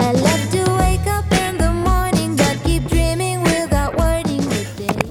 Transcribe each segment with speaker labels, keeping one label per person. Speaker 1: I love to wake up in the morning, but keep dreaming without wording the day.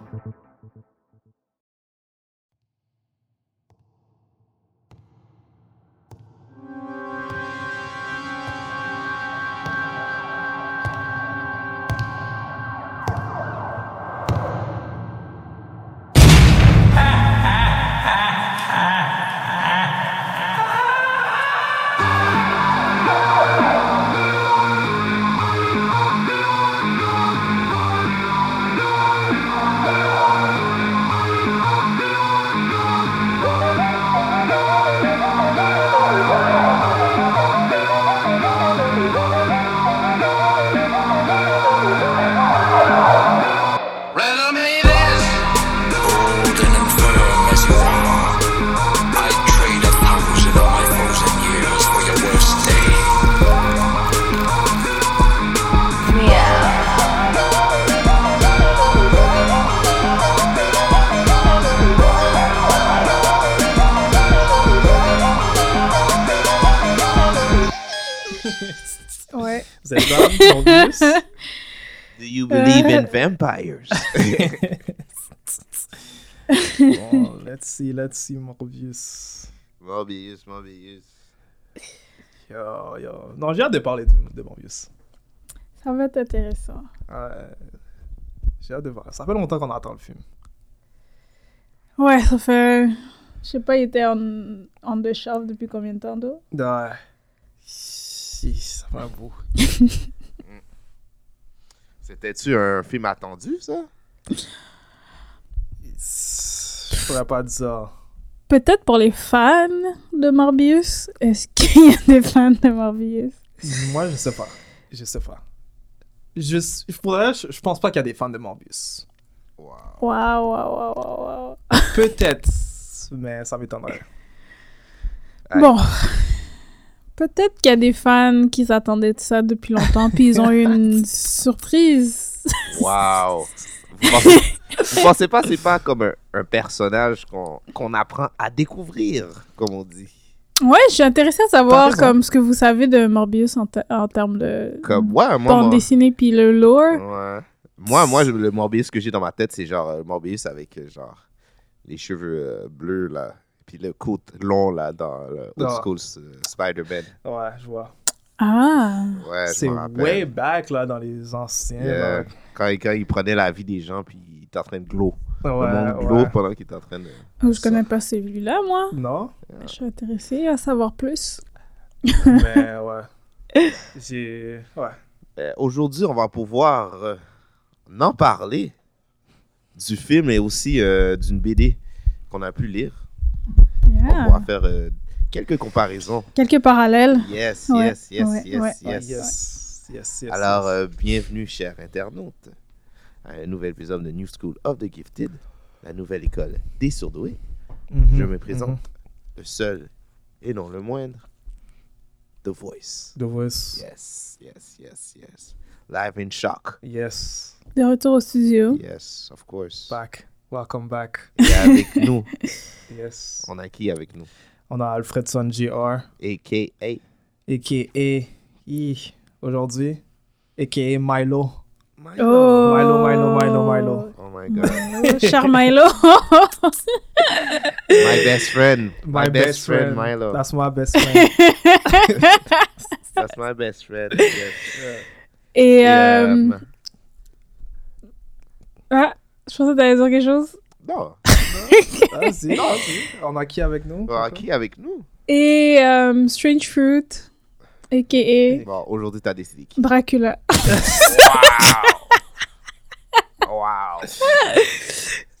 Speaker 2: Rhythm it is. Golden and firm as you are. I trade a thousand of my frozen years for your worst day.
Speaker 3: Ouais.
Speaker 4: Vous êtes dans mon virus?
Speaker 5: Do you believe in vampires?
Speaker 4: Bon, let's see, let's see, Morbius.
Speaker 5: Morbius, Morbius.
Speaker 4: Yo, yo. Non, j'ai hâte de parler de, de Morbius.
Speaker 3: Ça va être intéressant.
Speaker 4: Euh, j'ai hâte de voir. Ça fait longtemps qu'on attend le film.
Speaker 3: Ouais, ça fait. Je sais pas, il était en, en deux shelf depuis combien de temps, d'eau?
Speaker 4: Ouais. Si, ça va beau.
Speaker 5: C'était-tu un film attendu, ça?
Speaker 4: Je pourrais pas dire ça.
Speaker 3: Peut-être pour les fans de Morbius. Est-ce qu'il y a des fans de Morbius?
Speaker 4: Moi, je sais pas. Je sais pas. Je, je pourrais, je, je pense pas qu'il y a des fans de Morbius.
Speaker 5: Wow.
Speaker 3: Waouh, waouh, waouh, waouh, waouh.
Speaker 4: Peut-être, mais ça m'étonnerait.
Speaker 5: Ouais.
Speaker 3: Bon. Peut-être qu'il y a des fans qui s'attendaient de ça depuis longtemps, puis ils ont eu une surprise.
Speaker 5: Wow. Vous pensez, vous pensez pas c'est pas comme un, un personnage qu'on qu'on apprend à découvrir, comme on dit?
Speaker 3: Ouais, je suis intéressée à savoir
Speaker 5: T'as raison.
Speaker 3: comme ce que vous savez de Morbius en, te- en termes de
Speaker 5: Comme, ouais, moi,
Speaker 3: bande
Speaker 5: moi,
Speaker 3: dessinée puis le lore.
Speaker 5: ouais. moi, moi, je- le Morbius que j'ai dans ma tête, c'est genre euh, Morbius avec euh, genre les cheveux euh, bleus, là, puis le côte long, là, dans le old
Speaker 4: Ah.
Speaker 5: school euh, Spider-Man.
Speaker 4: Ouais, je vois.
Speaker 3: Ah,
Speaker 5: Ouais, je
Speaker 4: C'est
Speaker 5: m'en rappelle.
Speaker 4: way back, là, dans les anciens.
Speaker 5: Yeah.
Speaker 4: là.
Speaker 5: Quand, il- quand il prenait la vie des gens, puis il était en train de glow. le monde
Speaker 4: Ouais,
Speaker 5: glow
Speaker 4: ouais.
Speaker 5: pendant qu'il était en train de...
Speaker 3: Oh, je connais pas celui-là, moi.
Speaker 4: Non,
Speaker 3: Ah, Je suis intéressée à savoir plus.
Speaker 4: mais ouais. J'ai... Ouais. Ah,
Speaker 5: Euh, Aujourd'hui, on va pouvoir euh, en parler du film et aussi euh, d'une BD qu'on a pu lire.
Speaker 3: Yeah.
Speaker 5: On va faire euh, Quelques comparaisons.
Speaker 3: Quelques parallèles.
Speaker 5: Yes,
Speaker 3: Ouais,
Speaker 5: yes, yes,
Speaker 3: ouais,
Speaker 5: yes,
Speaker 3: ouais.
Speaker 5: yes,
Speaker 4: Ah, yes, yes, yes,
Speaker 5: Alors,
Speaker 4: yes.
Speaker 5: euh, bienvenue, chers internautes, à un nouvel épisode de New School of the Gifted, la nouvelle école des surdoués.
Speaker 4: Mhm,
Speaker 5: euh, Je me présente,
Speaker 4: mm-hmm.
Speaker 5: le seul et non le moindre, The Voice.
Speaker 4: mhm. The Voice. Yes.
Speaker 5: Yes, yes, yes, yes. Live in shock.
Speaker 3: De retour au studio.
Speaker 5: Yes, of course.
Speaker 4: Back. Welcome back.
Speaker 5: Et avec nous,
Speaker 4: Yes.
Speaker 5: on a qui avec nous?
Speaker 4: On a Alfredson Jr.
Speaker 5: A.K.A.
Speaker 4: a.k.a. I, aujourd'hui, a.k.a.
Speaker 3: Oh.
Speaker 4: Milo. Milo, Milo, Milo, Milo.
Speaker 5: Oh my God.
Speaker 3: Oh, Cher Milo.
Speaker 5: My best friend. My, best, friend, Milo. That's...
Speaker 4: That's my best friend.
Speaker 5: my best friend. Yes.
Speaker 3: Et.
Speaker 5: Et,
Speaker 3: euh,
Speaker 5: euh,
Speaker 3: Ah, je pensais que t'allais dire quelque chose.
Speaker 5: Non.
Speaker 4: Vas-y, vas-y. On a qui avec
Speaker 5: Bon,
Speaker 4: nous?
Speaker 5: Bah, qui est avec nous?
Speaker 3: Et euh, Strange Fruit, a.k.a.
Speaker 5: Bon, bah, aujourd'hui, t'as décidé qui?
Speaker 3: Dracula.
Speaker 5: Wow.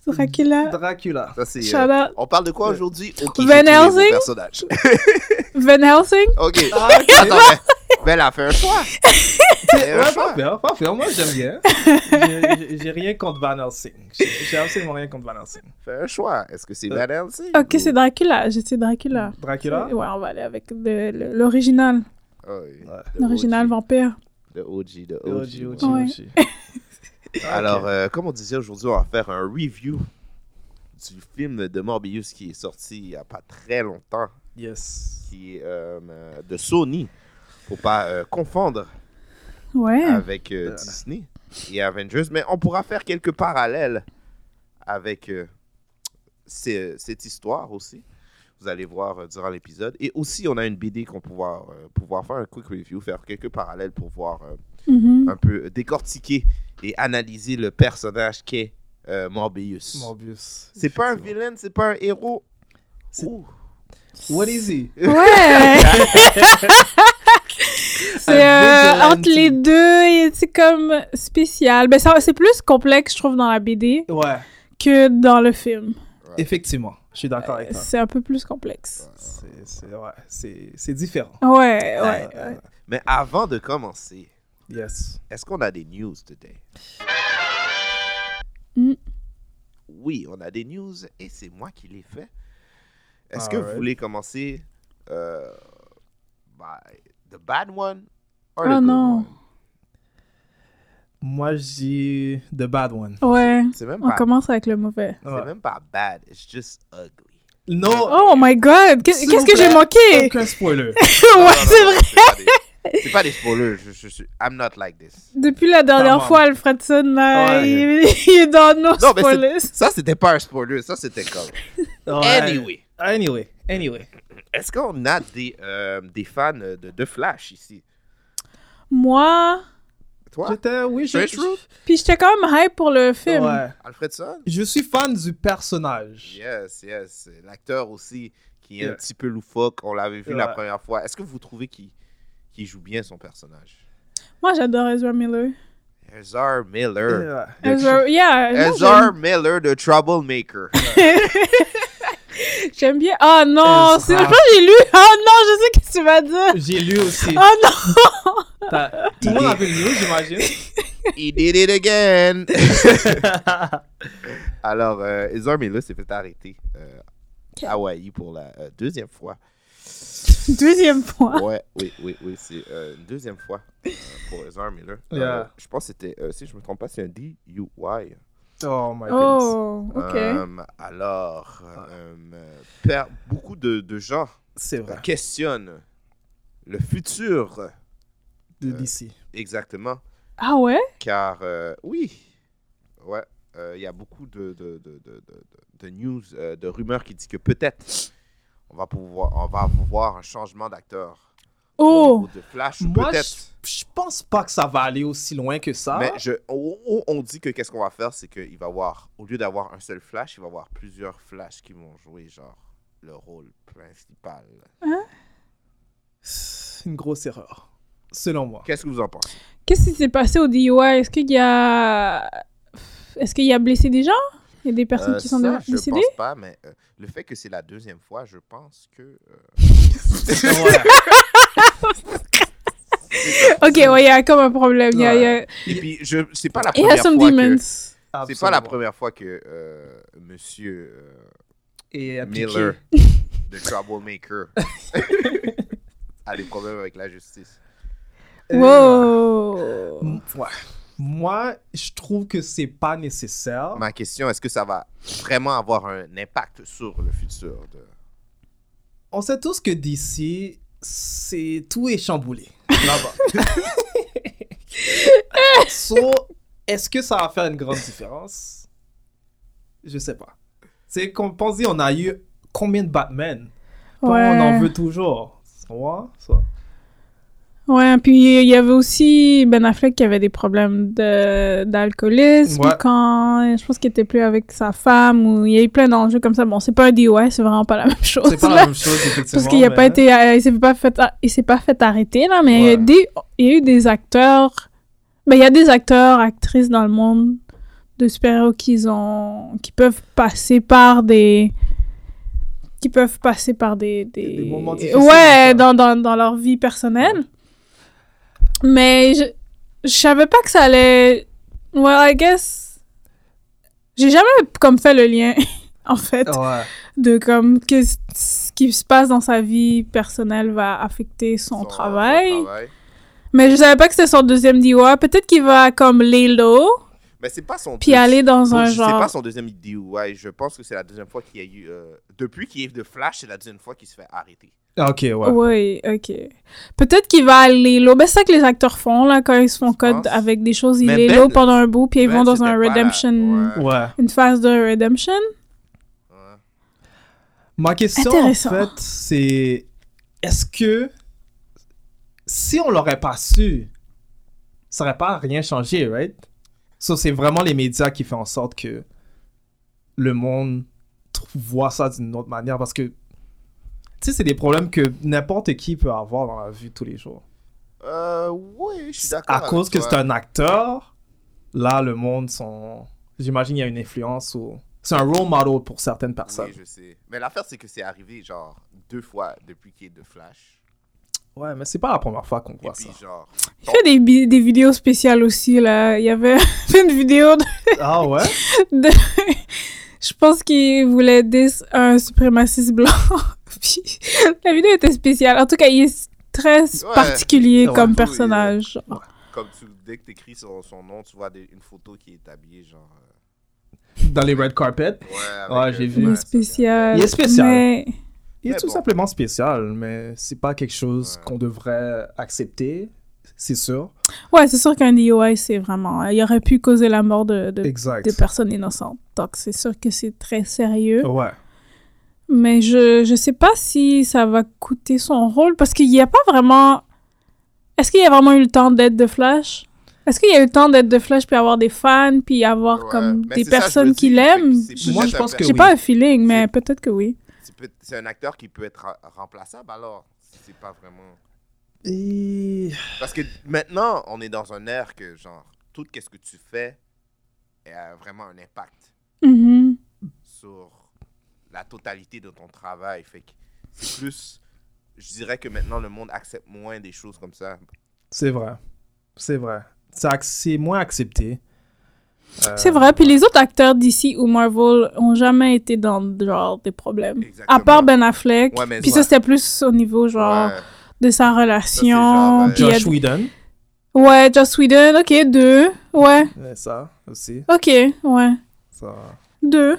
Speaker 3: Dracula.
Speaker 4: Dracula.
Speaker 5: Ça, c'est,
Speaker 3: Shout
Speaker 5: euh,
Speaker 3: out.
Speaker 5: on parle de quoi aujourd'hui? Au qui
Speaker 3: Van
Speaker 5: fait tous les beaux
Speaker 3: Helsing?
Speaker 5: personnages.
Speaker 3: Van Helsing.
Speaker 5: OK.
Speaker 4: Ah,
Speaker 5: Ah, ben,
Speaker 4: ok.
Speaker 5: Attends, mais, mais elle a fait un choix. Elle a fait un
Speaker 4: Ouais,
Speaker 5: choix.
Speaker 4: parfait, hein, parfait. Moi, j'aime bien. J'ai- j'ai- J'ai rien contre Van Helsing. J'ai j'ai absolument rien contre Van Helsing.
Speaker 5: Fait un choix. Est-ce que c'est
Speaker 4: Euh,
Speaker 5: Van Helsing?
Speaker 3: Ok,
Speaker 5: ou-
Speaker 3: c'est Dracula. J'étais Dracula.
Speaker 4: Dracula?
Speaker 3: Ouais, on va aller avec le- le- l'original.
Speaker 5: Oh, oui. The
Speaker 3: L'original
Speaker 5: OG.
Speaker 3: vampire.
Speaker 5: The OG, the OG.
Speaker 4: OG, OG,
Speaker 3: Ouais.
Speaker 4: OG.
Speaker 5: Alors, euh, comme on disait aujourd'hui, on va faire un review du film de Morbius qui est sorti il n'y a pas très longtemps,
Speaker 4: Yes.
Speaker 5: qui est euh, euh, de Sony. Faut pas euh, confondre
Speaker 3: Ouais.
Speaker 5: avec euh, Disney et Avengers, mais on pourra faire quelques parallèles avec euh, ces- cette histoire aussi. Vous allez voir euh, durant l'épisode. Et aussi, on a une BD qu'on pourra euh, pouvoir faire un quick review, faire quelques parallèles pour voir euh,
Speaker 3: Mhm.
Speaker 5: un peu décortiquer et analyser le personnage qu'est euh, Morbius.
Speaker 4: Morbius.
Speaker 5: C'est pas un
Speaker 4: Effectivement.
Speaker 5: vilain, c'est pas un héros.
Speaker 4: C'est-
Speaker 5: Ouh.
Speaker 4: What is he?
Speaker 3: Ouais! c'est
Speaker 4: Un
Speaker 3: euh, entre les
Speaker 4: vigilante.
Speaker 3: deux, et c'est comme spécial. Ben, ça- c'est plus complexe, je trouve, dans la BD
Speaker 4: Ouais,
Speaker 3: que dans le film.
Speaker 4: effectivement. Je suis d'accord avec toi.
Speaker 3: C'est un peu plus complexe.
Speaker 4: C'est- C'est ouais, c'est- c'est différent. Euh,
Speaker 3: Ouais, ouais. ouais.
Speaker 5: Mais avant de commencer,
Speaker 4: Yes.
Speaker 5: est-ce qu'on a des news today?
Speaker 3: Mm.
Speaker 5: Oui, on a des news et c'est moi qui les fais. Est-ce que vous
Speaker 4: Alright.
Speaker 5: voulez commencer euh, by the bad one or
Speaker 3: Oh
Speaker 5: the good
Speaker 3: non.
Speaker 5: one?
Speaker 4: Moi, j'ai The Bad One.
Speaker 3: Ouais.
Speaker 5: C'est même
Speaker 3: On
Speaker 5: pas,
Speaker 3: commence avec le mauvais.
Speaker 5: c'est
Speaker 4: Ouais.
Speaker 5: même pas bad, it's just ugly.
Speaker 4: No,
Speaker 3: Oh my god! Qu'est-
Speaker 4: S'il
Speaker 3: Qu'est-ce
Speaker 4: vous
Speaker 3: que j'ai
Speaker 4: plaît.
Speaker 3: manqué?
Speaker 4: aucun spoiler.
Speaker 5: Non,
Speaker 3: ouais,
Speaker 5: non, non,
Speaker 3: c'est
Speaker 5: non,
Speaker 3: vrai!
Speaker 5: pas des- C'est pas des spoilers. Je, je, suis- I'm not like this.
Speaker 3: Depuis la dernière
Speaker 4: Tamam.
Speaker 3: fois, Alfredson, là,
Speaker 5: Ouais.
Speaker 3: il, il est dans nos
Speaker 5: Non, mais c'est-
Speaker 3: spoilers.
Speaker 5: Ça, c'était pas un spoiler. Ça, c'était comme.
Speaker 4: Ouais.
Speaker 5: Anyway,
Speaker 4: Anyway, anyway.
Speaker 5: est-ce qu'on a des, euh, des fans de, de Flash ici?
Speaker 3: Moi,
Speaker 5: Toi,
Speaker 4: J'étais, oui, je,
Speaker 5: Strange Fruit?
Speaker 4: je,
Speaker 3: puis j'étais quand même hype pour le film.
Speaker 4: ouais.
Speaker 5: Alfredson?
Speaker 4: je suis fan du personnage.
Speaker 5: Yes, yes. L'acteur aussi, qui est un
Speaker 4: Yeah.
Speaker 5: petit peu loufoque. On l'avait vu la
Speaker 4: Ouais.
Speaker 5: première fois. Est-ce que vous trouvez qu'il qu'il joue bien son personnage?
Speaker 3: Moi, j'adore Ezra Miller.
Speaker 5: Ezra Miller.
Speaker 4: Yeah.
Speaker 5: The
Speaker 3: Ezra, yeah, moi,
Speaker 5: Ezra Miller, the troublemaker.
Speaker 3: j'aime- J'aime bien. Ah non,
Speaker 4: Ezra.
Speaker 3: c'est je pense que j'ai lu. Ah non, je sais ce que tu vas dire.
Speaker 4: J'ai lu aussi.
Speaker 3: Ah non.
Speaker 4: T'as- Tout le monde a vu le news, j'imagine.
Speaker 5: He did it again! Alors, euh, Ezra Miller s'est fait arrêter euh, à Hawaï pour la euh, deuxième fois.
Speaker 3: Deuxième point.
Speaker 5: Ouais, oui, oui, oui, c'est euh, une deuxième fois euh, pour Ezra Miller. Euh,
Speaker 4: Yeah.
Speaker 5: je pense que c'était, euh, si je me trompe pas, c'est un DUI.
Speaker 4: oh my goodness.
Speaker 3: Oh, ok.
Speaker 5: Euh, alors, euh, euh, per- beaucoup de, de gens
Speaker 4: C'est vrai.
Speaker 5: questionnent le futur,
Speaker 4: De DC.
Speaker 5: exactement,
Speaker 3: Ah ouais?
Speaker 5: car euh, oui, ouais, euh, il y a beaucoup de, de, de, de, de- de news, euh, de rumeurs qui disent que peut-être on va pouvoir, on va voir un changement d'acteur au
Speaker 3: Oh,
Speaker 5: niveau de Flash, ou
Speaker 4: Moi,
Speaker 5: peut-être.
Speaker 4: je je pense pas que ça va aller aussi loin que ça.
Speaker 5: Mais je, on, on- on dit que qu'est-ce qu'on va faire, c'est qu'il va avoir, au lieu d'avoir un seul flash, il va avoir plusieurs flashs qui vont jouer genre le rôle principal.
Speaker 4: C'est une grosse erreur. Selon moi.
Speaker 5: Qu'est-ce que vous en pensez
Speaker 3: qu'est-ce qui s'est passé au DUI? Est-ce qu'il y a, est-ce qu'il y a blessé des gens? Il y a des personnes
Speaker 5: Euh,
Speaker 3: qui sont
Speaker 5: ça,
Speaker 3: dé-
Speaker 5: Je
Speaker 3: décédées?
Speaker 5: pense pas, mais euh, le fait que c'est la deuxième fois, je pense que euh,
Speaker 3: Ok, ouais, il y a comme un problème. Il y a, il y a-
Speaker 5: Et puis, je, c'est pas la
Speaker 3: il y a
Speaker 5: première
Speaker 3: some
Speaker 5: fois que...
Speaker 3: demons.
Speaker 5: C'est pas la première fois que euh, Monsieur euh,
Speaker 4: Et appliqué.
Speaker 5: Miller, the troublemaker, a des problèmes avec la justice.
Speaker 4: Euh,
Speaker 3: Wow.
Speaker 4: m- ouais. Moi, je trouve que c'est pas nécessaire.
Speaker 5: Ma question, est-ce que ça va vraiment avoir un impact sur le futur de...
Speaker 4: On sait tous que d'ici, c'est tout est chamboulé. Là-bas. so, est-ce que ça va faire une grande différence Je sais pas. C'est qu'on pense on a eu combien de Batman Comme
Speaker 3: Ouais.
Speaker 4: On en veut toujours. Ouais, ça.
Speaker 3: Ouais, puis il y avait aussi Ben Affleck qui avait des problèmes de- d'alcoolisme
Speaker 4: Ouais.
Speaker 3: quand je pense qu'il était plus avec sa femme ou il y a eu plein d'enjeux comme ça. Bon, c'est pas un DUI, c'est vraiment pas la même chose.
Speaker 4: C'est pas
Speaker 3: là.
Speaker 4: la même chose, effectivement.
Speaker 3: Parce qu'il a
Speaker 4: mais-
Speaker 3: pas été, euh, il s'est pas fait, a- il s'est pas fait arrêter là, mais il y a
Speaker 4: Ouais.
Speaker 3: des, il y a eu des acteurs, ben il y a des acteurs, actrices dans le monde de super-héros qui ont, qui peuvent passer par des, qui peuvent passer par des, des,
Speaker 4: Des moments difficiles,
Speaker 3: ouais,
Speaker 4: quoi.
Speaker 3: dans, dans, dans leur vie personnelle. Mais je, je savais pas que ça allait, well I guess, j'ai jamais comme fait le lien en fait
Speaker 4: Ouais.
Speaker 3: de comme que c- ce qui se passe dans sa vie personnelle va affecter son,
Speaker 5: son- son
Speaker 3: travail.
Speaker 5: travail?
Speaker 3: Mais je savais pas que c'était son deuxième DUI. Peut-être qu'il va comme les low,
Speaker 5: Mais c'est pas son...
Speaker 3: puis aller dans un
Speaker 5: Je- C'est pas
Speaker 3: genre.
Speaker 5: son deuxième DUI. Je pense que c'est la deuxième fois qu'il y a eu... euh, Depuis qu'il est de Flash, c'est la deuxième fois qu'il se fait arrêter.
Speaker 4: Ah, Ok, ouais.
Speaker 3: Oui, ok. Peut-être qu'il va aller low. Ben, c'est ça que les acteurs font, là, quand ils se font
Speaker 5: Tu
Speaker 3: code
Speaker 5: penses?
Speaker 3: avec des choses. Ils
Speaker 5: Mais
Speaker 3: les
Speaker 5: Ben-
Speaker 3: low pendant un bout, puis ils
Speaker 5: Ben,
Speaker 3: vont dans
Speaker 5: c'était
Speaker 3: un
Speaker 5: pas la-
Speaker 3: redemption.
Speaker 5: Ouais,
Speaker 4: Ouais.
Speaker 3: Une phase de redemption.
Speaker 5: ouais.
Speaker 4: Ma question, en
Speaker 3: Intéressant.
Speaker 4: fait, c'est est-ce que si on l'aurait pas su, ça n'aurait pas rien changé, right? Ça, c'est vraiment les médias qui font en sorte que le monde tr- voit ça d'une autre manière parce que, tu sais, c'est des problèmes que n'importe qui peut avoir dans la vie de tous les jours.
Speaker 5: Euh, oui, je suis d'accord.
Speaker 4: À
Speaker 5: avec
Speaker 4: cause que
Speaker 5: toi.
Speaker 4: c'est un acteur, là, le monde, sont... j'imagine, il y a une influence ou. C'est un role model pour certaines personnes.
Speaker 5: Oui, je sais. Mais l'affaire, c'est que c'est arrivé, genre, deux fois depuis qu'il est de Flash.
Speaker 4: Ouais, mais c'est pas la première fois qu'on
Speaker 5: Et
Speaker 4: voit ça.
Speaker 5: puis, genre...
Speaker 3: Il fait des, bi- des vidéos spéciales aussi, là. Il y avait une vidéo de
Speaker 4: Ah ouais?
Speaker 3: de- Je pense qu'il voulait dis un suprémaciste blanc. Puis la vidéo était spéciale. En tout cas, il est très
Speaker 5: Ouais.
Speaker 3: particulier
Speaker 4: Ouais,
Speaker 3: comme
Speaker 5: oui.
Speaker 3: personnage.
Speaker 5: Comme tu, dès que tu écris son, son nom, tu vois des- une photo qui est habillée genre.
Speaker 4: Dans les red carpet.
Speaker 5: euh, Ouais, avec,
Speaker 4: Ouais, j'ai vu.
Speaker 3: Il
Speaker 5: ouais,
Speaker 3: est spécial.
Speaker 4: Il est spécial.
Speaker 3: Euh, Mais
Speaker 4: Il est
Speaker 5: Mais
Speaker 4: tout
Speaker 5: bon.
Speaker 4: simplement spécial, mais c'est pas quelque chose
Speaker 5: Ouais.
Speaker 4: qu'on devrait accepter, c'est sûr.
Speaker 3: ouais, c'est sûr qu'un DUI, c'est vraiment. Il aurait pu causer la mort de, de,
Speaker 4: Exact.
Speaker 3: de personnes innocentes. Donc, c'est sûr que c'est très sérieux.
Speaker 4: Ouais.
Speaker 3: Mais je, je sais pas si ça va coûter son rôle parce qu'il n'y a pas vraiment. Est-ce qu'il y a vraiment eu le temps d'être de Flash Est-ce qu'il y a eu le temps d'être de Flash puis avoir des fans puis avoir
Speaker 5: Ouais,
Speaker 3: comme
Speaker 5: mais
Speaker 3: des
Speaker 5: c'est ça, je
Speaker 3: personnes
Speaker 5: veux
Speaker 3: qui
Speaker 5: dire,
Speaker 3: l'aiment
Speaker 5: c'est- c'est
Speaker 4: Moi,
Speaker 5: peut-être
Speaker 4: je pense
Speaker 5: un-
Speaker 4: que
Speaker 3: J'ai
Speaker 4: oui.
Speaker 3: pas un feeling, mais peut-être que oui.
Speaker 5: c'est peut- C'est un acteur qui peut être ra- remplaçable alors. si C'est pas vraiment.
Speaker 4: Et...
Speaker 5: Parce que maintenant, on est dans un ère que, genre, tout ce que tu fais a vraiment un impact
Speaker 3: Mhm.
Speaker 5: sur la totalité de ton travail. Fait que c'est plus. Je dirais que maintenant, le monde accepte moins des choses comme ça.
Speaker 4: C'est vrai. C'est vrai. C'est ac- C'est moins accepté. Euh,
Speaker 3: C'est vrai. Puis les autres acteurs d'ici ou Marvel ont jamais été dans genre des problèmes.
Speaker 5: Exactement.
Speaker 3: À part Ben Affleck.
Speaker 5: Ouais, mais
Speaker 3: puis
Speaker 5: ça-
Speaker 3: ça, c'était plus au niveau genre
Speaker 5: Ouais.
Speaker 3: de sa relation.
Speaker 5: genre, euh,
Speaker 3: puis il y a-
Speaker 4: Josh Whedon.
Speaker 3: Ouais, Joss Whedon, ok, deux. Ouais,
Speaker 4: euh, Ça aussi.
Speaker 3: ok, ouais.
Speaker 4: Ça.
Speaker 3: Deux.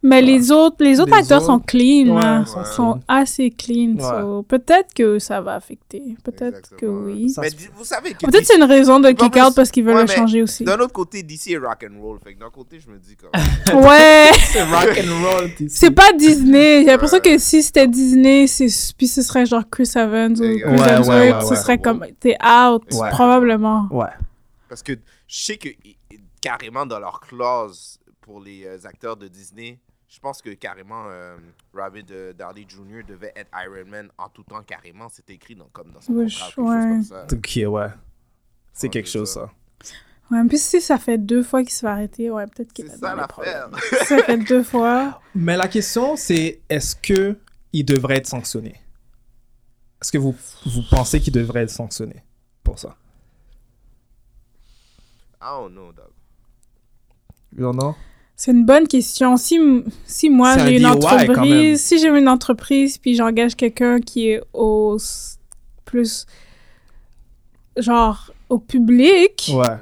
Speaker 3: Mais les autres, les autres
Speaker 4: Les
Speaker 3: acteurs sont
Speaker 4: autres,
Speaker 3: clean,
Speaker 4: ouais,
Speaker 3: là.
Speaker 4: ils sont
Speaker 3: sont
Speaker 4: clean.
Speaker 3: assez clean.
Speaker 4: Ouais.
Speaker 3: so peut-être que ça va affecter. Peut-être que
Speaker 5: Exactement.
Speaker 3: oui.
Speaker 4: Ça
Speaker 5: Mais
Speaker 4: se-
Speaker 5: dis- vous savez que.
Speaker 3: Ou Peut-être
Speaker 5: DC
Speaker 3: c'est une raison de
Speaker 5: En
Speaker 3: kick
Speaker 5: plus,
Speaker 3: out parce qu'ils veulent
Speaker 5: ouais,
Speaker 3: le
Speaker 5: mais
Speaker 3: changer aussi.
Speaker 5: D'un autre côté, DC est rock and roll. Fait que d'un côté, je me dis comme.
Speaker 3: Ouais,
Speaker 4: C'est rock and roll. t'es-
Speaker 3: c'est pas Disney. J'ai l'impression
Speaker 5: Ouais.
Speaker 3: que si c'était Disney, c'est- puis ce serait genre Chris Evans ou
Speaker 5: Ouais,
Speaker 3: Chris
Speaker 4: ouais,
Speaker 3: Hemsworth,
Speaker 4: ouais,
Speaker 3: ce
Speaker 4: ouais.
Speaker 3: serait comme t'es out
Speaker 4: Ouais.
Speaker 3: probablement.
Speaker 4: Ouais.
Speaker 5: Parce que je sais que i- i- carrément dans leur clause pour les euh, acteurs de Disney, je pense que carrément euh, Robert de- Downey Jr. devait être Iron Man en tout temps carrément. C'était écrit dans, comme dans son
Speaker 3: Ouais,
Speaker 5: contrat,
Speaker 3: je-
Speaker 5: quelque chose comme
Speaker 3: ouais.
Speaker 5: ça.
Speaker 4: Ok, ouais. C'est
Speaker 5: Ouais,
Speaker 4: quelque
Speaker 5: c'est
Speaker 4: chose,
Speaker 5: ça.
Speaker 4: ça.
Speaker 3: Ouais, puis si ça fait deux fois qu'il se fait arrêter, ouais, peut-être qu'il
Speaker 5: C'est
Speaker 3: a
Speaker 5: ça
Speaker 3: dans les problèmes.
Speaker 5: l'affaire.
Speaker 3: Si ça fait deux fois.
Speaker 4: Mais la question, c'est est-ce que il il devrait être sanctionné. Est-ce que vous, vous pensez qu'il devrait être sanctionné pour ça?
Speaker 5: I don't know, dog.
Speaker 4: Non, non?
Speaker 3: C'est une bonne question. Si, m- si moi
Speaker 4: C'est un
Speaker 3: j'ai une
Speaker 4: DIY, quand même.
Speaker 3: entreprise, si j'ai une entreprise puis j'engage quelqu'un qui est au s- plus genre au public,
Speaker 4: Ouais.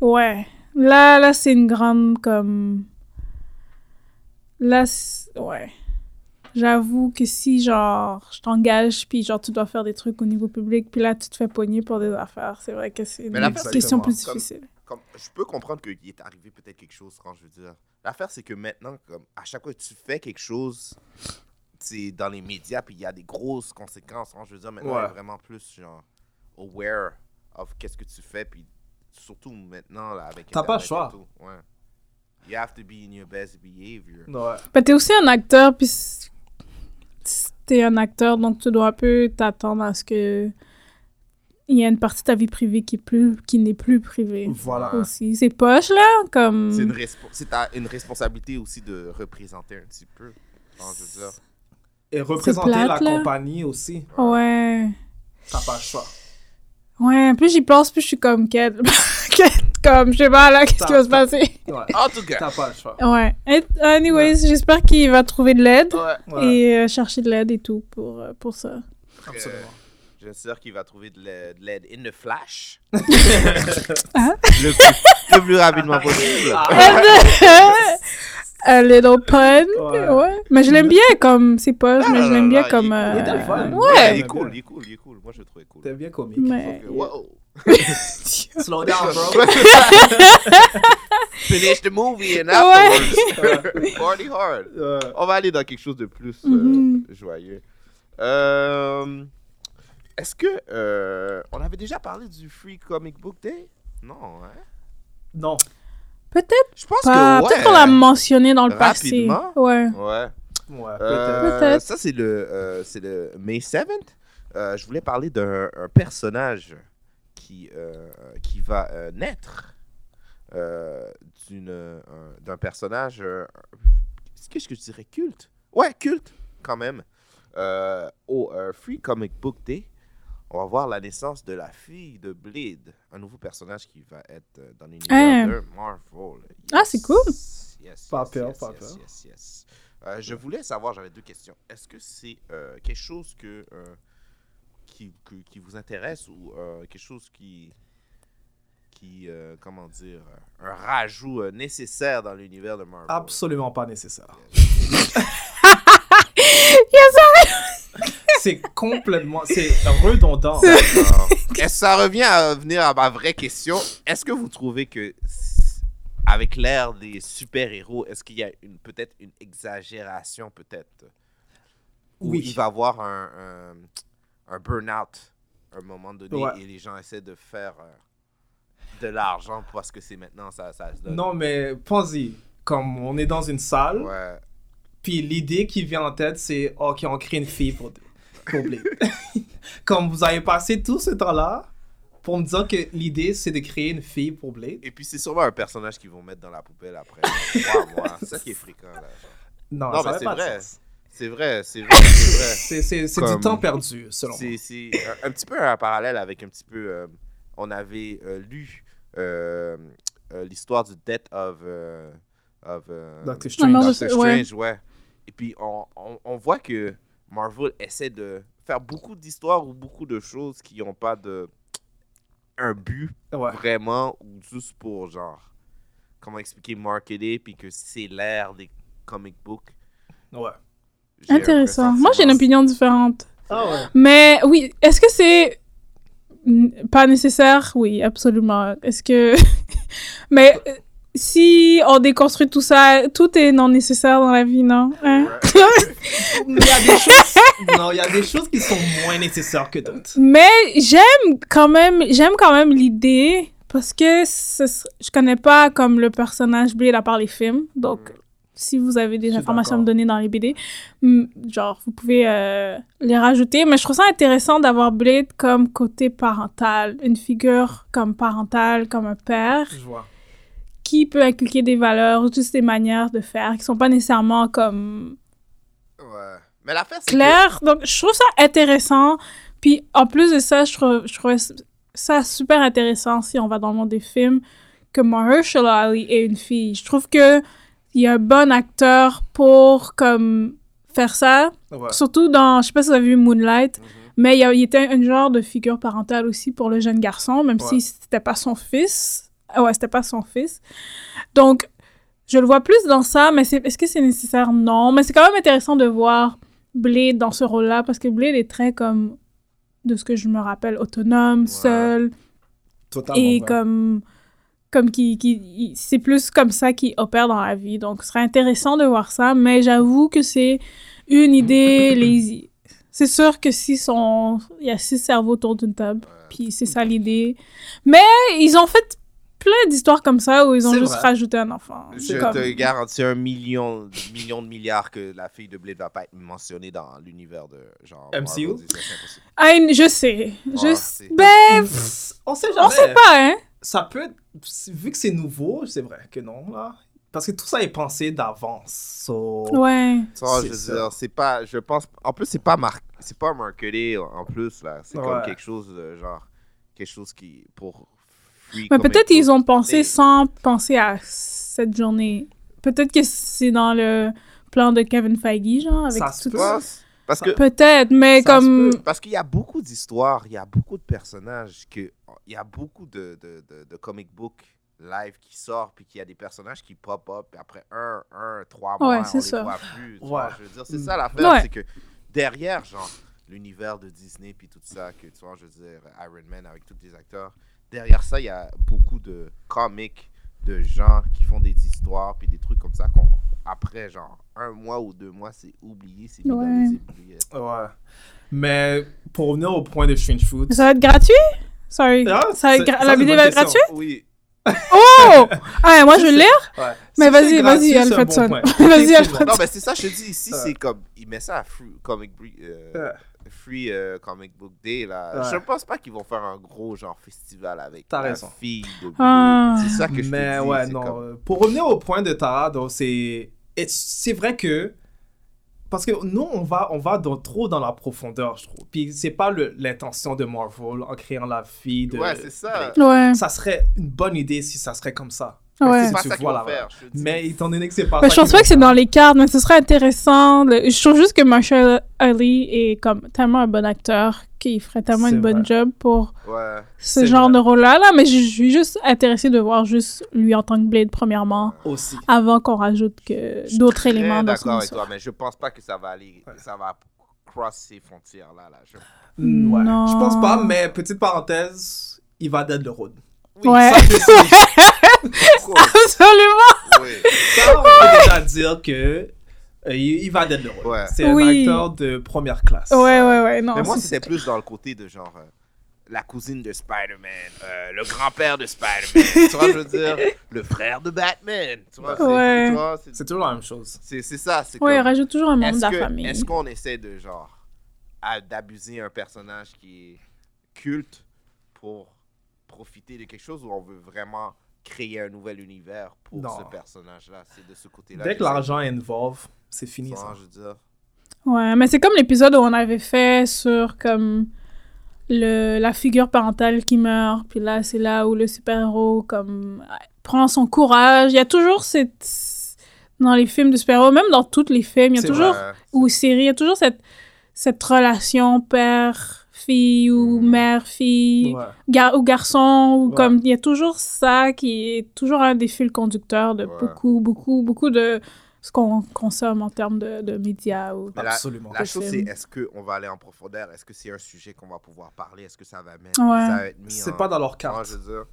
Speaker 3: ouais. Là là c'est une grande comme là c'est- ouais. J'avoue que si genre je t'engage puis genre tu dois faire des trucs au niveau public puis là tu te fais pogner pour des affaires, c'est vrai que c'est une
Speaker 5: Mais l'affaire,
Speaker 3: question
Speaker 4: exactement.
Speaker 3: plus
Speaker 5: Comme-
Speaker 3: difficile.
Speaker 5: Comme, je peux comprendre qu'il est arrivé peut-être quelque chose quand je veux dire. L'affaire, c'est que maintenant, comme à chaque fois que tu fais quelque chose, c'est dans les médias, puis il y a des grosses conséquences. Quand je veux dire, maintenant,
Speaker 4: Ouais.
Speaker 5: on est vraiment plus genre aware of qu'est-ce que tu fais, puis surtout maintenant là avec.
Speaker 4: T'as pas le
Speaker 5: Internet et
Speaker 4: choix.
Speaker 5: tout, Ouais. You have to be in your best behavior.
Speaker 4: Ouais.
Speaker 3: Ben, t'es aussi un acteur, puis c- c- t'es un acteur, donc tu dois un peu t'attendre à ce que il y a une partie de ta vie privée qui est plus qui n'est plus privée
Speaker 4: Voilà.
Speaker 3: aussi. C'est poche là, comme
Speaker 4: Hmm.
Speaker 5: C'est une, respo- c'est ta- une responsabilité aussi de représenter un petit peu. Quand je veux dire.
Speaker 4: Et représenter
Speaker 3: plate,
Speaker 4: la
Speaker 3: là.
Speaker 4: compagnie aussi,
Speaker 3: ouais,
Speaker 4: t'as pas le choix.
Speaker 3: ouais. Plus j'y pense, plus je suis comme quête, quête, comme je sais pas là, qu'est-ce qui va se passer.
Speaker 4: Ouais.
Speaker 5: En tout cas,
Speaker 4: T'as pas le choix.
Speaker 3: Ouais. Et- anyways, j'espère qu'il va trouver de l'aide
Speaker 4: Ouais.
Speaker 3: et euh, chercher de l'aide et tout pour euh, pour ça.
Speaker 4: Absolument.
Speaker 5: j'ai une sœur qui va trouver de l'aide- de l'aide in the flash.
Speaker 3: Hein?
Speaker 5: le, plus, le plus rapidement possible.
Speaker 3: A little pun.
Speaker 4: Ouais.
Speaker 3: Ouais. Mais je l'aime bien comme. C'est pas, mais
Speaker 5: Ah,
Speaker 3: je l'aime
Speaker 5: non,
Speaker 3: bien
Speaker 5: non,
Speaker 3: comme.
Speaker 5: il-
Speaker 3: euh,
Speaker 4: il est dans le
Speaker 5: Ouais, il
Speaker 4: fun.
Speaker 5: est
Speaker 4: Ouais.
Speaker 5: cool, il est cool, il est cool. Moi, je le trouvais cool.
Speaker 4: T'es bien comique.
Speaker 3: mais-
Speaker 5: Wow.
Speaker 4: Slow down, bro.
Speaker 5: Finish the movie and
Speaker 3: Ouais.
Speaker 5: afterwards. Party hard.
Speaker 4: Ouais.
Speaker 5: On va aller dans quelque chose de plus euh,
Speaker 3: Mhm.
Speaker 5: joyeux. Euh, Est-ce que euh, on avait déjà parlé du Free Comic Book Day Non, hein
Speaker 4: non.
Speaker 3: Peut-être
Speaker 5: Je pense
Speaker 3: pas.
Speaker 5: que ouais. euh,
Speaker 3: Peut-être qu'on l'a mentionné dans le
Speaker 5: Rapidement.
Speaker 3: passé. Ouais.
Speaker 5: Ouais.
Speaker 4: Ouais, peut-être.
Speaker 5: Euh,
Speaker 3: Peut-être.
Speaker 5: ça, c'est le, euh, c'est le May 7th. Euh, je voulais parler d'un un personnage qui, euh, qui va euh, naître euh, d'une, euh, d'un personnage, euh, qu'est-ce que je dirais, culte. Ouais, culte, quand même. Euh, au euh, Free Comic Book Day, on va voir la naissance de la fille de Blade, un nouveau personnage qui va être euh, dans l'univers
Speaker 3: Ah.
Speaker 5: de Marvel.
Speaker 3: Ah, c'est cool.
Speaker 5: Yes, yes,
Speaker 4: Pas
Speaker 5: yes,
Speaker 4: peur,
Speaker 5: yes,
Speaker 4: pas
Speaker 5: yes,
Speaker 4: peur.
Speaker 5: yes, yes. Euh, je voulais savoir, j'avais deux questions. Est-ce que c'est euh, quelque chose que, euh, qui, que- qui vous intéresse ou euh, quelque chose qui, qui euh, comment dire, euh, un rajout euh, nécessaire dans l'univers de Marvel
Speaker 4: Absolument pas nécessaire.
Speaker 3: Yes,
Speaker 4: C'est complètement. C'est redondant.
Speaker 5: Alors, est-ce que ça revient à venir à ma vraie question. Est-ce que vous trouvez que, s- avec l'ère des super-héros, est-ce qu'il y a une- peut-être une exagération, peut-être où
Speaker 4: Oui.
Speaker 5: il va avoir un, un, un burn-out à un moment donné
Speaker 4: Ouais.
Speaker 5: et les gens essaient de faire euh, de l'argent parce que c'est maintenant ça, ça se donne.
Speaker 4: Non, mais pense-y. Comme on est dans une salle,
Speaker 5: Ouais.
Speaker 4: puis l'idée qui vient en tête, c'est OK, on crée une fille pour, pour Blade. Comme vous avez passé tout ce temps-là pour me dire que l'idée, c'est de créer une fille pour Blade.
Speaker 5: Et puis c'est sûrement un personnage qu'ils vont mettre dans la poubelle après trois mois. C'est ça qui est fréquent là.
Speaker 4: Non,
Speaker 5: Non,
Speaker 4: Ah, ça
Speaker 5: mais
Speaker 4: n'a
Speaker 5: c'est
Speaker 4: pas de
Speaker 5: vrai.
Speaker 4: sens.
Speaker 5: C'est vrai, c'est vrai, c'est vrai.
Speaker 4: C'est- C'est c'est
Speaker 5: Comme-
Speaker 4: du temps perdu, selon moi.
Speaker 5: C'est c'est un, un petit peu un parallèle avec un petit peu. euh, on avait euh, lu euh, euh, l'histoire du Death of. euh, of euh,
Speaker 4: Doctor
Speaker 3: Ah,
Speaker 4: Strange.
Speaker 3: non,
Speaker 5: Doctor
Speaker 3: je- ouais.
Speaker 5: Strange, ouais. Et puis on, on- on voit que Marvel essaie de faire beaucoup d'histoires ou beaucoup de choses qui n'ont pas de un but
Speaker 4: Ouais.
Speaker 5: vraiment ou juste pour genre comment expliquer marketer puis que c'est l'ère des comic books.
Speaker 4: ouais.
Speaker 5: J'ai un
Speaker 3: Intéressant. Moi, j'ai une
Speaker 5: pressentiment.
Speaker 3: opinion différente.
Speaker 4: Ah ouais.
Speaker 3: Mais oui, est-ce que c'est n- pas nécessaire? Oui, absolument. Est-ce que. mais euh, si on déconstruit tout ça, euh, tout est non nécessaire dans la vie, non? Hein?
Speaker 4: Mais il y a des choses- non, il y a des choses qui sont moins nécessaires que d'autres.
Speaker 3: Mais j'aime quand même, j'aime quand même l'idée parce que ce ser- je connais pas comme le personnage Blade à part les films. Donc, si vous avez
Speaker 4: Je
Speaker 3: des
Speaker 4: suis
Speaker 3: informations à
Speaker 4: d'accord.
Speaker 3: me donner dans les BD, mm, genre, vous pouvez euh, les rajouter. Mais je trouve ça intéressant d'avoir Blade comme côté parental, une figure comme parentale, comme un père
Speaker 4: Je vois.
Speaker 3: qui peut inculquer des valeurs, juste des manières de faire qui sont pas nécessairement comme
Speaker 5: Ouais. Mais l'affaire, c'est
Speaker 3: clair. Donc, je trouve ça intéressant. Puis, en plus de ça, je trouve, je trouvais ça super intéressant si on va dans le monde des films que Mahershala Ali est une fille. Je trouve que il y a un bon acteur pour comme faire ça.
Speaker 4: Ouais. Mhm.
Speaker 3: Surtout dans, je sais pas si vous avez vu Moonlight, mais il, y a- il était un genre de figure parentale aussi pour le jeune garçon, même
Speaker 4: Ouais.
Speaker 3: si c'était pas son fils. Ah Ouais, c'était pas son fils. Donc, je le vois plus dans ça, mais c'est- est-ce que c'est nécessaire? Non. Mais c'est quand même intéressant de voir Blade dans ce rôle-là, parce que Blade est très comme, de ce que je me rappelle, autonome, seul
Speaker 4: Totalement.
Speaker 3: et
Speaker 4: ouais.
Speaker 3: comme comme qui, qui il- c'est plus comme ça qu'il opère dans la vie donc ce serait intéressant de voir ça mais j'avoue que c'est une idée lazy c'est sûr que si sont il y a six cerveaux autour d'une table puis c'est ça l'idée mais ils ont fait plein d'histoires comme ça où ils ont
Speaker 4: C'est
Speaker 3: juste
Speaker 4: vrai.
Speaker 3: rajouté un enfant
Speaker 5: Je
Speaker 3: Comme-
Speaker 5: te garantis un million, million de milliards que la fille de Blade va pas être mentionnée dans l'univers de genre.
Speaker 4: MCU?
Speaker 5: Marvel, c'est impossible.
Speaker 3: Ah, une- je sais je
Speaker 5: Ouais,
Speaker 3: sais
Speaker 5: c'est-
Speaker 3: ben
Speaker 4: Mm-hmm. On sait jamais.
Speaker 3: on sait pas hein
Speaker 4: Ça peut être. Vu que c'est nouveau, c'est vrai que non, là. Parce que tout ça est pensé d'avance. so-
Speaker 3: ouais
Speaker 5: Ça,
Speaker 4: C'est
Speaker 5: je veux
Speaker 4: ça.
Speaker 5: dire, Ah, c'est pas. Je pense. En plus, c'est pas mar... c'est pas marketé en- en plus là. C'est comme
Speaker 4: Ouais.
Speaker 5: quelque chose de genre quelque chose qui pour.
Speaker 3: Mais peut-être ils ont
Speaker 5: Mais-
Speaker 3: pensé sans penser à cette journée. Peut-être que c'est dans le plan de Kevin Feige, genre, avec
Speaker 4: Ça se
Speaker 3: tout
Speaker 4: peut.
Speaker 3: ça.
Speaker 5: Parce que
Speaker 3: Peut-être, mais
Speaker 4: Ça se
Speaker 3: comme...
Speaker 5: Parce qu'il y a beaucoup d'histoires, il y a beaucoup de personnages, que, il y a beaucoup de, de, de, de comic book live qui sort, puis qu'il y a des personnages qui pop up, puis après un, un, trois mois,
Speaker 3: Ouais,
Speaker 5: on
Speaker 3: c'est
Speaker 5: les
Speaker 3: ça.
Speaker 5: voit plus. tu vois,
Speaker 4: Ouais.
Speaker 5: je veux dire, c'est
Speaker 4: Mm.
Speaker 5: ça l'affaire,
Speaker 3: Ouais.
Speaker 5: c'est que derrière, genre, l'univers de Disney, puis tout ça, que tu vois, je veux dire, Iron Man avec tous les acteurs, derrière ça, il y a beaucoup de comics, de gens qui font des histoires, puis des trucs comme ça, qu'on après, genre, un mois ou deux mois, c'est oublié, c'est euh, mis dans
Speaker 3: Ouais.
Speaker 5: les oubliettes.
Speaker 4: Ouais. Mais pour revenir au point de Strange Fruit.
Speaker 3: Ça va être gratuit? Sorry.
Speaker 4: Ah,
Speaker 3: ça va être
Speaker 4: c'est-
Speaker 3: gra- La
Speaker 4: ça, c'est une
Speaker 3: vidéo
Speaker 4: bonne
Speaker 3: va être
Speaker 4: question.
Speaker 3: gratuite?
Speaker 5: Oui,
Speaker 3: Oh! Ah, et moi, je vais
Speaker 4: Ça, c'est-
Speaker 3: le lire?
Speaker 4: Ouais.
Speaker 3: Mais
Speaker 4: Si
Speaker 3: vas-y, vas-y,
Speaker 4: c'est gratuit, c'est un
Speaker 3: Alfredson.
Speaker 4: bon point.
Speaker 3: Vas-y,
Speaker 4: Effectivement.
Speaker 5: Non,
Speaker 3: Alfredson.
Speaker 5: mais c'est ça, je te dis, ici,
Speaker 4: Ouais.
Speaker 5: c'est comme. Il met ça à Free Comic, Bre- euh,
Speaker 4: Ouais.
Speaker 5: free, euh, comic Book Day, là.
Speaker 4: Ouais.
Speaker 5: Je pense pas qu'ils vont faire un gros, genre, festival avec
Speaker 4: T'as
Speaker 5: la
Speaker 4: raison.
Speaker 5: fille de
Speaker 3: Ah.
Speaker 5: C'est ça que je te
Speaker 4: Mais
Speaker 5: dis,
Speaker 4: ouais,
Speaker 5: c'est
Speaker 4: non.
Speaker 5: comme-
Speaker 4: euh, Pour revenir au point de Tara, donc c'est et c'est vrai que parce que nous on va on va dans, trop dans la profondeur, je trouve. Puis c'est pas le- l'intention de Marvel en créant la fille de
Speaker 5: Ouais, c'est ça.
Speaker 3: Ouais,
Speaker 4: Ça serait une bonne idée si ça serait comme ça.
Speaker 5: Mais
Speaker 3: ouais.
Speaker 5: C'est pas
Speaker 4: Tu
Speaker 5: ça qu'ils
Speaker 4: vois,
Speaker 5: vont
Speaker 4: là,
Speaker 5: faire. Je te dis.
Speaker 4: Mais étant donné que c'est pas
Speaker 3: Ben,
Speaker 4: ça
Speaker 3: je pense
Speaker 4: qu'ils
Speaker 3: pas que c'est
Speaker 4: vont
Speaker 3: dans les cartes, mais ce serait intéressant. Le- Je trouve juste que Marshall Ali est comme tellement un bon acteur qu'il ferait tellement
Speaker 4: C'est
Speaker 3: une bonne
Speaker 4: vrai.
Speaker 3: job pour
Speaker 5: Ouais.
Speaker 3: ce
Speaker 4: C'est
Speaker 3: genre
Speaker 4: vrai.
Speaker 3: de rôle-là, là, mais je je suis juste intéressée de voir juste lui en tant que Blade, premièrement,
Speaker 4: faire aussi.
Speaker 3: avant qu'on rajoute que d'autres
Speaker 5: Très
Speaker 3: éléments dans son
Speaker 5: Eh, d'accord avec
Speaker 3: histoire.
Speaker 5: toi, mais je pense pas que ça va aller. Ça va cross ces frontières-là. Là. Je...
Speaker 4: Mm, Ouais.
Speaker 3: Non.
Speaker 4: Je pense pas, mais petite parenthèse, il va dead le road.
Speaker 3: Ouais.
Speaker 4: Ça, je sais.
Speaker 3: Absolument!
Speaker 5: Oui.
Speaker 4: Ça, on peut déjà dire que euh, il, il va dead le rôle.
Speaker 5: Ouais.
Speaker 4: C'est
Speaker 3: Oui.
Speaker 4: un acteur de première classe.
Speaker 3: Ouais, ouais, ouais, non.
Speaker 5: Mais moi,
Speaker 3: c'est-
Speaker 5: c'était plus dans le côté de genre euh, la cousine de Spider-Man, euh, le grand-père de Spider-Man, tu vois, je veux dire, le frère de Batman, tu vois, c'est-
Speaker 3: Ouais.
Speaker 5: tu vois, c'est-
Speaker 4: C'est toujours la même chose.
Speaker 5: c'est c'est ça, c'est
Speaker 3: Ouais, il
Speaker 5: comme,
Speaker 3: rajoute toujours un membre de
Speaker 5: est-ce
Speaker 3: la
Speaker 5: que-
Speaker 3: famille.
Speaker 5: Est-ce qu'on essaie de genre à- d'abuser un personnage qui est culte pour profiter de quelque chose ou on veut vraiment créer un nouvel univers pour
Speaker 4: Non.
Speaker 5: ce personnage-là, c'est de ce côté-là.
Speaker 4: Dès
Speaker 5: j'essaie
Speaker 4: que l'argent est involve, c'est
Speaker 5: de-
Speaker 4: fini
Speaker 5: tu vois,
Speaker 4: ça.
Speaker 5: je veux dire.
Speaker 3: Ouais, mais c'est comme l'épisode où on avait fait sur comme le, la figure parentale qui meurt, puis là c'est là où le super-héros comme prend son courage. Il y a toujours cette dans les films de super-héros, même dans tous les films, il y a
Speaker 4: C'est
Speaker 3: toujours
Speaker 5: Ouais.
Speaker 3: ou séries, il y a toujours cette cette relation père-fille ou mère-fille
Speaker 4: Ouais.
Speaker 3: gar- ou garçon ou
Speaker 4: Ouais.
Speaker 3: comme il y a toujours ça qui est toujours un des fils conducteurs de
Speaker 5: Ouais.
Speaker 3: beaucoup beaucoup beaucoup de ce qu'on consomme en termes de, de médias ou
Speaker 5: Mais la-
Speaker 4: Absolument.
Speaker 5: La chose, c'est
Speaker 3: film.
Speaker 5: est-ce qu'on va aller en profondeur Est-ce que c'est un sujet qu'on va pouvoir parler Est-ce que ça va, mettre,
Speaker 3: Ouais.
Speaker 5: ça va être mis
Speaker 4: C'est
Speaker 5: en-
Speaker 4: pas dans leur
Speaker 5: Comment
Speaker 4: carte.
Speaker 5: je veux dire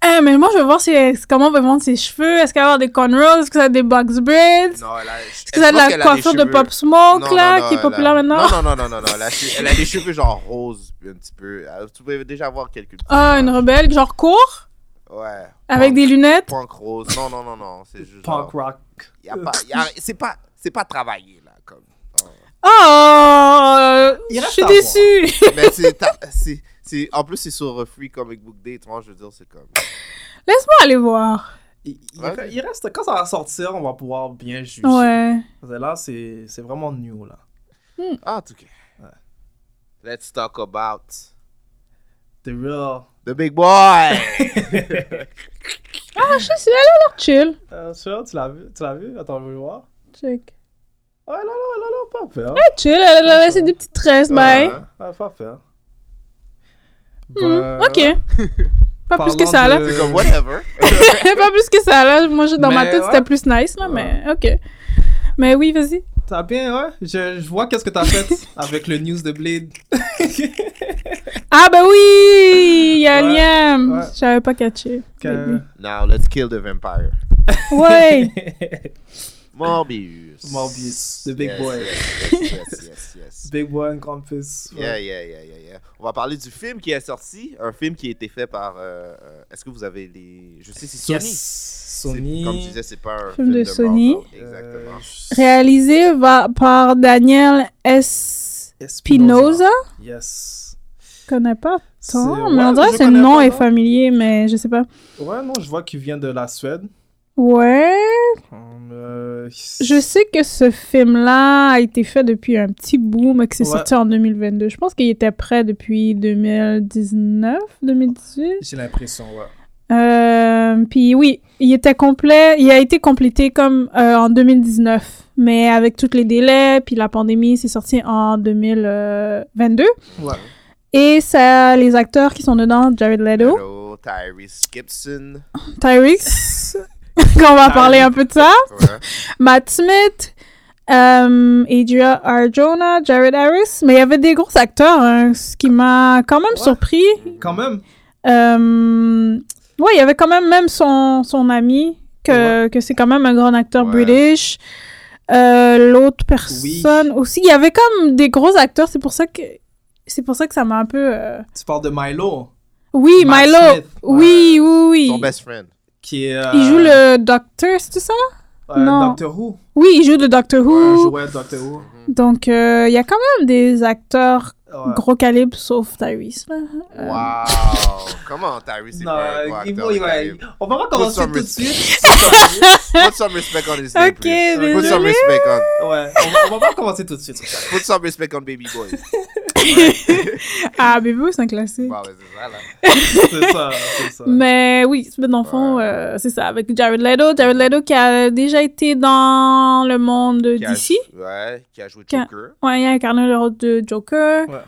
Speaker 3: Ah, mais moi, je veux voir si, comment on va vendre ses cheveux. Est-ce qu'elle va avoir des cornrows? Est-ce qu'elle a des box braids? Est-ce
Speaker 5: Non, elle a, je
Speaker 3: qu'elle a de
Speaker 5: pense
Speaker 3: la
Speaker 5: qu'elle a des
Speaker 3: coiffure de
Speaker 5: cheveux-
Speaker 3: Pop
Speaker 5: Non,
Speaker 3: Smoke,
Speaker 5: non,
Speaker 3: là,
Speaker 5: non,
Speaker 3: qui est
Speaker 5: elle a-
Speaker 3: populaire maintenant?
Speaker 5: Non, non, non, non, non, non. Elle a, elle a des cheveux genre roses, un petit peu. Elle- Tu pouvais déjà voir quelques petits
Speaker 3: Ah, une
Speaker 5: nuances.
Speaker 3: rebelle, genre court,
Speaker 5: Ouais.
Speaker 3: avec
Speaker 5: Punk-
Speaker 3: des lunettes.
Speaker 5: Punk rose. Non, non, non, non. C'est juste. genre,
Speaker 4: Punk rock.
Speaker 5: y a pas, y a- c'est pas, c'est pas travaillé là, comme.
Speaker 3: Oh!
Speaker 4: Il
Speaker 3: Je
Speaker 4: reste
Speaker 3: suis
Speaker 4: à
Speaker 3: déçue!
Speaker 5: Mais c'est, ta- c'est, c'est, en plus c'est sur euh, Free Comic Book Day, tu vois, je veux dire, c'est comme.
Speaker 3: Laisse-moi aller voir.
Speaker 4: il, il-
Speaker 5: Ouais.
Speaker 4: il reste, quand ça va sortir, on va pouvoir bien juger.
Speaker 3: Ouais.
Speaker 4: Parce que Là, c'est c'est vraiment new, là.
Speaker 5: Ah, en tout cas.
Speaker 4: Ouais.
Speaker 5: Let's talk about
Speaker 4: The real...
Speaker 5: the big boy.
Speaker 3: Ah, je sais, elle a l'air chill.
Speaker 4: Euh, celui-là, tu l'as vu? Tu l'as vu? Attends, je vais le voir.
Speaker 3: Check.
Speaker 4: Ouais, là, là, là, là, pas peur.
Speaker 3: Chill, elle a laissé des petites tresses, bye.
Speaker 5: Ah,
Speaker 4: Ouais, pas peur.
Speaker 3: Hmm,
Speaker 4: Ben,
Speaker 3: ok. Pas plus que ça, là.
Speaker 4: parlant de-
Speaker 5: c'est comme whatever.
Speaker 3: pas plus que ça, là. Moi, je- dans ma
Speaker 4: Mais
Speaker 3: tête,
Speaker 4: ouais.
Speaker 3: c'était plus nice, là, mais ok. Mais oui, vas-y.
Speaker 4: T'as bien, ouais. Je, je vois qu'est-ce que t'as fait avec le news de Blade.
Speaker 3: Ah, ben oui! Il y a
Speaker 4: Ouais,
Speaker 3: Liam!
Speaker 4: ouais.
Speaker 3: J'avais pas catché.
Speaker 4: Que-
Speaker 5: Now let's kill the vampire.
Speaker 3: Ouais!
Speaker 5: Morbius.
Speaker 4: Morbius, the big
Speaker 5: Yes,
Speaker 4: boy.
Speaker 5: Yes, yes, yes, yes, yes.
Speaker 4: Big One, Grand Fist.
Speaker 5: Yeah, yeah, yeah, yeah, yeah. On va parler du film qui est sorti, un film qui a été fait par. euh, euh, Est-ce que vous avez les. Je sais, c'est Sony. C'est-
Speaker 4: Sony. Euh,
Speaker 5: Comme je disais, c'est pas un
Speaker 3: Film de Sony.
Speaker 5: Marvel, Exactement.
Speaker 3: Réalisé va- par Daniel S. Pinoza.
Speaker 4: Yes.
Speaker 3: Je connais pas tant,
Speaker 4: C'est-
Speaker 3: mais on
Speaker 4: ouais,
Speaker 3: dirait
Speaker 4: je
Speaker 3: que ce
Speaker 4: connais
Speaker 3: nom
Speaker 4: pas,
Speaker 3: est
Speaker 4: non.
Speaker 3: familier, mais je sais pas.
Speaker 4: Ouais, non, je vois qu'il vient de la Suède.
Speaker 3: Ouais.
Speaker 4: Hum, euh,
Speaker 3: Je sais que ce film-là a été fait depuis un petit bout, mais que c'est
Speaker 4: Ouais.
Speaker 3: sorti en 2022. Je pense qu'il était prêt depuis 2019, 2018.
Speaker 4: J'ai l'impression, ouais.
Speaker 3: Euh, puis oui, il était complet, il a été complété comme euh, en 2019, mais avec tous les délais, puis la pandémie, c'est sorti en 2022.
Speaker 4: Ouais.
Speaker 3: Et ça, les acteurs qui sont dedans, Jared Leto,
Speaker 5: Hello, Tyrese Gibson.
Speaker 3: Tyrese, qu'on va parler un peu de ça,
Speaker 5: Ouais.
Speaker 3: Matt Smith, euh, Adria Arjona, Jared Harris, mais il y avait des gros acteurs, hein, ce qui m'a quand même
Speaker 4: Ouais.
Speaker 3: surpris.
Speaker 4: Quand même.
Speaker 3: Euh, ouais, il y avait quand même même son, son ami, que, que c'est quand même un grand acteur
Speaker 5: Ouais.
Speaker 3: british. Euh, L'autre personne aussi. Il y avait comme des gros acteurs, c'est pour ça que. C'est pour ça que ça m'a un peu. euh,
Speaker 4: Tu parles de Milo,
Speaker 3: Oui,
Speaker 4: Matt
Speaker 3: Milo.
Speaker 4: Smith,
Speaker 3: Oui, oui,
Speaker 5: Son
Speaker 3: oui.
Speaker 5: best friend.
Speaker 4: qui est. euh,
Speaker 3: Il joue le docteur, c'est tout ça?
Speaker 4: euh,
Speaker 3: non.
Speaker 4: Doctor Who.
Speaker 3: Oui, il joue le Doctor
Speaker 4: Ouais,
Speaker 3: Who.
Speaker 4: jouait Doctor Who.
Speaker 3: Donc, euh, il y a quand même des acteurs
Speaker 4: Ouais.
Speaker 3: gros calibre, sauf Tyrese. là.
Speaker 5: Wow. Comment Tyrese est
Speaker 4: Euh, Non,
Speaker 5: pas un gros
Speaker 4: il-
Speaker 5: acteur de
Speaker 4: il- ouais.
Speaker 5: Caraïbes?
Speaker 4: On va pas
Speaker 5: Put
Speaker 4: commencer
Speaker 5: some
Speaker 4: tout de suite.
Speaker 5: respect- Put some respect on his name,
Speaker 3: Ok,
Speaker 5: please. Put some
Speaker 3: désolé.
Speaker 5: respect on.
Speaker 4: Ouais, on, va- on va pas commencer tout de suite.
Speaker 5: Put some respect on Baby Boy.
Speaker 3: Ah, Bébé, c'est un classique.
Speaker 5: Wow, c'est ça, là.
Speaker 4: C'est ça, c'est ça.
Speaker 3: Mais oui, mais dans le fond,
Speaker 5: Ouais.
Speaker 3: euh, c'est ça, avec Jared Leto. Jared Leto qui a déjà été dans le monde
Speaker 5: Qui a-
Speaker 3: euh, d'ici.
Speaker 5: Ouais, qui a joué
Speaker 3: Qui a-
Speaker 5: Joker.
Speaker 3: Ouais, il a incarné le rôle de Joker.
Speaker 4: Ouais.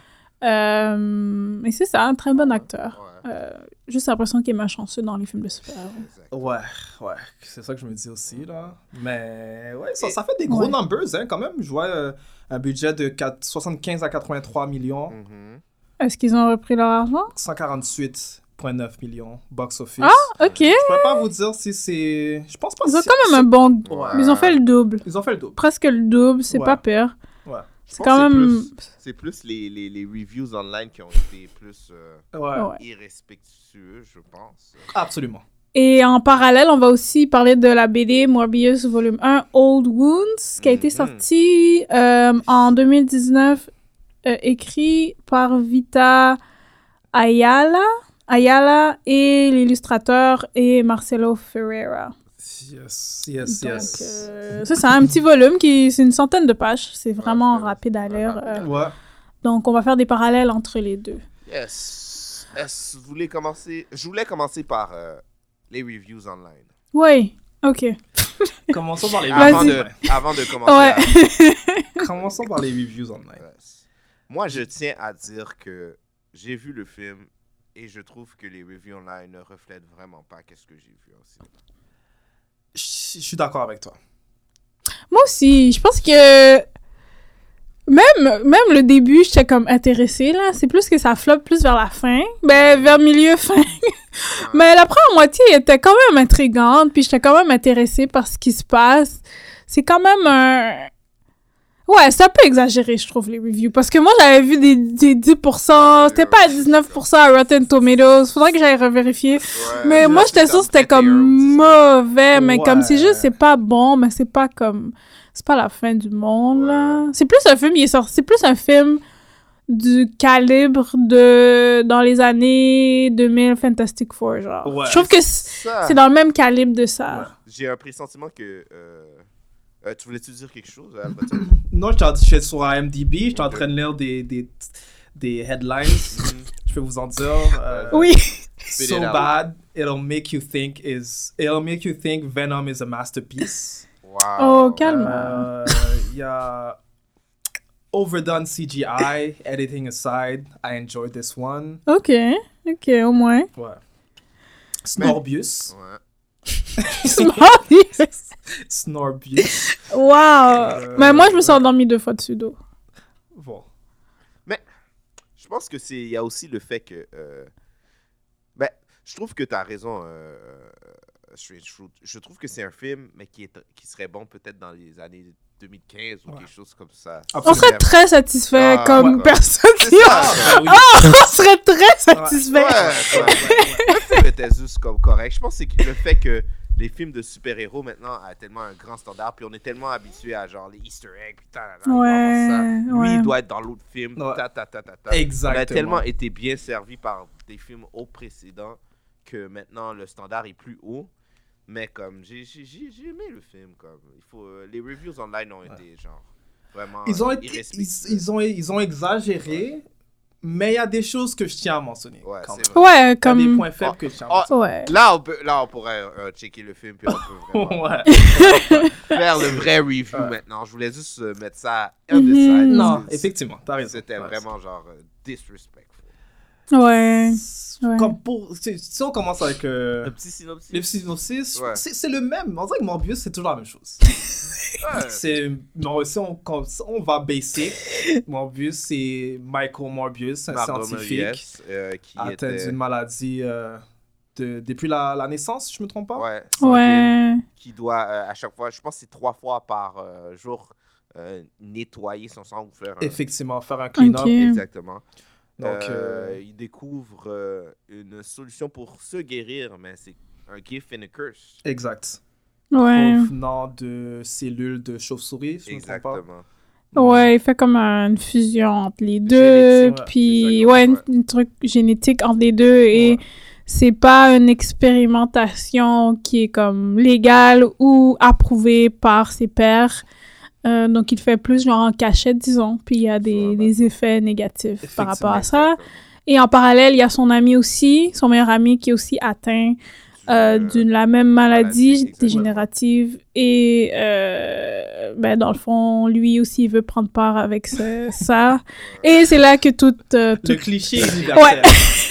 Speaker 3: Euh, et c'est ça, un très bon acteur.
Speaker 5: Ouais,
Speaker 3: Euh, juste l'impression qu'il est malchanceux dans les films de super-héros.
Speaker 5: exact.
Speaker 4: Ouais, ouais, c'est ça que je me dis aussi, là. Mais ouais, ça, ça fait des gros
Speaker 3: Ouais.
Speaker 4: numbers, hein, quand même. Je vois euh, un budget de 4 75 à 83 millions,
Speaker 5: Mhm.
Speaker 3: Est-ce qu'ils ont repris leur argent?
Speaker 4: 148,9 millions, box-office. Euh,
Speaker 3: Ah, ok. Ils
Speaker 4: Je pourrais pas vous dire si c'est... Je pense pas
Speaker 3: ont
Speaker 4: si-
Speaker 3: quand même un bon...
Speaker 5: Ouais.
Speaker 3: Ils ont fait le double.
Speaker 4: Ils ont fait le double.
Speaker 3: Presque le double, c'est
Speaker 4: Ouais.
Speaker 3: pas pire.
Speaker 4: Ouais.
Speaker 5: Je
Speaker 3: C'est
Speaker 5: pense
Speaker 3: quand
Speaker 5: que
Speaker 3: même...
Speaker 5: plus- C'est plus les, les, les reviews online qui ont été plus euh,
Speaker 4: Ouais,
Speaker 3: Ouais.
Speaker 5: irrespectueux, je pense.
Speaker 4: absolument.
Speaker 3: Et en parallèle, on va aussi parler de la BD Morbius volume 1 Old Wounds qui a été
Speaker 5: Mhm.
Speaker 3: sortie euh, en 2019 euh, écrit par Vita Ayala, Ayala et l'illustrateur et Marcelo Ferreira.
Speaker 4: Yes, yes,
Speaker 3: Donc,
Speaker 4: yes.
Speaker 3: euh, ça c'est un petit volume qui c'est une centaine de pages, c'est vraiment
Speaker 5: c'est-
Speaker 3: rapide à lire.
Speaker 5: rapide.
Speaker 3: euh,
Speaker 4: Ouais.
Speaker 3: donc on va faire des parallèles entre les deux.
Speaker 5: Yes. Est-ce que vous voulez commencer Je voulais commencer par euh, les reviews online.
Speaker 3: Oui, OK.
Speaker 4: Commençons par les
Speaker 3: Vas-y.
Speaker 5: Avant
Speaker 4: reviews.
Speaker 5: de,
Speaker 4: online.
Speaker 5: avant de commencer.
Speaker 3: Ouais.
Speaker 5: à-
Speaker 4: Commençons par les reviews online.
Speaker 5: Yes. Moi, je tiens à dire que j'ai vu le film et je trouve que les reviews online ne reflètent vraiment pas qu'est-ce que j'ai vu au cinéma.
Speaker 4: Je je suis d'accord avec toi.
Speaker 3: Moi aussi, je pense que même, même le début, j'étais comme intéressée, là. C'est plus que ça floppe plus vers la fin. Ben, vers milieu, fin. Mais la première moitié était quand même intrigante, puis j'étais quand même intéressée par ce qui se passe. C'est quand même un... Ouais, c'est un peu exagéré, je trouve, les reviews. Parce que moi, j'avais vu des, des 10%, c'était pas à 19% à Rotten Tomatoes. Faudrait que j'aille revérifier.
Speaker 5: Ouais,
Speaker 3: Mais
Speaker 5: là,
Speaker 3: moi,
Speaker 5: c'est
Speaker 3: j'étais sûre que c'était
Speaker 5: 31
Speaker 3: comme
Speaker 5: ou 19.
Speaker 3: mauvais, mais
Speaker 4: Ouais.
Speaker 3: comme c'est juste, c'est pas bon, mais c'est pas comme. C'est pas la fin du monde, là. C'est plus un film, il est sorti. C'est plus un film du calibre de dans les années 2000 Fantastic Four genre.
Speaker 4: Ouais.
Speaker 3: Je trouve que c'est
Speaker 5: Ça,
Speaker 3: c'est dans le même calibre de ça.
Speaker 5: J'ai un pressentiment que. euh, euh, tu voulais-tu dire quelque chose, Albertine?
Speaker 4: Non, je t'en- je suis sur IMDb, je suis en train de lire des, des, des headlines. je peux vous en dire. euh,
Speaker 3: Oui.
Speaker 5: Spit
Speaker 4: so
Speaker 5: it out.
Speaker 4: bad, it'll make you think is it'll make you think Venom is a masterpiece.
Speaker 5: Wow.
Speaker 3: Oh, calme.
Speaker 4: Euh, Il y a overdone CGI, editing aside, I enjoyed this one.
Speaker 3: OK. OK, au moins.
Speaker 4: Ouais. Snorbius.
Speaker 5: Ouais.
Speaker 4: Snorbius. Euh,
Speaker 3: wow. Mais moi je me suis endormie deux fois de sudo.
Speaker 4: Bon.
Speaker 5: Je pense que c'est. Il y a aussi le fait que. euh, ben, je trouve que tu as raison, euh, euh, Strange Fruit. Je trouve que c'est un film, mais qui, est, qui serait bon peut-être dans les années 2015 ou
Speaker 4: Ouais.
Speaker 5: quelque chose comme ça.
Speaker 3: On
Speaker 4: Absolument.
Speaker 3: serait très satisfait
Speaker 5: Ah,
Speaker 3: comme
Speaker 5: ouais.
Speaker 3: personne qui
Speaker 5: C'est ça!
Speaker 4: Ben oui.
Speaker 3: on serait très satisfait.
Speaker 5: Ouais, ouais, ouais. Le film était juste comme correct. Je pense que c'est que le fait que les films de super-héros maintenant a tellement un grand standard, puis on est tellement habitué à genre les Easter eggs, puis ta, ta, ta,
Speaker 3: Ouais,
Speaker 5: il va avoir ça. Lui,
Speaker 3: ouais.
Speaker 5: il doit être dans l'autre film,
Speaker 4: Ouais.
Speaker 5: ta, ta, ta, ta, ta. On a
Speaker 4: Exactement.
Speaker 5: Bah, tellement été bien servi par des films au précédent que maintenant le standard est plus haut. Mais comme j'ai j'ai- j'ai- j'ai aimé le film, comme il faut euh, les reviews online ont été genre vraiment
Speaker 4: Ils ont,
Speaker 5: euh,
Speaker 4: été- ils,
Speaker 5: irrespectueux.
Speaker 4: ils ont, ils ont exagéré, mais il y a des choses que je tiens à mentionner.
Speaker 5: Ouais,
Speaker 4: quand
Speaker 5: c'est
Speaker 4: même.
Speaker 5: vrai.
Speaker 3: Ouais,
Speaker 4: Il y a des
Speaker 3: comme
Speaker 4: points faibles que je tiens à
Speaker 5: Oh,
Speaker 4: mentionner.
Speaker 3: ouais.
Speaker 5: Là, on peut, là, on pourrait euh, checker le film puis on peut vraiment
Speaker 4: Ouais.
Speaker 5: faire le vrai review
Speaker 4: Ouais.
Speaker 5: maintenant. Je voulais juste euh, mettre ça en
Speaker 3: Mhm.
Speaker 5: deçà.
Speaker 4: Non, effectivement, t'as raison.
Speaker 5: C'était
Speaker 4: Ouais.
Speaker 5: vraiment genre euh, disrespectful.
Speaker 3: Ouais. Ouais.
Speaker 4: Comme pour, si si on commence avec euh,
Speaker 5: Le petit synopsis.
Speaker 4: le synopsis,
Speaker 5: Ouais.
Speaker 4: c'est c'est le même. On dirait que Morbius, c'est toujours la même chose.
Speaker 5: Ouais.
Speaker 4: C'est, non, si on, com- si on va basic, Morbius, c'est Michael Morbius, un
Speaker 5: Margot
Speaker 4: scientifique
Speaker 5: Moyes, euh, qui
Speaker 4: atteint
Speaker 5: était...
Speaker 4: d'une maladie euh, de- depuis la, la naissance, si je me trompe pas.
Speaker 5: Ouais. sanguine,
Speaker 3: Ouais.
Speaker 5: Qui doit euh, à chaque fois, je pense que c'est trois fois par euh, jour, euh, nettoyer son sang ou faire un...
Speaker 4: Effectivement, faire un clean-up.
Speaker 3: Ok.
Speaker 5: Exactement.
Speaker 4: Donc, euh,
Speaker 5: il découvre euh, une solution pour se guérir, mais c'est un gift and a curse.
Speaker 4: exact.
Speaker 3: Ouais.
Speaker 4: provenant de cellules de chauve-souris, si je me trompe pas.
Speaker 5: Exactement.
Speaker 3: Ouais, il fait comme une fusion entre les deux,
Speaker 4: Génétique, ouais,
Speaker 3: puis
Speaker 5: exactement,
Speaker 3: ouais,
Speaker 5: ouais.
Speaker 3: un truc génétique entre les deux, et
Speaker 4: Ouais.
Speaker 3: c'est pas une expérimentation qui est comme légale ou approuvée par ses pairs. Euh, donc il fait plus genre en cachette, disons, puis il y a des,
Speaker 5: Voilà.
Speaker 3: des effets négatifs par
Speaker 4: Effectivement,
Speaker 3: rapport à ça. Et en parallèle, il y a son ami aussi, son meilleur ami qui est aussi atteint euh, d'une la même maladie
Speaker 5: maladie, exactement.
Speaker 3: dégénérative et euh, ben dans le fond lui aussi il veut prendre part avec ce- ça et c'est là que tout, euh,
Speaker 4: Le
Speaker 3: tout-
Speaker 4: cliché universel.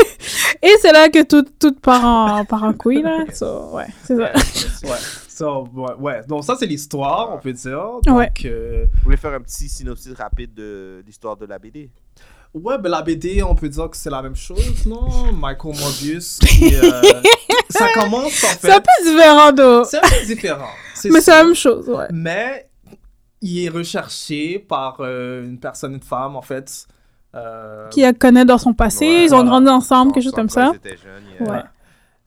Speaker 3: et c'est là que tout tout part en part en couille là So, ouais c'est ça
Speaker 4: Ouais. So, ouais, ouais. Donc ça, c'est l'histoire, on peut dire. Donc,
Speaker 3: Ouais.
Speaker 4: euh,
Speaker 5: Vous voulez faire un petit synopsis rapide de l'histoire de la BD
Speaker 4: ouais, ben, la BD, on peut dire que c'est la même chose, non? Michael Morbius, qui, euh, ça commence, en
Speaker 3: c'est un
Speaker 4: fait.
Speaker 3: peu différent d'eau
Speaker 4: C'est un peu différent.
Speaker 3: mais c'est la
Speaker 4: sûr.
Speaker 3: même chose ouais
Speaker 4: Mais il est recherché par euh, une personne, une femme, en fait. euh,
Speaker 3: qui la connaît dans son passé
Speaker 5: Ouais,
Speaker 3: Ah, ils ont
Speaker 4: voilà.
Speaker 3: grandi ensemble quelque chose
Speaker 5: Ensemble,
Speaker 3: comme ça
Speaker 5: quand ils étaient jeunes, il y a-
Speaker 3: ouais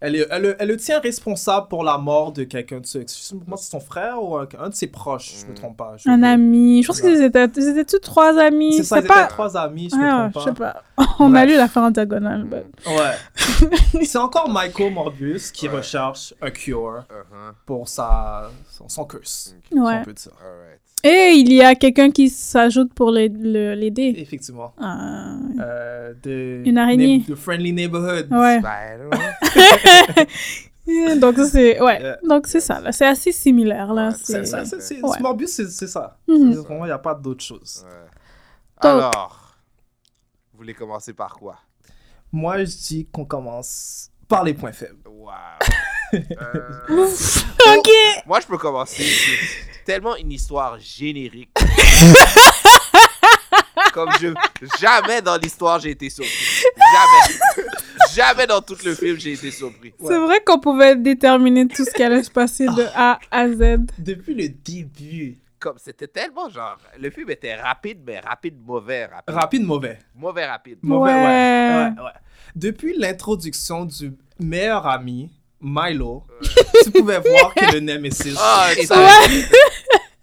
Speaker 4: Elle, est- elle, le- elle le tient responsable pour la mort de quelqu'un de ses... Moi, c'est son frère ou un, un de ses proches, je me trompe pas. Je-
Speaker 3: un ami je pense que c'était c'était tous trois amis
Speaker 4: C'est ça,
Speaker 3: c'est
Speaker 4: ils
Speaker 3: pas
Speaker 4: étaient trois amis, je
Speaker 3: Ah,
Speaker 4: me
Speaker 3: je
Speaker 4: trompe
Speaker 3: sais
Speaker 4: pas.
Speaker 3: pas. On a
Speaker 4: Bref.
Speaker 3: lu l'affaire en diagonale. but-
Speaker 4: Ouais. c'est encore Michael Morbius qui
Speaker 5: Ouais.
Speaker 4: recherche un cure
Speaker 5: Uh-huh,
Speaker 4: pour sa, son, son curse.
Speaker 5: ok,
Speaker 4: si
Speaker 3: Ouais.
Speaker 4: on peut dire.
Speaker 5: alright.
Speaker 3: Et il y a quelqu'un qui s'ajoute pour le- le- l'aider.
Speaker 4: Effectivement.
Speaker 3: Ah,
Speaker 4: Euh, de,
Speaker 3: Une araignée.
Speaker 4: de friendly neighborhood.
Speaker 3: ouais.
Speaker 5: Spider.
Speaker 3: Yeah, Donc ça, c'est ouais.
Speaker 4: Euh,
Speaker 3: Donc c'est ça. là. C'est assez similaire là.
Speaker 5: Ouais,
Speaker 4: C'est
Speaker 3: C'est
Speaker 4: ça, c'est- c'est-
Speaker 3: Ouais.
Speaker 4: Morbius, c'est c'est ça.
Speaker 3: Mhm.
Speaker 4: C'est- Vraiment, il n'y a pas d'autre chose.
Speaker 5: Ouais. Alors, vous voulez commencer par quoi
Speaker 4: Moi, je dis qu'on commence par les points faibles.
Speaker 5: Wow. Euh, oh,
Speaker 3: Ok.
Speaker 5: moi, je peux commencer. C'est tellement une histoire générique. Comme je. Jamais dans l'histoire j'ai été surpris. Jamais. Jamais dans tout le film j'ai été surpris.
Speaker 3: C'est vrai qu'on pouvait déterminer tout ce qui allait se passer de A à Z.
Speaker 4: Depuis le début.
Speaker 5: Comme c'était tellement genre. Le film était rapide, mais rapide, mauvais, rapide.
Speaker 4: Rapide, mauvais.
Speaker 5: mauvais, rapide.
Speaker 4: Mauvais, ouais.
Speaker 3: Ouais.
Speaker 4: Ouais, ouais. Depuis l'introduction du meilleur ami, Milo, tu pouvais voir que le Nemesis
Speaker 5: Ah,
Speaker 4: était
Speaker 5: ça-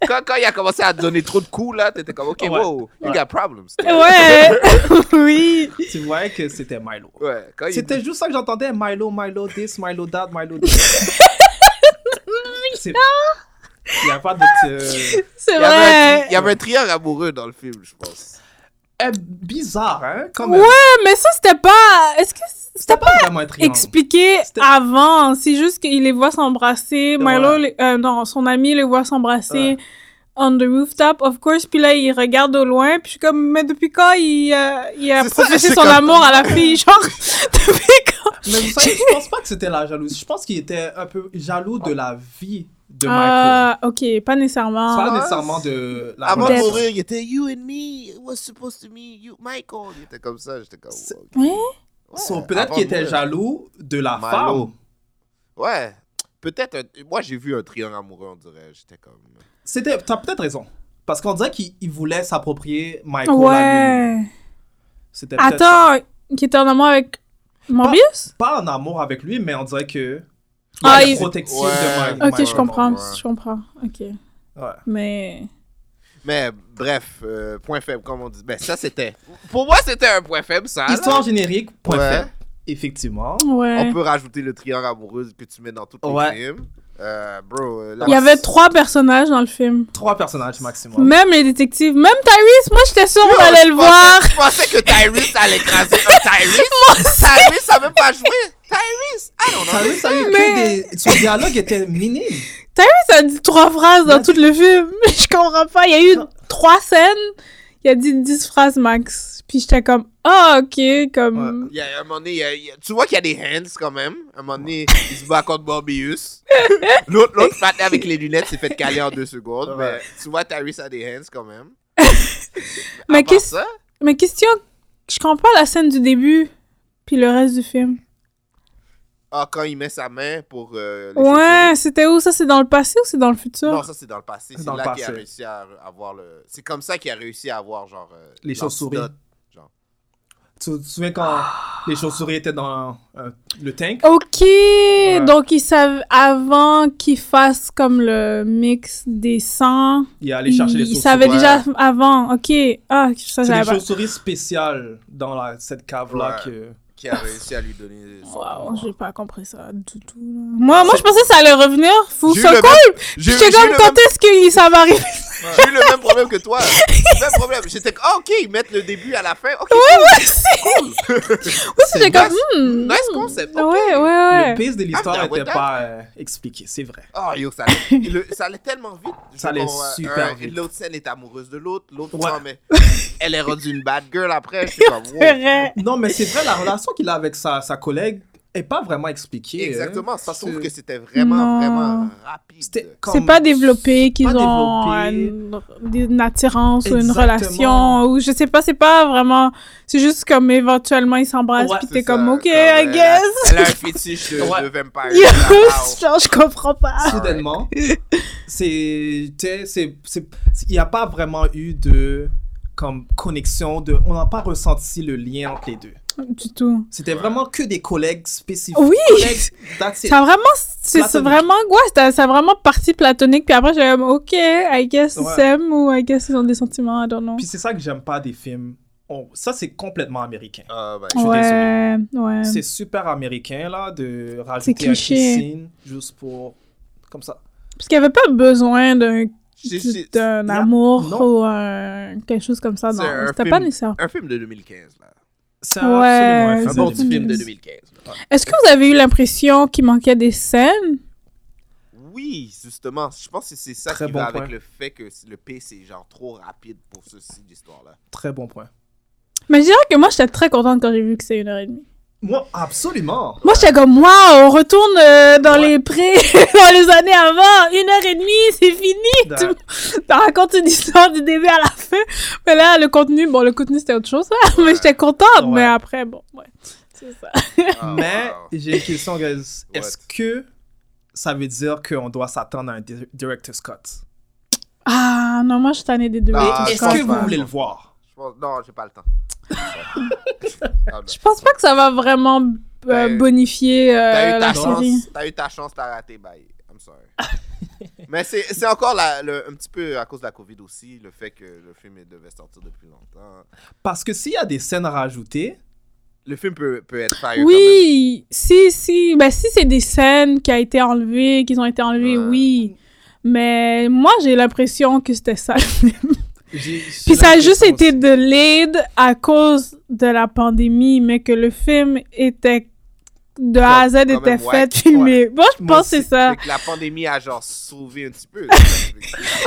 Speaker 5: Quand, quand il a commencé à te donner trop de coups, là, t'étais comme, OK,
Speaker 4: Ouais.
Speaker 5: wow, you
Speaker 4: Ouais.
Speaker 5: got problems.
Speaker 3: Ouais! oui!
Speaker 4: Tu voyais que c'était Milo.
Speaker 5: Ouais, quand il-
Speaker 4: C'était juste ça que j'entendais. Milo, Milo, this, Milo, that, Milo, this. C'est- Il n'y a pas de... euh,
Speaker 3: C'est
Speaker 5: il y, avait un tri-
Speaker 3: vrai!
Speaker 5: il y avait un triangle amoureux dans le film, je pense.
Speaker 4: Eh, bizarre, hein? Quand même.
Speaker 3: Ouais, mais ça, c'était pas. Est-ce que c'était
Speaker 4: C'était
Speaker 3: pas
Speaker 4: pas vraiment un triangle.
Speaker 3: expliqué
Speaker 4: C'était-
Speaker 3: avant? C'est juste qu'il les voit s'embrasser.
Speaker 4: Ouais.
Speaker 3: Milo, les- euh, non, son ami les voit s'embrasser
Speaker 4: Ouais.
Speaker 3: on the rooftop, of course. Puis là, il regarde au loin. Puis je suis comme, mais depuis quand il, euh, il a
Speaker 5: C'est ça,
Speaker 3: professé
Speaker 5: c'est
Speaker 3: son
Speaker 5: comme-
Speaker 3: amour à la fille? Genre, depuis quand?
Speaker 4: Mais vous savez, je pense pas que c'était la jalousie. Je pense qu'il était un peu jaloux de la vie de Michael.
Speaker 3: Ah, ok, pas nécessairement.
Speaker 4: C'est pas nécessairement de la
Speaker 5: Avant de
Speaker 3: D'être-
Speaker 5: mourir, il était You and me, it was supposed to be you, Michael. Il était comme ça, j'étais comme.
Speaker 4: C'est-
Speaker 5: wow, ok.
Speaker 3: Hein?
Speaker 5: Ouais,
Speaker 4: So,
Speaker 5: avant
Speaker 4: Peut-être qu'il
Speaker 5: de
Speaker 4: était
Speaker 5: mourir.
Speaker 4: jaloux de la
Speaker 5: Milo.
Speaker 4: femme.
Speaker 5: Ouais. Peut-être. un- Moi, j'ai vu un triangle amoureux, on dirait. J'étais comme.
Speaker 4: C'était... T'as peut-être raison. Parce qu'on dirait qu'il il voulait s'approprier Michael. à lui.
Speaker 3: Ouais.
Speaker 4: C'était peut-être ça.
Speaker 3: Attends, qui était en amour avec Morbius?
Speaker 4: Pas en amour avec lui, mais on dirait que...
Speaker 3: Ah,
Speaker 4: la
Speaker 3: il-
Speaker 4: protective
Speaker 5: Ouais.
Speaker 4: de Michael.
Speaker 3: Ok, je comprends,
Speaker 5: ouais.
Speaker 3: je comprends. Ok, mais.
Speaker 5: Mais bref, euh, point faible, comme on dit. Mais ça, c'était. Pour moi, c'était un point faible, ça. là.
Speaker 4: Histoire générique, point
Speaker 5: Ouais.
Speaker 4: faible. Effectivement.
Speaker 3: Ouais.
Speaker 5: On peut rajouter le triangle amoureux que tu mets dans tous les
Speaker 4: Ouais.
Speaker 5: films. Euh, bro, euh, la-
Speaker 3: Il y avait trois personnages dans le film.
Speaker 4: Trois personnages maximum.
Speaker 3: Même les détectives, même Tyrese, moi j'étais sûre
Speaker 5: Yo,
Speaker 3: qu'on allait
Speaker 5: je
Speaker 3: le
Speaker 5: pensais-
Speaker 3: voir.
Speaker 5: Je pensais que Tyrese allait écraser un Tyrese. Tyrese, ça veut pas jouer. Tyrese, I don't know.
Speaker 4: T'as vu, t'as vu que
Speaker 3: Mais-
Speaker 4: des- son dialogue était minime.
Speaker 3: Tyrese a dit trois phrases dans
Speaker 4: Ouais.
Speaker 3: tout le film. Je comprends pas. Il y a eu trois scènes, il a dit dix phrases max. Puis j'étais comme, ah ok, comme.
Speaker 5: Il y a, un moment donné, il y a- il y a- tu vois qu'il y a des hands quand même. un moment donné, il se bat contre Morbius. L'autre, l'autre patin avec les lunettes s'est fait caler en deux secondes.
Speaker 4: Ouais.
Speaker 5: Mais tu vois, Tyrese a des hands quand même.
Speaker 3: Mais
Speaker 5: À part
Speaker 3: qu'est-ce-
Speaker 5: ça,
Speaker 3: Mais question, je comprends pas la scène du début, puis le reste du film.
Speaker 5: ah, quand il met sa main pour. euh, les
Speaker 3: Ouais, c'était où ça C'est dans le passé ou c'est dans le
Speaker 5: chaussures- Non,
Speaker 3: futur
Speaker 5: ça c'est dans le passé.
Speaker 4: Dans
Speaker 5: C'est
Speaker 4: le
Speaker 5: là qu'il a
Speaker 4: passé.
Speaker 5: réussi à re- avoir le. C'est comme ça qu'il a réussi à avoir genre. euh,
Speaker 4: Les chauves-souris.
Speaker 5: l'antidote.
Speaker 4: Tu tu te souviens quand les chauves-souris étaient dans euh, le tank?
Speaker 3: Ok, donc ils savent avant qu'ils fassent comme le mix des sangs.
Speaker 4: Il allait chercher les
Speaker 3: ils
Speaker 4: chauves-souris.
Speaker 3: savaient déjà avant. Ok, ah ça
Speaker 4: C'est
Speaker 3: j'avais
Speaker 4: des
Speaker 3: pas.
Speaker 4: chauves-souris spéciales dans la- cette cave-là
Speaker 5: Ouais.
Speaker 4: que...
Speaker 5: Qui a réussi à lui donner. son
Speaker 3: Wow, j'ai pas compris ça du tout. là. Moi, moi je pensais que ça allait revenir. Fou,
Speaker 5: J'ai
Speaker 3: so
Speaker 5: eu le
Speaker 3: cool.
Speaker 5: J'ai-
Speaker 3: J'étais
Speaker 5: j'ai
Speaker 3: comme
Speaker 5: le
Speaker 3: quand
Speaker 5: même-
Speaker 3: est-ce que ça va arriver
Speaker 5: J'ai eu le même problème que toi. Le même problème. J'étais comme, ah, ok, ils mettent le début à la fin. Ok, cool.
Speaker 3: Oui, j'étais
Speaker 5: nice.
Speaker 3: comme. hmm,
Speaker 5: Nice
Speaker 3: hmm.
Speaker 5: concept.
Speaker 3: Ouais,
Speaker 5: ok.
Speaker 3: ouais,
Speaker 4: Le
Speaker 3: ouais.
Speaker 4: base de l'histoire
Speaker 5: Ah, ben,
Speaker 4: n'était
Speaker 5: ouais,
Speaker 4: pas euh, expliqué, c'est vrai.
Speaker 5: Oh yo, ça allait, le- ça allait tellement vite.
Speaker 4: Ça allait
Speaker 5: Bon, euh,
Speaker 4: super
Speaker 5: un-
Speaker 4: vite.
Speaker 5: L'autre scène est amoureuse de l'autre, l'autre
Speaker 4: Ouais.
Speaker 5: s'en met. Elle est rendue une bad girl après. Je suis comme, wow.
Speaker 3: C'est vrai.
Speaker 4: Non, mais c'est vrai, la relation qu'il a avec sa, sa collègue est pas vraiment expliquée. hein,
Speaker 5: Exactement, ça
Speaker 4: parce
Speaker 5: se trouve
Speaker 4: que
Speaker 5: que c'était vraiment,
Speaker 3: Non.
Speaker 5: vraiment
Speaker 4: c'était
Speaker 5: rapide.
Speaker 4: comme-
Speaker 3: C'est pas développé qu'ils
Speaker 4: pas
Speaker 3: ont
Speaker 4: développé.
Speaker 3: une, une attirance ou une
Speaker 4: Exactement.
Speaker 3: relation ou je sais pas, c'est pas vraiment. C'est juste comme éventuellement ils s'embrassent
Speaker 4: Ouais,
Speaker 3: puis
Speaker 5: C'est
Speaker 3: t'es
Speaker 5: ça,
Speaker 3: comme ok,
Speaker 5: euh,
Speaker 3: I
Speaker 5: elle a-
Speaker 3: guess.
Speaker 5: Elle a un fétiche de,
Speaker 4: Ouais.
Speaker 5: de vampire.
Speaker 3: Yo,
Speaker 5: Wow.
Speaker 3: genre, je comprends pas.
Speaker 4: soudainement, c'est, t'sais, c'est, c'est- il n'y a pas vraiment eu de comme connexion de, on n'a pas ressenti le lien entre les deux.
Speaker 3: Du tout.
Speaker 4: C'était vraiment que des collègues spécifiques.
Speaker 3: Oui.
Speaker 4: Collègues, that's it.
Speaker 3: Ça a vraiment, c'est c'est
Speaker 4: Platonique.
Speaker 3: vraiment, ouais, ça, ça a vraiment parti platonique puis après j'ai comme ok, I guess ils
Speaker 4: Ouais.
Speaker 3: s'aiment ou I guess ils ont des sentiments, I don't know.
Speaker 4: Puis c'est ça que j'aime pas des films. On- ça c'est complètement américain.
Speaker 5: Ah, ben,
Speaker 4: je suis
Speaker 3: ouais, ouais.
Speaker 4: C'est super américain là de rajouter un
Speaker 3: cliché.
Speaker 4: kissing juste pour comme ça.
Speaker 3: Parce qu'il y avait pas besoin d'un
Speaker 5: c'est- c'est-
Speaker 3: d'un
Speaker 4: a-
Speaker 3: amour
Speaker 4: non.
Speaker 3: ou un- quelque chose comme ça.
Speaker 5: C'est
Speaker 3: non.
Speaker 5: un
Speaker 3: C'était
Speaker 5: film-
Speaker 3: pas nécessaire.
Speaker 5: un film de 2015. Là.
Speaker 4: C'est
Speaker 3: Ouais,
Speaker 4: absolument
Speaker 5: Un
Speaker 3: C'est
Speaker 5: bon
Speaker 3: de
Speaker 5: petit film de
Speaker 3: 2015.
Speaker 5: 2015. là.
Speaker 3: Est-ce que vous avez eu l'impression qu'il manquait des scènes?
Speaker 5: Oui, justement. Je pense que c'est ça
Speaker 4: Très
Speaker 5: qui
Speaker 4: bon
Speaker 5: va
Speaker 4: point.
Speaker 5: avec le fait que le P, c'est genre trop rapide pour ce style d'histoire-là.
Speaker 4: Très bon point.
Speaker 3: Mais je dirais que moi, j'étais très contente quand j'ai vu que c'est une heure et demie.
Speaker 4: Moi absolument.
Speaker 3: Moi, j'étais comme, waouh, on retourne euh, dans
Speaker 4: Ouais.
Speaker 3: les pré, dans les années avant, une heure et demie, c'est fini!
Speaker 4: Da-
Speaker 3: T'en racontes une histoire du début à la fin. Mais là, le contenu, bon, le contenu, c'était autre chose, hein, mais j'étais contente.
Speaker 4: Ouais.
Speaker 3: Mais après, bon, ouais. C'est ça.
Speaker 5: Ah,
Speaker 4: Mais
Speaker 5: wow.
Speaker 4: j'ai une question guys.
Speaker 5: What?
Speaker 4: Est-ce que ça veut dire qu'on doit s'attendre à un di- director Scott
Speaker 3: Ah, non, moi, je suis tannée des deux.
Speaker 5: Ah,
Speaker 3: Je
Speaker 4: Est-ce
Speaker 3: pense
Speaker 4: que vous
Speaker 3: pas.
Speaker 4: voulez le voir
Speaker 5: Je pense- Non, j'ai pas le temps. Ah, ben.
Speaker 3: Je pense pas que ça va vraiment euh,
Speaker 5: T'as eu-
Speaker 3: bonifier euh,
Speaker 5: Ben, T'as eu
Speaker 3: la
Speaker 5: ta chance,
Speaker 3: série.
Speaker 5: t'as eu ta chance, t'as raté, bye. I'm sorry. Mais c'est c'est encore la- le- un petit peu à cause de la COVID aussi, le fait que le film il devait sortir depuis longtemps.
Speaker 4: Parce que s'il y a des scènes à rajouter,
Speaker 5: Le film peut, peut être fire quand
Speaker 3: Oui, si, si. Ben, si c'est des scènes qui ont été enlevées, qui ont été enlevées,
Speaker 5: Ouais.
Speaker 3: oui. Mais moi, j'ai l'impression que c'était ça.
Speaker 4: j'ai-
Speaker 3: Puis
Speaker 4: j'ai
Speaker 3: ça a juste
Speaker 4: l'impression
Speaker 3: été
Speaker 4: aussi-
Speaker 3: delayed à cause de la pandémie, mais que le film était de A à Z
Speaker 5: quand
Speaker 3: était
Speaker 5: même, ouais.
Speaker 3: fait, filmé. Moi, je
Speaker 4: Moi
Speaker 3: pense que c'est
Speaker 4: aussi.
Speaker 3: ça.
Speaker 5: même. Fait que la pandémie a genre sauvé un petit peu.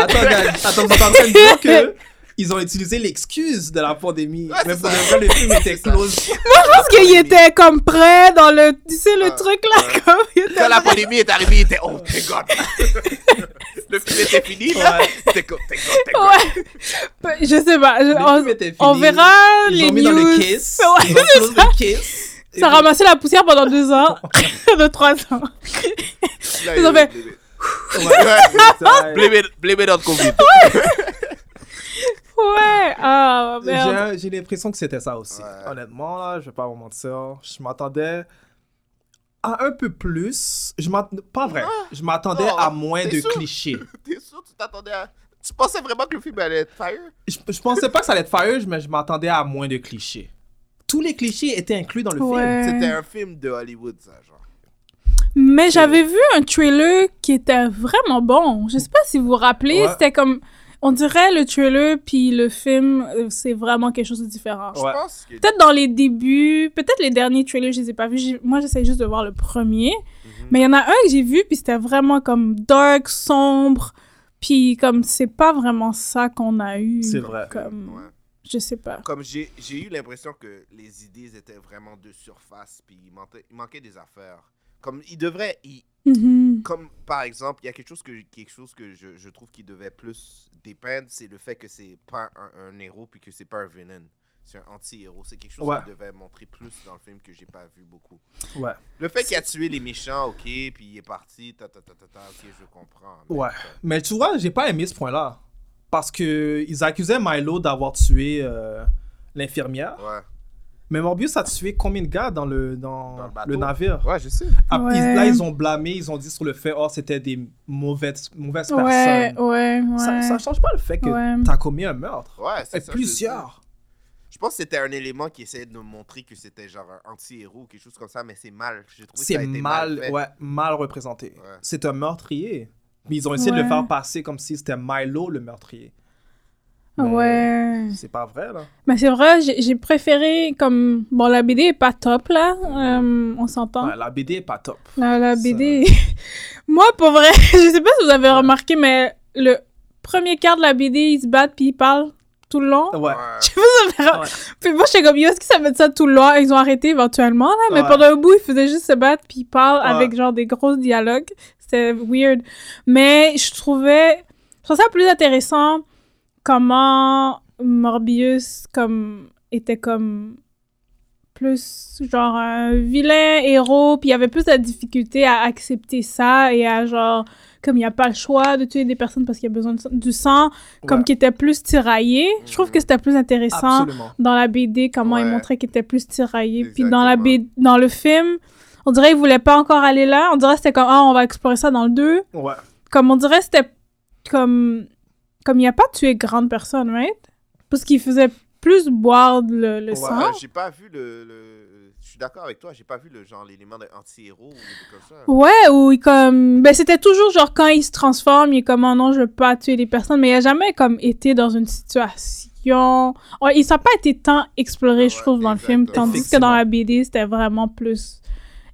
Speaker 4: Attends, gars, attends, vous êtes en train de dire que ils ont utilisé l'excuse de la pandémie.
Speaker 5: Ouais,
Speaker 4: mais
Speaker 5: c'est
Speaker 4: pour
Speaker 5: ça.
Speaker 4: le vrai, le film était
Speaker 5: C'est ça.
Speaker 4: close.
Speaker 3: Parce qu'il était comme prêt dans le, tu sais, le
Speaker 5: Ah,
Speaker 3: truc là,
Speaker 5: ouais.
Speaker 3: comme il était
Speaker 5: Quand la pandémie est arrivée, il était oh, thank God. le film était fini là.
Speaker 4: Ouais.
Speaker 5: Thank God, thank God, thank God.
Speaker 3: Ouais. Je sais pas. je-
Speaker 4: Le
Speaker 3: on,
Speaker 4: film était fini.
Speaker 3: on verra
Speaker 4: Ils
Speaker 3: les
Speaker 4: ont mis
Speaker 3: news.
Speaker 4: dans le kiss.
Speaker 3: Ouais,
Speaker 4: ils ont close le kiss. Et
Speaker 3: ça a
Speaker 4: puis-
Speaker 3: ramassé la poussière pendant deux ans, de trois ans.
Speaker 5: Là,
Speaker 3: Ils
Speaker 5: il-
Speaker 3: ont fait-
Speaker 5: blame it.
Speaker 4: Ouais, ça-
Speaker 5: Blame it- blame it on COVID.
Speaker 3: Ouais. Ah
Speaker 4: J'ai
Speaker 3: merde.
Speaker 4: un- J'ai l'impression que c'était ça aussi.
Speaker 5: Ouais.
Speaker 4: Honnêtement, là, je vais pas vous mentir. Je m'attendais à un peu plus. Je m'att- Pas vrai. Je m'attendais
Speaker 5: Non,
Speaker 4: à moins
Speaker 5: t'es
Speaker 4: de
Speaker 5: Ah! sûr?
Speaker 4: clichés.
Speaker 5: T'es sûr que tu t'attendais à. Tu pensais vraiment que le film allait être fire?
Speaker 3: Euh.
Speaker 4: Je, je pensais pas que ça allait être fire, mais je m'attendais à moins de clichés. Tous les clichés étaient inclus dans le film.
Speaker 3: Ouais.
Speaker 5: C'était un film de Hollywood, ça, genre.
Speaker 3: Mais Ben, j'avais vu un trailer qui était vraiment bon. Je sais pas si vous vous rappelez,
Speaker 4: Ouais.
Speaker 3: c'était comme on dirait le trailer puis le film, euh, c'est vraiment quelque chose de différent.
Speaker 5: Je
Speaker 4: Ouais.
Speaker 5: pense que.
Speaker 3: Ah. Peut-être dans les débuts, peut-être les derniers trailers, je les ai pas vus. J'ai- Moi, j'essaie juste de voir le premier. Mais il y en a un que j'ai vu, puis c'était vraiment comme dark, sombre. Puis comme c'est pas vraiment ça qu'on a eu.
Speaker 4: C'est vrai.
Speaker 3: Comme,
Speaker 5: Ouais.
Speaker 3: Je sais pas.
Speaker 5: Comme j'ai j'ai eu l'impression que les idées étaient vraiment de surface, puis il manquait, il manquait des affaires. Comme il devrait, il-
Speaker 4: Mm-hmm.
Speaker 3: Mhm.
Speaker 5: comme par exemple, il y a quelque chose que quelque chose que je, je trouve qu'il devait plus dépeindre, c'est le fait que c'est pas un, un héros puis que c'est pas un villain, c'est un anti-héros. C'est quelque chose
Speaker 4: Ouais.
Speaker 5: qu'il devait montrer plus dans le film que j'ai pas vu beaucoup.
Speaker 4: Ouais.
Speaker 5: Le fait qu'il a tué les méchants, ok, puis il est parti, ta ta ta ta ta, ok, je comprends. mais
Speaker 4: Ouais.
Speaker 5: comme-
Speaker 4: Mais tu vois, j'ai pas aimé ce point-là. Parce que ils accusaient Milo d'avoir tué euh, l'infirmière.
Speaker 5: Ouais.
Speaker 4: Mais Morbius a tué combien de gars dans le, dans
Speaker 5: Dans le bateau.
Speaker 4: le navire
Speaker 5: Ouais, je sais.
Speaker 4: Ah,
Speaker 3: Ouais.
Speaker 4: ils- là, ils ont blâmé, ils ont dit sur le fait, oh, c'était des mauvaises, mauvaises
Speaker 3: Ouais,
Speaker 4: personnes.
Speaker 3: ouais, ouais.
Speaker 4: Ça, ça change pas le fait que
Speaker 3: Ouais.
Speaker 4: t'as commis un meurtre.
Speaker 5: Ouais, c'est ça,
Speaker 4: Et
Speaker 5: je sais.
Speaker 4: plusieurs.
Speaker 5: Je pense que c'était un élément qui essayait de nous montrer que c'était genre un anti-héros ou quelque chose comme ça, mais c'est mal. J'ai trouvé que ça a
Speaker 4: C'est
Speaker 5: été
Speaker 4: mal,
Speaker 5: mal. fait.
Speaker 4: ouais, mal représenté.
Speaker 5: Ouais.
Speaker 4: C'est un meurtrier. Mais ils ont essayé de le
Speaker 3: Ouais.
Speaker 4: faire passer comme si c'était Milo le meurtrier. Mais
Speaker 3: Ouais.
Speaker 4: C'est pas vrai, là.
Speaker 3: Mais c'est vrai, j'ai j'ai préféré comme bon la BD est pas top là, euh, on s'entend.
Speaker 4: Ouais, la BD est pas top.
Speaker 3: La, la
Speaker 4: Ça-
Speaker 3: BD. Moi pour vrai, je sais pas si vous avez remarqué mais le premier quart de la BD, ils se battent puis ils parlent tout le long.
Speaker 4: Ouais.
Speaker 3: Je sais pas si ça
Speaker 4: Ouais.
Speaker 3: Puis moi j'étais comme yo, est-ce que ça va être ça tout le long Ils ont arrêté éventuellement là, mais
Speaker 4: Ouais.
Speaker 3: pendant un bout, ils faisaient juste se battre puis ils parlent
Speaker 4: Ouais.
Speaker 3: avec genre des gros dialogues. C'était weird. Mais je trouvais je trouvais ça plus intéressant comment Morbius comme était comme plus genre un vilain héros puis il y avait plus de difficulté à accepter ça et à genre comme il n'y a pas le choix de tuer des personnes parce qu'il y a besoin de- du sang comme
Speaker 4: Ouais. Ah.
Speaker 3: qu'il était plus tiraillé je trouve que c'était plus intéressant
Speaker 4: Absolument.
Speaker 3: dans la BD comment il
Speaker 5: Mm. Ouais.
Speaker 3: montrait qu'il était plus tiraillé puis dans la
Speaker 5: Exactement.
Speaker 3: BD, dans le film on dirait qu'il voulait pas encore aller là on dirait que c'était comme ah on va explorer ça dans le 2
Speaker 4: Ouais.
Speaker 3: comme on dirait c'était comme comme il a pas tué grande personne right parce qu'il faisait plus boire le, le
Speaker 4: Ouais,
Speaker 3: sang
Speaker 5: Euh, j'ai pas vu le. le- Je suis d'accord avec toi, j'ai pas vu le genre l'élément de anti-héros ou des trucs comme ça.
Speaker 3: Ouais, ou il comme. Ben, c'était toujours genre quand il se transforme, il est comme, oh non, je veux pas tuer les personnes, mais il a jamais comme été dans une situation. Ouais, il ça a pas été tant exploré, je
Speaker 5: Ouais,
Speaker 3: trouve, dans le film,
Speaker 5: exactement.
Speaker 3: tandis que dans la BD, c'était vraiment plus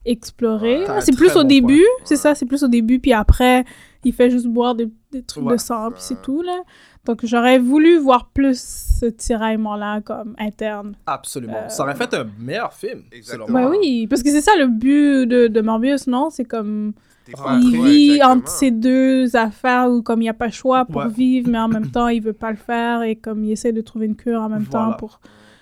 Speaker 3: exploré.
Speaker 5: Ouais.
Speaker 4: T'as un
Speaker 3: c'est plus
Speaker 4: très
Speaker 3: au
Speaker 4: bon
Speaker 3: début,
Speaker 5: point.
Speaker 3: c'est
Speaker 5: Ouais.
Speaker 3: ça, c'est plus au début, puis après, il fait juste boire des, des trucs
Speaker 4: Ouais.
Speaker 3: de sang, puis c'est
Speaker 5: Ouais.
Speaker 3: tout, là. Donc, j'aurais voulu voir plus ce tiraillement-là, comme interne.
Speaker 4: Absolument.
Speaker 3: Euh,
Speaker 4: Ça aurait fait un meilleur film.
Speaker 5: Exactement.
Speaker 4: selon moi.
Speaker 3: Ben
Speaker 5: Ouais.
Speaker 3: oui, parce que c'est ça le but de, de Morbius, non? C'est comme.
Speaker 5: T'es
Speaker 4: Il
Speaker 5: pas-
Speaker 3: il
Speaker 5: ouais,
Speaker 3: vit
Speaker 5: exactement.
Speaker 3: entre ces deux affaires où comme il n'y a pas le choix pour
Speaker 4: Ouais.
Speaker 3: vivre, mais en même temps, il veut pas le faire et comme il essaie de trouver une cure en même temps
Speaker 4: Voilà.
Speaker 3: pour...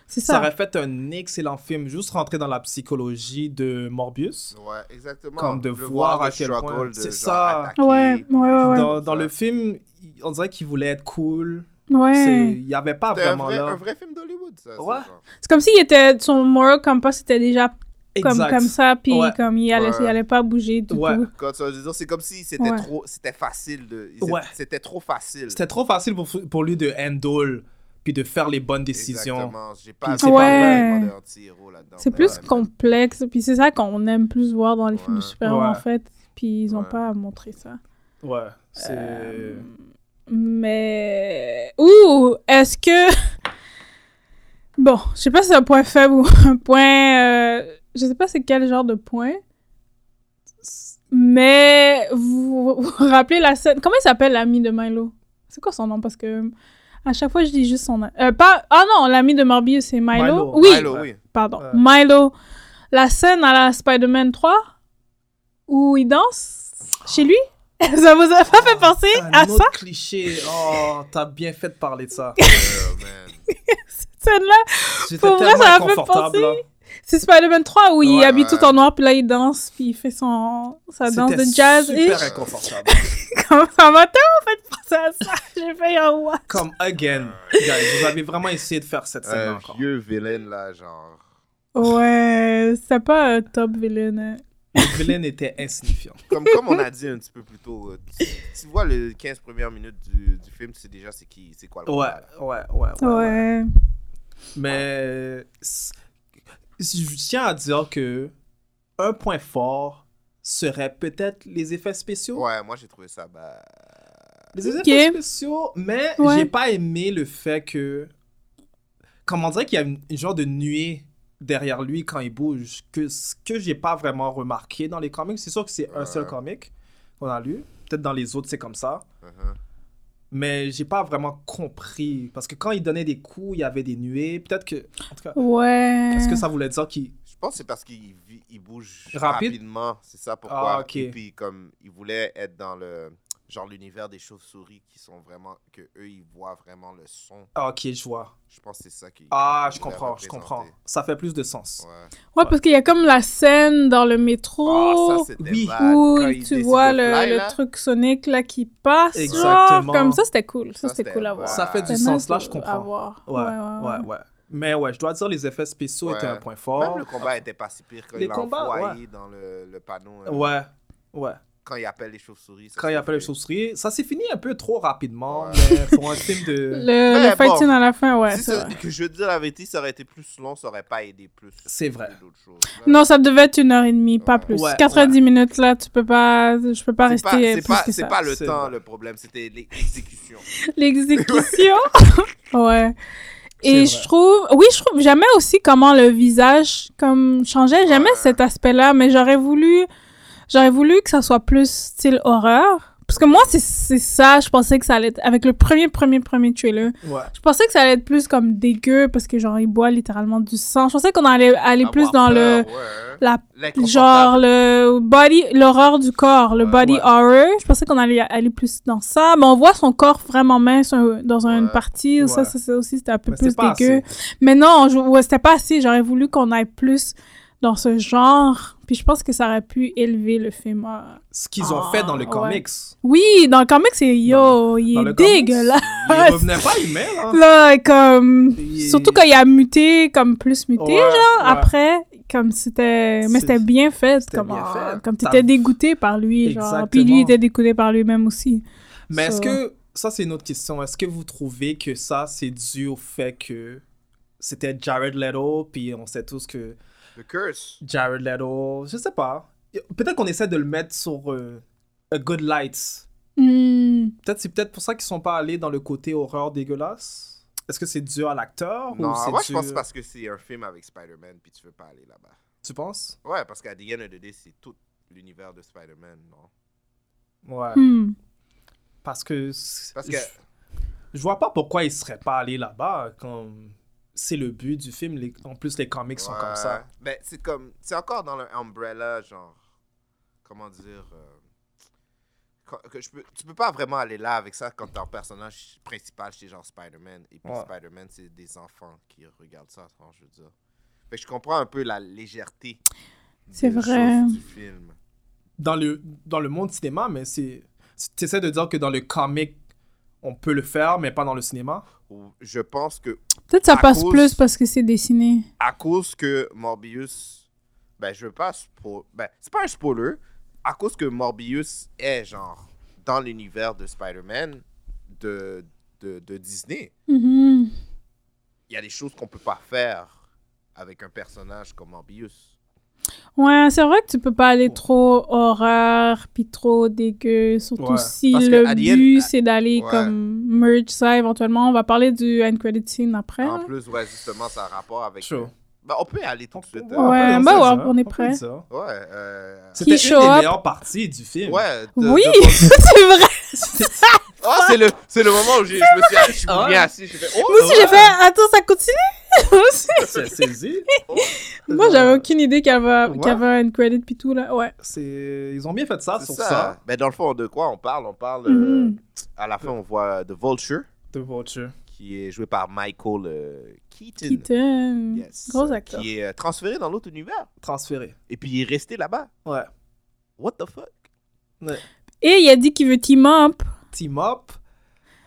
Speaker 3: C'est
Speaker 4: Ça
Speaker 3: ça.
Speaker 4: aurait fait un excellent film, juste rentrer dans la psychologie de Morbius.
Speaker 5: Ouais, exactement.
Speaker 4: Comme de
Speaker 5: Le
Speaker 4: voir à
Speaker 5: le
Speaker 4: quel
Speaker 5: struggle
Speaker 4: point-
Speaker 5: de,
Speaker 4: c'est
Speaker 5: genre,
Speaker 4: ça.
Speaker 5: attaquer,
Speaker 3: Ouais,
Speaker 5: puis-
Speaker 3: ouais, ouais, ouais.
Speaker 4: Dans, dans le film, il- on dirait qu'il voulait être cool. C'est-
Speaker 3: Ouais.
Speaker 4: Il n'y avait pas
Speaker 5: C'était un
Speaker 4: vraiment
Speaker 5: vrai,
Speaker 4: là.
Speaker 5: un vrai film d'Hollywood, ça. c'est
Speaker 4: Ouais.
Speaker 5: genre-
Speaker 3: C'est comme s'il était... Son moral compass était déjà comme,
Speaker 4: Exact.
Speaker 3: comme ça, puis
Speaker 4: Ouais.
Speaker 3: comme il allait,
Speaker 5: Ouais.
Speaker 3: il allait pas bouger du
Speaker 4: Ouais.
Speaker 3: tout.
Speaker 5: Quand ça veut dire, c'est comme si c'était
Speaker 3: Ouais.
Speaker 5: trop, c'était facile de, ils étaient-
Speaker 4: Ouais.
Speaker 5: c'était trop facile.
Speaker 4: C'était trop facile pour, pour lui de handle puis de faire les bonnes décisions.
Speaker 5: Exactement. J'ai pas
Speaker 4: Puis
Speaker 5: assez parlé
Speaker 3: Ouais.
Speaker 5: avec Vendeur Tiro là-dedans.
Speaker 3: C'est
Speaker 5: mais
Speaker 3: plus
Speaker 5: ouais.
Speaker 3: complexe, puis c'est ça qu'on aime plus voir dans les films de
Speaker 5: Ouais.
Speaker 3: super-héros, en
Speaker 4: Ouais.
Speaker 3: fait, puis ils ont
Speaker 5: Ouais.
Speaker 3: pas montré ça.
Speaker 4: Ouais. C'est.
Speaker 3: Euh, Mais... Ouh! Est-ce que... Bon, je sais pas si c'est un point faible ou un point... euh, Je sais pas c'est quel genre de point, mais vous vous, vous rappelez la scène... Comment il s'appelle l'ami de Milo? C'est quoi son nom? Parce que... À chaque fois, je dis juste son nom. Euh, pas... Ah non, l'ami de Morbius, c'est Milo.
Speaker 4: Milo.
Speaker 3: Oui,
Speaker 5: Milo, oui.
Speaker 3: pardon.
Speaker 4: Euh.
Speaker 3: Milo, la scène à la Spider-Man 3 où il danse chez lui, ça vous a pas fait penser
Speaker 4: Un
Speaker 3: à
Speaker 4: autre
Speaker 3: ça,
Speaker 4: cliché. Oh, t'as bien fait de parler de ça.
Speaker 5: Oh, man.
Speaker 3: cette scène-là?
Speaker 4: J'étais
Speaker 3: Pour vrai,
Speaker 4: tellement
Speaker 3: ça m'a fait
Speaker 4: inconfortable.
Speaker 3: penser.
Speaker 4: là.
Speaker 3: C'est Spider-Man 3 où il
Speaker 5: Ouais,
Speaker 3: habite
Speaker 5: ouais.
Speaker 3: tout en noir, puis là il danse, puis il fait son, sa danse
Speaker 4: C'était
Speaker 3: de jazz. Et
Speaker 4: super inconfortable.
Speaker 3: ça m'a tellement fait penser à ça. J'ai fait un what?
Speaker 4: Comme again. Guys, vous avez vraiment essayé de faire cette scène
Speaker 5: Un
Speaker 4: encore.
Speaker 5: Euh, vieux vilain là, genre.
Speaker 3: Ouais, c'est pas un top villain. hein.
Speaker 4: Le vilain était insignifiant.
Speaker 5: Comme, comme on a dit un petit peu plus tôt, euh, tu, tu vois les 15 premières minutes du, du film, tu sais déjà c'est qui, c'est quoi le
Speaker 4: Ouais,
Speaker 5: combat, là.
Speaker 4: ouais, ouais. ouais,
Speaker 3: Ouais.
Speaker 4: ouais. Mais c- je tiens à dire que un point fort serait peut-être les effets spéciaux.
Speaker 5: Ouais, moi j'ai trouvé ça bah.
Speaker 4: Les effets
Speaker 3: Ok.
Speaker 4: spéciaux, mais
Speaker 3: Ouais.
Speaker 4: j'ai pas aimé le fait que. Comment on dirait qu'il y a une, une genre de nuée derrière lui quand il bouge, que ce que j'ai pas vraiment remarqué dans les comics. C'est sûr que c'est un seul
Speaker 5: Ouais.
Speaker 4: comic qu'on a lu. Peut-être dans les autres c'est comme ça.
Speaker 5: uh-huh.
Speaker 4: Mais j'ai pas vraiment compris. Parce que quand il donnait des coups, il y avait des nuées. Peut-être que. En tout cas,
Speaker 3: Ouais.
Speaker 4: est-ce que ça voulait dire qu'il
Speaker 5: Je pense que c'est parce qu'il vit- il bouge
Speaker 4: Rapide.
Speaker 5: rapidement, c'est ça pourquoi.
Speaker 4: Ah, ok.
Speaker 5: Et puis comme il voulait être dans le genre l'univers des chauves-souris qui sont vraiment que eux ils voient vraiment le son.
Speaker 4: Ah, ok, je vois.
Speaker 5: Je pense que c'est ça qui.
Speaker 4: Ah,
Speaker 5: qui
Speaker 4: je
Speaker 5: voulait
Speaker 4: comprends, je
Speaker 5: représenter.
Speaker 4: comprends. Ça fait plus de sens.
Speaker 3: Ouais,
Speaker 5: Ouais.
Speaker 3: parce qu'il y a comme la scène dans le métro.
Speaker 5: Ah, ça c'était
Speaker 4: oui.
Speaker 5: bad.
Speaker 3: Où
Speaker 5: Quand il
Speaker 3: tu
Speaker 5: décide
Speaker 3: vois
Speaker 5: de
Speaker 3: le,
Speaker 5: fly,
Speaker 3: le
Speaker 5: là,
Speaker 3: truc Sonic là qui passe.
Speaker 4: Exactement.
Speaker 3: Genre, comme ça, c'était cool. Ça,
Speaker 5: Ça,
Speaker 3: c'était
Speaker 5: c'était-
Speaker 3: cool à voir.
Speaker 4: Ça fait du
Speaker 3: C'était
Speaker 4: sens,
Speaker 3: nice
Speaker 4: là, je
Speaker 3: à
Speaker 4: comprends.
Speaker 3: voir.
Speaker 4: Ouais, ouais, ouais. Mais ouais, je dois dire, les effets spéciaux
Speaker 5: Ouais.
Speaker 4: étaient un point
Speaker 5: Même
Speaker 4: fort.
Speaker 5: le combat était pas si pire quand
Speaker 4: Les
Speaker 5: il l'a
Speaker 4: combats,
Speaker 5: envoyé dans le, le panneau. euh,
Speaker 4: Ouais, ouais.
Speaker 5: Quand il appelle les chauves-souris. ça,
Speaker 4: Quand il
Speaker 5: c'est
Speaker 4: appelle les
Speaker 5: fait.
Speaker 4: chauves-souris, ça s'est fini un peu trop rapidement.
Speaker 5: Ouais.
Speaker 4: Mais pour un film de.
Speaker 3: Le,
Speaker 5: Mais
Speaker 3: le fighting
Speaker 5: bon.
Speaker 3: à la fin, ouais.
Speaker 5: si
Speaker 3: c'est
Speaker 5: ça,
Speaker 3: vrai.
Speaker 5: que je veux dire la vérité, ça aurait été plus long, ça aurait pas aidé plus.
Speaker 4: C'est vrai.
Speaker 5: que d'autres choses.
Speaker 3: Non, ça devait être une heure et demie, pas
Speaker 5: Ouais.
Speaker 3: plus.
Speaker 4: Ouais,
Speaker 3: 90 minutes là, tu peux pas, je peux pas
Speaker 5: C'est pas,
Speaker 3: rester
Speaker 5: c'est
Speaker 3: plus
Speaker 5: pas-
Speaker 3: que
Speaker 5: c'est
Speaker 3: ça.
Speaker 5: pas le
Speaker 4: C'est
Speaker 5: temps
Speaker 4: vrai.
Speaker 5: le problème, c'était l'exécution.
Speaker 3: L'exécution. ouais. Et
Speaker 4: C'est
Speaker 3: je
Speaker 4: vrai.
Speaker 3: trouve, oui, je trouve, j'aimais aussi comment le visage comme changeait. J'aimais
Speaker 5: Ouais.
Speaker 3: cet aspect-là, mais j'aurais voulu, j'aurais voulu que ça soit plus style horreur. Parce que moi, c'est- c'est ça, je pensais que ça allait être, avec le premier, premier, premier trailer,
Speaker 4: Ouais.
Speaker 3: je pensais que ça allait être plus comme dégueu, parce que genre, il boit littéralement du sang. Je pensais qu'on allait aller plus
Speaker 5: Avoir
Speaker 3: dans le,
Speaker 5: peur, ouais.
Speaker 3: la genre
Speaker 5: L'inconfortable.
Speaker 3: le body l'horreur du corps le
Speaker 5: Ouais.
Speaker 3: body
Speaker 4: Ouais.
Speaker 3: horror je pensais qu'on allait aller plus dans ça mais on voit son corps vraiment mince euh, dans une
Speaker 5: Ouais.
Speaker 3: partie ça
Speaker 4: Ouais.
Speaker 3: ça, ça aussi c'était un peu
Speaker 4: Mais
Speaker 3: plus
Speaker 4: c'est pas
Speaker 3: dégueu
Speaker 4: assez.
Speaker 3: mais non je, ouais, c'était pas assez j'aurais voulu qu'on aille plus dans ce genre puis je pense que ça aurait pu élever le film à-
Speaker 4: Ce qu'ils ont
Speaker 3: Ah,
Speaker 4: fait dans le
Speaker 3: ouais.
Speaker 4: comics.
Speaker 3: oui dans le comic c'est yo il
Speaker 4: Dans
Speaker 3: est
Speaker 4: le comics,
Speaker 3: dégueulasse
Speaker 4: Ils revenaient pas humains, hein.
Speaker 3: là comme
Speaker 4: Il-
Speaker 3: surtout quand il a muté comme plus muté
Speaker 4: Ouais,
Speaker 3: genre
Speaker 4: ouais.
Speaker 3: après comme c'était mais
Speaker 4: C'est-
Speaker 3: c'était bien fait
Speaker 4: c'était
Speaker 3: comme
Speaker 4: bien
Speaker 3: euh,
Speaker 4: fait.
Speaker 3: comme
Speaker 4: T'as-
Speaker 3: t'étais dégoûté par lui genre puis lui
Speaker 4: Exactement.
Speaker 3: il était dégoûté par lui-même aussi
Speaker 4: Mais est-ce
Speaker 3: So-
Speaker 4: que. Ça, c'est une autre question. Est-ce que vous trouvez que ça, c'est dû au fait que c'était Jared Leto, puis on sait tous que
Speaker 5: The Curse.
Speaker 4: Jared Leto, je sais pas. Peut-être qu'on essaie de le mettre sur euh, A Good Lights.
Speaker 3: Hmm.
Speaker 4: Peut-être c'est peut-être pour ça qu'ils sont pas allés dans le côté horreur dégueulasse. Est-ce que c'est dû à l'acteur ou
Speaker 5: Non,
Speaker 4: c'est
Speaker 5: moi
Speaker 4: dû...
Speaker 5: je pense parce que c'est un film avec Spider-Man puis tu veux pas aller là-bas.
Speaker 4: Tu penses
Speaker 5: Ouais, parce qu'à The End of the Day, c'est tout l'univers de Spider-Man, non?
Speaker 4: Ouais.
Speaker 3: Hmm.
Speaker 4: Parce que c-
Speaker 5: Parce que-
Speaker 4: je... je vois pas pourquoi ils seraient pas allés là-bas comme c'est le but du film. les- En plus les comics sont comme ça.
Speaker 5: Ben, c'est comme. C'est encore dans le umbrella, genre. Comment dire. euh, quand- que je peux, tu peux pas vraiment aller là avec ça quand ton personnage principal, c'est genre Spider-Man. Et puis
Speaker 4: Ouais.
Speaker 5: Spider-Man, c'est des enfants qui regardent ça, hein, je veux dire. Fait que je comprends un peu la légèreté.
Speaker 3: C'est
Speaker 5: des
Speaker 3: vrai.
Speaker 5: choses Du film.
Speaker 4: Dans le dans le monde cinéma, mais c'est tu essaies de dire que dans le comic on peut le faire mais pas dans le cinéma.
Speaker 5: Ou- Je pense que
Speaker 3: peut-être ça
Speaker 5: À
Speaker 3: passe
Speaker 5: cause-
Speaker 3: plus parce que c'est dessiné
Speaker 5: à cause que Morbius ben je veux pas spo- ben c'est pas un spoiler à cause que Morbius est genre dans l'univers de Spider-Man de, de, de Disney.
Speaker 3: Mhm.
Speaker 5: Il y a des choses qu'on peut pas faire avec un personnage comme Morbius.
Speaker 3: Ouais, Euh, c'est vrai que tu peux pas aller trop horreur puis trop dégueu, surtout
Speaker 4: Ouais.
Speaker 3: si
Speaker 5: Parce que
Speaker 3: le
Speaker 5: Alien-
Speaker 3: but c'est d'aller
Speaker 5: Ouais.
Speaker 3: comme merge ça éventuellement. On va parler du end credit scene après.
Speaker 5: En
Speaker 3: là.
Speaker 5: plus, ouais, justement, ça a rapport avec.
Speaker 4: Sure.
Speaker 5: Ben, on peut y aller tout de suite.
Speaker 3: Ouais,
Speaker 5: hein.
Speaker 3: bah ouais, on est prêt.
Speaker 5: Ouais. euh,
Speaker 3: Qui
Speaker 4: C'était une
Speaker 3: show
Speaker 4: des
Speaker 3: up.
Speaker 4: meilleures parties du film.
Speaker 5: ouais, de-
Speaker 3: Oui,
Speaker 5: de-
Speaker 3: c'est vrai.
Speaker 5: Ah, c'est le, c'est le moment où j'ai- je me suis assis, je suis
Speaker 4: Ah.
Speaker 5: bien assis, j'ai fait, oh,
Speaker 3: Moi aussi j'ai fait attends ça continue. Moi aussi.
Speaker 4: C'est saisi.
Speaker 5: oh.
Speaker 3: Moi j'avais aucune idée qu'il y avait,
Speaker 4: Ouais.
Speaker 3: qu'il y avait un end credit puis tout là. Ouais.
Speaker 4: C'est... Ils ont bien fait ça
Speaker 5: c'est
Speaker 4: sur
Speaker 5: ça.
Speaker 4: ça.
Speaker 5: Ben, dans le fond, de quoi on parle On parle, euh,
Speaker 3: Mhm.
Speaker 5: à la fin, on voit euh, The Vulture,
Speaker 4: The Vulture.
Speaker 5: qui est joué par Michael euh, Keaton.
Speaker 3: Keaton.
Speaker 5: Yes.
Speaker 3: Gros acteur.
Speaker 5: Qui est euh, transféré dans l'autre univers.
Speaker 4: Transféré.
Speaker 5: Et puis, il est resté là-bas.
Speaker 4: Ouais.
Speaker 5: What the fuck
Speaker 3: Et il a dit qu'il veut team up,
Speaker 4: Team Up.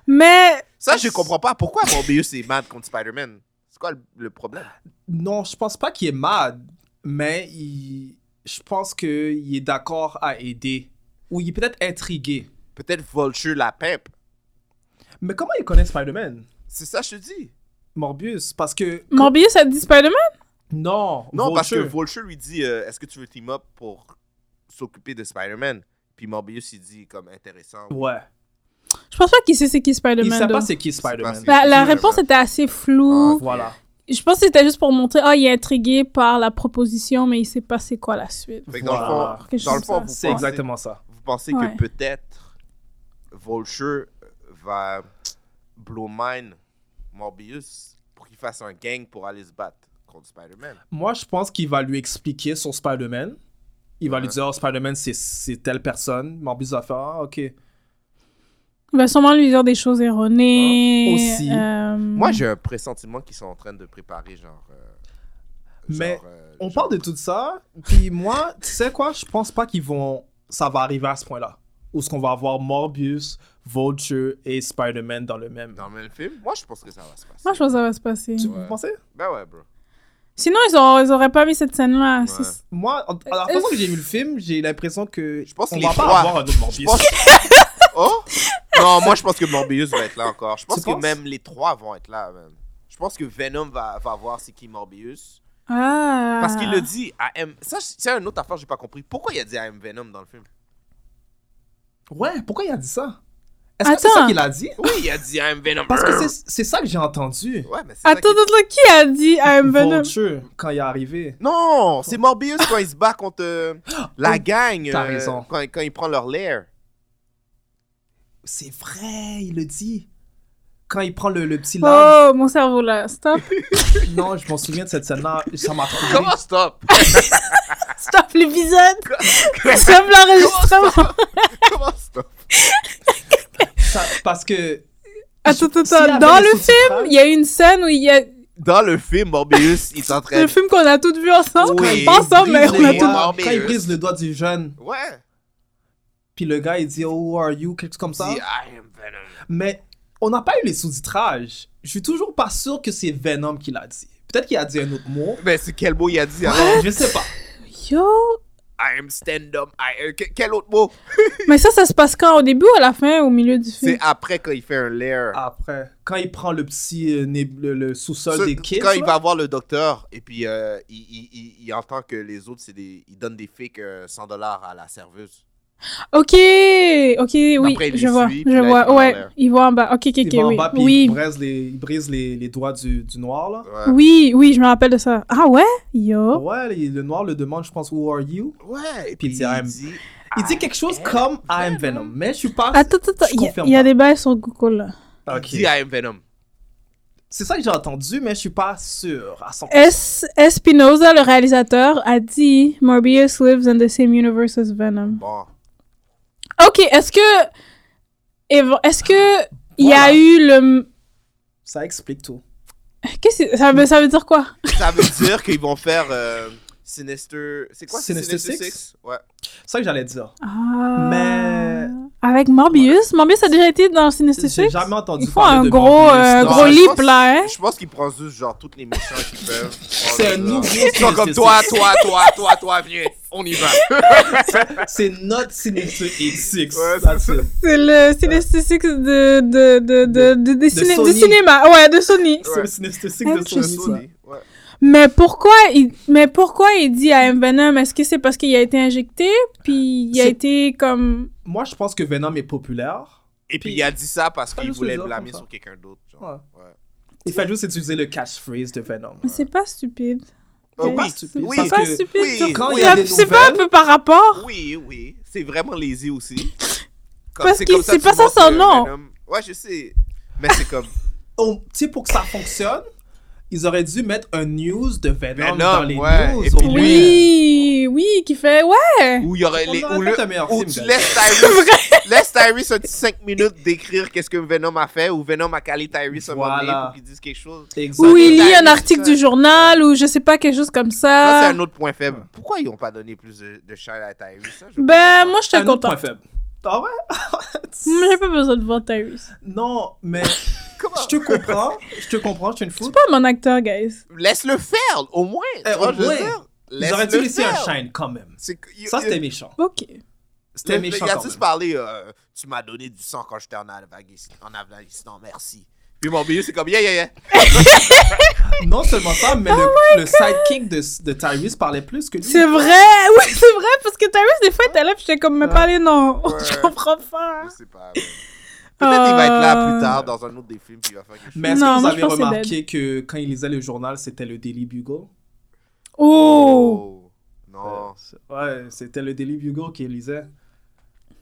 Speaker 3: mais
Speaker 5: Ça, je comprends pas. Pourquoi Morbius est mad contre Spider-Man C'est quoi le, le problème
Speaker 4: Non, je pense pas qu'il est mad, mais il... je pense qu'il est d'accord à aider. Ou il est peut-être intrigué.
Speaker 5: Peut-être Vulture la pimp.
Speaker 4: Mais comment il connaît Spider-Man
Speaker 5: C'est ça, je te dis.
Speaker 4: Morbius, parce que...
Speaker 3: Morbius a dit Spider-Man.
Speaker 4: Non,
Speaker 5: Non, parce que
Speaker 4: Vulture.
Speaker 5: Vulture lui dit euh, Est-ce que tu veux team up pour s'occuper de Spider-Man Puis Morbius, il dit comme intéressant.
Speaker 4: Ouais.
Speaker 3: Je pense pas qu'il sait c'est qui
Speaker 4: Il
Speaker 3: Spider-Man.
Speaker 4: sait pas
Speaker 3: donc.
Speaker 4: c'est qui Spider-Man.
Speaker 5: C'est
Speaker 3: La,
Speaker 5: pas-
Speaker 3: Bah, la
Speaker 5: Ouais,
Speaker 3: réponse
Speaker 5: ouais.
Speaker 3: était assez floue.
Speaker 4: Voilà.
Speaker 3: Je pense que c'était juste pour montrer, ah, il est intrigué par la proposition, mais il sait pas c'est quoi la suite.
Speaker 5: Fait que dans
Speaker 4: Voilà.
Speaker 5: le
Speaker 3: Quelque
Speaker 5: fond, dans le
Speaker 3: chose
Speaker 5: fond
Speaker 3: comme
Speaker 5: vous,
Speaker 3: ça.
Speaker 4: C'est
Speaker 5: pensez,
Speaker 4: exactement ça.
Speaker 5: vous pensez
Speaker 3: Ouais.
Speaker 5: que peut-être Vulture va blow mine Morbius pour qu'il fasse un gang pour aller se battre contre Spider-Man.
Speaker 4: Moi, je pense qu'il va lui expliquer sur Spider-Man. Il va lui
Speaker 5: Ouais.
Speaker 4: dire, oh, Spider-Man, c'est- c'est telle personne. Morbius va faire, ah, ok.
Speaker 3: Il va sûrement lui dire des choses erronées.
Speaker 4: Aussi.
Speaker 3: euh,
Speaker 5: Moi, j'ai un pressentiment qu'ils sont en train de préparer, genre. euh,
Speaker 4: Mais
Speaker 5: euh,
Speaker 4: On
Speaker 5: genre-
Speaker 4: parle de tout ça, puis moi, tu sais quoi, je pense pas qu'ils vont... Ça va arriver à ce point-là. Où ce qu'on va avoir Morbius, Vulture et Spider-Man dans le même...
Speaker 5: Dans le même film Moi, je pense que ça va se passer.
Speaker 3: Moi, je pense que ça va se passer.
Speaker 4: Tu
Speaker 5: Ouais.
Speaker 4: vous pensez?
Speaker 5: Ben ouais, bro.
Speaker 3: Sinon, ils, ont- ils auraient pas mis cette scène-là.
Speaker 4: Ah,
Speaker 3: C'est-
Speaker 4: Moi, en- à la
Speaker 3: Euh,
Speaker 4: façon que j'ai vu le film, j'ai l'impression que...
Speaker 5: Je pense
Speaker 4: qu'on
Speaker 5: que les
Speaker 4: va
Speaker 5: trois-
Speaker 4: pas avoir un autre
Speaker 5: Je
Speaker 4: Morbius.
Speaker 5: pense- oh Non, moi, je pense que Morbius va être là encore. Je pense que
Speaker 4: penses?
Speaker 5: même les trois vont être là, man. Je pense que Venom va, va voir c'est qui Morbius.
Speaker 3: Ah.
Speaker 5: Parce qu'il le dit à M. Ça, c'est une autre affaire, j'ai pas compris. Pourquoi il a dit à M Venom dans le film
Speaker 4: Ouais, pourquoi il a dit ça? Est-ce que c'est
Speaker 3: Attends.
Speaker 4: ça qu'il a dit?
Speaker 5: Oui, il a dit à M Venom.
Speaker 4: Parce que c'est- c'est ça que j'ai entendu.
Speaker 5: Ouais, mais c'est. ça
Speaker 3: Attends,
Speaker 5: qui-
Speaker 3: attends, attends, qui a dit I'm Venom
Speaker 4: Vulture, quand il est arrivé.
Speaker 5: Non, c'est Morbius quand il se bat contre euh, la
Speaker 4: Oh,
Speaker 5: gang.
Speaker 4: t'as
Speaker 5: euh,
Speaker 4: raison.
Speaker 5: Quand, quand il prend leur lair.
Speaker 4: C'est vrai, il le dit. Quand il prend le, le petit lard.
Speaker 3: Oh, mon cerveau là, stop,
Speaker 4: Non, je m'en souviens de cette scène-là. Ça m'a troublé.
Speaker 5: Comment stop
Speaker 3: stop l'épisode, stop l'enregistrement.
Speaker 5: Comment stop
Speaker 4: Ça- Parce que.
Speaker 3: Attends, attends,
Speaker 4: S'il y avait
Speaker 3: dans
Speaker 4: les
Speaker 3: le
Speaker 4: sous-titres,
Speaker 3: film, il y a une scène où il y a
Speaker 5: Dans le film, Morbius, il s'entraîne.
Speaker 3: le film qu'on a toutes vu ensemble,
Speaker 5: Oui,
Speaker 3: pas ensemble,
Speaker 4: il
Speaker 3: mais
Speaker 4: brise
Speaker 3: on a
Speaker 4: le
Speaker 5: tout-
Speaker 4: doigt- Quand il
Speaker 5: Morbius.
Speaker 4: brise le doigt du jeune,
Speaker 5: Ouais.
Speaker 4: puis le gars il dit Oh, who are you Quelque chose comme ça.
Speaker 5: Il dit I am Venom.
Speaker 4: Mais on n'a pas eu les sous-titrages. Je suis toujours pas sûr que c'est Venom qui l'a dit. Peut-être qu'il a dit un autre mot.
Speaker 5: Mais c'est quel mot il a dit alors
Speaker 4: Je sais pas.
Speaker 3: tout. Yo,
Speaker 5: I am stand up. I am- que- Quel autre mot
Speaker 3: mais ça, ça se passe quand au début ou à la fin, au milieu du film
Speaker 5: C'est après quand il fait un lair.
Speaker 4: Après, quand il prend le petit euh, né- le, le
Speaker 5: Ce-
Speaker 4: sous-sol des kids.
Speaker 5: quand il
Speaker 4: là,
Speaker 5: va voir le docteur et puis euh, il, il- il- il entend que les autres, c'est des, ils donnent des fakes euh, 100 dollars à la serveuse.
Speaker 3: Ok, ok, oui,
Speaker 5: Après, il
Speaker 3: je
Speaker 5: les
Speaker 3: vois,
Speaker 5: suit, puis
Speaker 3: je
Speaker 5: là, il
Speaker 3: vois,
Speaker 5: va en
Speaker 3: ouais,
Speaker 5: l'air.
Speaker 3: il voit en bas, ok, ok,
Speaker 4: il
Speaker 3: ok,
Speaker 4: va en
Speaker 3: oui,
Speaker 4: bas, puis
Speaker 3: oui,
Speaker 4: il brise les, il brise les, les doigts du, du noir, là.
Speaker 5: Ouais.
Speaker 3: oui, oui, je me rappelle de ça. Ah ouais, yo,
Speaker 4: Ouais, les- le noir le demande, je pense, Who are you?
Speaker 5: Ouais, et puis
Speaker 4: Puis il
Speaker 5: il
Speaker 4: dit, I'm-
Speaker 5: dit
Speaker 4: Il dit quelque chose comme I am Venom, mais je suis pas.
Speaker 3: Ah, attends, attends, attends,
Speaker 4: je
Speaker 3: il y a-
Speaker 4: confirme
Speaker 3: il y a
Speaker 4: pas.
Speaker 3: des bails sur Google là.
Speaker 4: Ok.
Speaker 5: dit I am Venom.
Speaker 4: C'est ça que j'ai entendu, mais je suis pas sûr à 100%.
Speaker 3: S. Espinoza, le réalisateur, a dit Morbius lives in the same universe as Venom.
Speaker 5: Bon,
Speaker 3: Ok, est-ce que. évo- Est-ce que. Il y a
Speaker 4: Voilà.
Speaker 3: eu le.
Speaker 4: Ça explique tout.
Speaker 3: Qu'est-ce que. Ça veut, ça veut dire quoi?
Speaker 5: ça veut dire qu'ils vont faire. euh, Sinister. C'est quoi
Speaker 4: Sinister Six?
Speaker 5: Ouais.
Speaker 4: C'est ça que j'allais dire.
Speaker 3: Ah.
Speaker 4: Mais-
Speaker 3: Avec Morbius? Morbius a déjà été dans Sinister
Speaker 4: J'ai
Speaker 3: Six?
Speaker 4: jamais entendu
Speaker 3: Ils font
Speaker 4: parler
Speaker 3: un
Speaker 4: de
Speaker 3: gros,
Speaker 4: Morbius
Speaker 3: euh,
Speaker 4: dans-
Speaker 3: gros
Speaker 5: je
Speaker 3: leap,
Speaker 5: pense-
Speaker 3: là, hein?
Speaker 5: Je pense qu'ils prend juste genre tous les méchants qu'ils peuvent. Oh
Speaker 4: C'est un nouveau
Speaker 5: Ils sont comme
Speaker 4: Sinister
Speaker 5: toi,
Speaker 4: Six.
Speaker 5: toi, toi, toi, toi, viens, on y va.
Speaker 4: C'est notre Sinister 86.
Speaker 5: Ouais,
Speaker 4: ça,
Speaker 5: c'est
Speaker 4: c'est-
Speaker 3: C'est le Sinister Six de, de, de, de, de, des ciné-
Speaker 4: Sony.
Speaker 3: du cinéma. Ouais, de Sony.
Speaker 4: c'est le Sinister Six
Speaker 3: Ouais,
Speaker 4: de
Speaker 3: je
Speaker 4: Sony. ça.
Speaker 5: Ouais.
Speaker 3: Mais pourquoi il, mais pourquoi il dit à M. Venom? Est-ce que c'est parce qu'il a été injecté? Puis il a
Speaker 4: C'est-
Speaker 3: été comme.
Speaker 4: Moi, je pense que Venom est populaire.
Speaker 5: Et puis
Speaker 4: Puis-
Speaker 5: il a dit ça parce
Speaker 4: Pas
Speaker 5: qu'il
Speaker 4: juste
Speaker 5: voulait
Speaker 4: le dire
Speaker 5: blâmer
Speaker 4: comme ça.
Speaker 3: hein.
Speaker 5: sur quelqu'un d'autre. genre.
Speaker 4: Ouais.
Speaker 5: Ouais.
Speaker 4: Il fait juste utiliser le catchphrase de Venom.
Speaker 3: Mais C'est pas stupide.
Speaker 5: Euh,
Speaker 3: Ouais.
Speaker 5: oui,
Speaker 3: c'est
Speaker 5: oui,
Speaker 3: c'est
Speaker 5: parce
Speaker 3: pas
Speaker 4: que-
Speaker 3: stupide.
Speaker 5: oui,
Speaker 3: surtout.
Speaker 4: quand
Speaker 5: oui,
Speaker 4: il y a des
Speaker 3: c'est pas un
Speaker 4: nouvelles-
Speaker 3: peu par rapport?
Speaker 5: Oui, oui. C'est vraiment lazy aussi. Comme-
Speaker 3: Parce qu'il-
Speaker 5: comme
Speaker 3: c'est
Speaker 5: que
Speaker 3: pas
Speaker 5: tu
Speaker 3: ça
Speaker 5: montres
Speaker 3: son
Speaker 5: le
Speaker 3: nom.
Speaker 5: Venom. Ouais, je sais. Mais c'est comme.
Speaker 4: Oh, tu sais, pour que ça fonctionne, ils auraient dû mettre un news de Venom,
Speaker 5: Venom,
Speaker 4: dans les
Speaker 5: ouais,
Speaker 4: news.
Speaker 5: et
Speaker 4: au
Speaker 5: puis
Speaker 4: moins.
Speaker 3: Oui, oui, qui fait. Ouais!
Speaker 5: Où il y aurait
Speaker 4: On
Speaker 5: les.
Speaker 4: aurait
Speaker 5: Où,
Speaker 4: fait
Speaker 5: le-
Speaker 4: un meilleur
Speaker 5: où
Speaker 4: film, ben.
Speaker 5: tu
Speaker 4: d'ailleurs.
Speaker 5: laisses Tyrese. laisse Tyrese un petit 5 minutes d'écrire qu'est-ce que Venom a fait ou Venom a calé Tyrese un moment donné
Speaker 4: Voilà.
Speaker 5: pour qu'il dise quelque chose.
Speaker 4: Exact.
Speaker 3: Ou
Speaker 5: Ou
Speaker 3: il
Speaker 5: il
Speaker 3: lit
Speaker 5: a
Speaker 3: un
Speaker 5: mis
Speaker 3: article
Speaker 5: ça.
Speaker 3: du journal ou je sais pas, quelque chose comme
Speaker 5: Ça,
Speaker 4: Ah,
Speaker 3: ça.
Speaker 5: c'est un autre point faible. Pourquoi ils n'ont pas donné plus de, de shine à Tyrese ça, je
Speaker 3: Ben, moi, je
Speaker 4: Un
Speaker 3: suis
Speaker 4: autre
Speaker 3: contente.
Speaker 4: point faible. Ah ouais?
Speaker 3: Hmm, J'ai pas besoin de voir Tyrese.
Speaker 4: Non, mais
Speaker 5: Comment?
Speaker 4: je te comprends. Je te comprends, je suis une
Speaker 3: C'est
Speaker 4: foule.
Speaker 3: pas mon acteur, guys.
Speaker 5: Laisse-le faire, au moins. tu
Speaker 4: Eh,
Speaker 5: vois,
Speaker 4: au
Speaker 5: je veux
Speaker 4: moins.
Speaker 5: dire.
Speaker 4: Ils auraient dû
Speaker 5: Laisse-le
Speaker 4: laisser un
Speaker 5: faire.
Speaker 4: shine quand même.
Speaker 5: C'est que- il-
Speaker 4: Ça,
Speaker 5: il-
Speaker 4: c'était méchant.
Speaker 3: Ok.
Speaker 4: C'était
Speaker 5: le-
Speaker 4: méchant
Speaker 5: Il a
Speaker 4: quand
Speaker 5: juste
Speaker 4: même.
Speaker 5: parlé, euh, tu m'as donné du sang quand j'étais en Afghanistan, en Afghanistan, merci. Puis mon milieu, c'est comme, yeah, yeah, yeah.
Speaker 4: Non seulement ça, mais le, le sidekick de, de Tyrese parlait plus que lui.
Speaker 3: Oh C'est vrai! Oui, c'est vrai! Parce que Tyrese, des fois, il était là, puis j'étais comme, mais
Speaker 4: Ouais.
Speaker 3: parler, non!
Speaker 5: Ah. Ouais.
Speaker 3: Je comprends pas!
Speaker 5: Je sais pas. ouais. Peut-être qu'il va être là
Speaker 3: Euh.
Speaker 5: plus tard dans un autre des films, puis il va faire quelque chose.
Speaker 4: Mais est-ce
Speaker 3: Non,
Speaker 4: que vous
Speaker 3: moi, je
Speaker 4: avez
Speaker 3: pense que c'est
Speaker 4: remarqué que quand il lisait le journal, c'était le Daily Bugle?
Speaker 3: Oh!
Speaker 5: Non.
Speaker 4: Ouais, c'était le Daily Bugle qu'il lisait.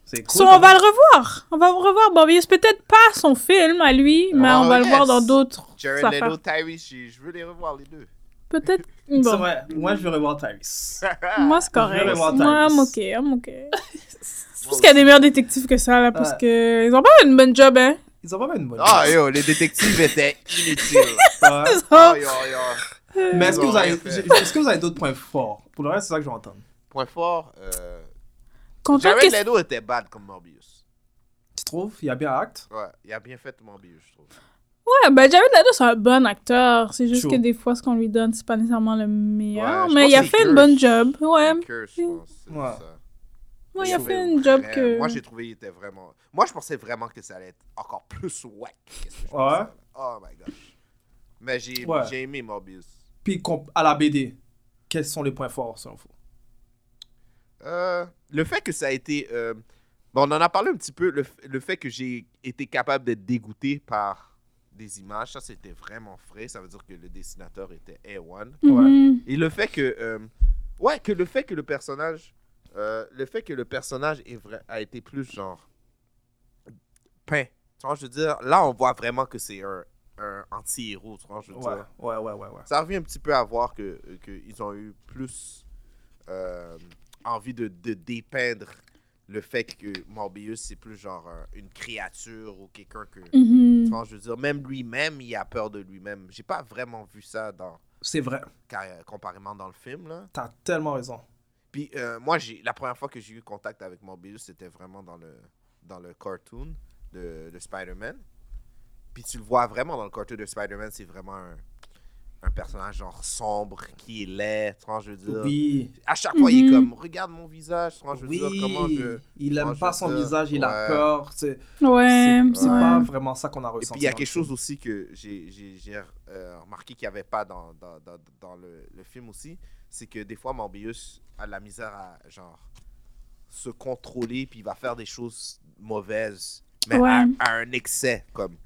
Speaker 4: C'est cool.
Speaker 3: So, on va le revoir! On va revoir Morbius. Peut-être pas son film à lui,
Speaker 4: Ah,
Speaker 3: mais
Speaker 5: Oh,
Speaker 3: on va le
Speaker 5: yes.
Speaker 3: voir dans d'autres
Speaker 5: Jared
Speaker 3: affaires.
Speaker 5: Leto, Tyrese, je je veux les revoir les deux.
Speaker 3: Peut-être.
Speaker 4: C'est
Speaker 3: Bon.
Speaker 4: vrai. Moi, je vais revoir Tyrese.
Speaker 3: Moi, c'est
Speaker 4: Je vais
Speaker 3: correct.
Speaker 4: voir
Speaker 3: Moi, I'm
Speaker 4: Tyrese.
Speaker 3: ok, I'm ok. Je pense qu'il y a des meilleurs détectives que ça, là, parce que. Ils ont pas une bonne job, hein!
Speaker 4: Ils ont pas une bonne
Speaker 5: Ah, yo, les détectives étaient inutiles.
Speaker 4: Ouais.
Speaker 5: oh, yo, yo.
Speaker 4: Mais est-ce que, vous avez,
Speaker 5: Ils ont rien fait.
Speaker 4: est-ce que vous avez d'autres points forts Pour le reste, c'est ça que je vais entendre.
Speaker 5: Point fort, euh...
Speaker 3: Content que
Speaker 5: Jared Leto était bad comme Morbius.
Speaker 4: Tu trouves Il y a bien acte.
Speaker 5: Ouais, il a bien fait Morbius, je trouve.
Speaker 3: Ouais, ben Jared Leto, c'est un bon acteur. C'est juste
Speaker 4: True.
Speaker 3: que des fois, ce qu'on lui donne, c'est pas nécessairement le meilleur.
Speaker 5: Ouais, je
Speaker 3: mais
Speaker 5: pense
Speaker 3: il a
Speaker 5: que
Speaker 3: fait
Speaker 5: c'est
Speaker 3: une
Speaker 5: curse.
Speaker 3: bonne job. Ouais,
Speaker 5: Curse, je pense. c'est
Speaker 4: Ouais.
Speaker 5: ça.
Speaker 3: ouais
Speaker 5: J'ai
Speaker 3: il a
Speaker 5: trouvé
Speaker 3: fait une job
Speaker 5: vraiment-
Speaker 3: que.
Speaker 5: euh, Moi, j'ai trouvé qu'il était vraiment. Moi, je pensais vraiment que ça allait être encore plus whack. Qu'est-ce que je
Speaker 4: Ouais.
Speaker 5: pensais. Oh my gosh. Mais j'ai
Speaker 4: Ouais.
Speaker 5: j'ai aimé Morbius.
Speaker 4: Puis qu'on- à la BD, quels sont les points forts selon vous
Speaker 5: Euh, le fait que ça a été. euh, Bon, on en a parlé un petit peu. Le, f- le fait que j'ai été capable d'être dégoûté par des images, ça, c'était vraiment frais. Ça veut dire que le dessinateur était A1.
Speaker 3: Mhm.
Speaker 5: Et le fait que. euh, ouais, que le fait que le personnage. euh, le fait que le personnage est vrai, a été plus genre. peint. Tu vois, je veux dire, là, on voit vraiment que c'est un, un anti-héros, tu vois, je veux
Speaker 4: ouais.
Speaker 5: dire.
Speaker 4: ouais, ouais, ouais, ouais.
Speaker 5: Ça revient un petit peu à voir qu'ils que ils ont eu plus euh, envie de, de dépeindre le fait que Morbius, c'est plus genre un- une créature ou quelqu'un que.
Speaker 3: Mhm.
Speaker 5: tu vois, je veux dire, même lui-même, il a peur de lui-même. J'ai pas vraiment vu ça dans.
Speaker 4: C'est vrai.
Speaker 5: carré- Comparément dans le film, là.
Speaker 4: T'as tellement raison.
Speaker 5: Puis euh, moi, j'ai la première fois que j'ai eu contact avec Morbius, c'était vraiment dans le, dans le cartoon de, de Spider-Man. Puis tu le vois vraiment dans le cartoon de Spider-Man, c'est vraiment un, un personnage genre sombre, qui est laid, tu vois, je veux dire.
Speaker 4: Oui.
Speaker 5: À chaque fois, il est
Speaker 3: Mhm.
Speaker 5: comme, regarde mon visage, tu vois, Euh, je veux
Speaker 4: Oui.
Speaker 5: dire, comment je...
Speaker 4: Il
Speaker 5: comment
Speaker 4: aime
Speaker 5: je
Speaker 4: pas
Speaker 5: veux
Speaker 4: son
Speaker 5: dire,
Speaker 4: visage, il a
Speaker 5: ouais.
Speaker 4: peur. C'est,
Speaker 3: Ouais,
Speaker 4: c'est-
Speaker 3: c'est
Speaker 4: c'est
Speaker 3: ouais.
Speaker 4: pas vraiment ça qu'on a
Speaker 5: Et
Speaker 4: ressenti. hein.
Speaker 5: puis il y a
Speaker 4: dans
Speaker 5: quelque
Speaker 4: le film.
Speaker 5: chose aussi que j'ai- j'ai j'ai, euh, remarqué qu'il n'y avait pas dans, dans, dans, dans le, le film aussi, c'est que des fois Morbius a de la misère à genre se contrôler puis il va faire des choses mauvaises, mais à,
Speaker 3: Ouais.
Speaker 5: à un excès comme.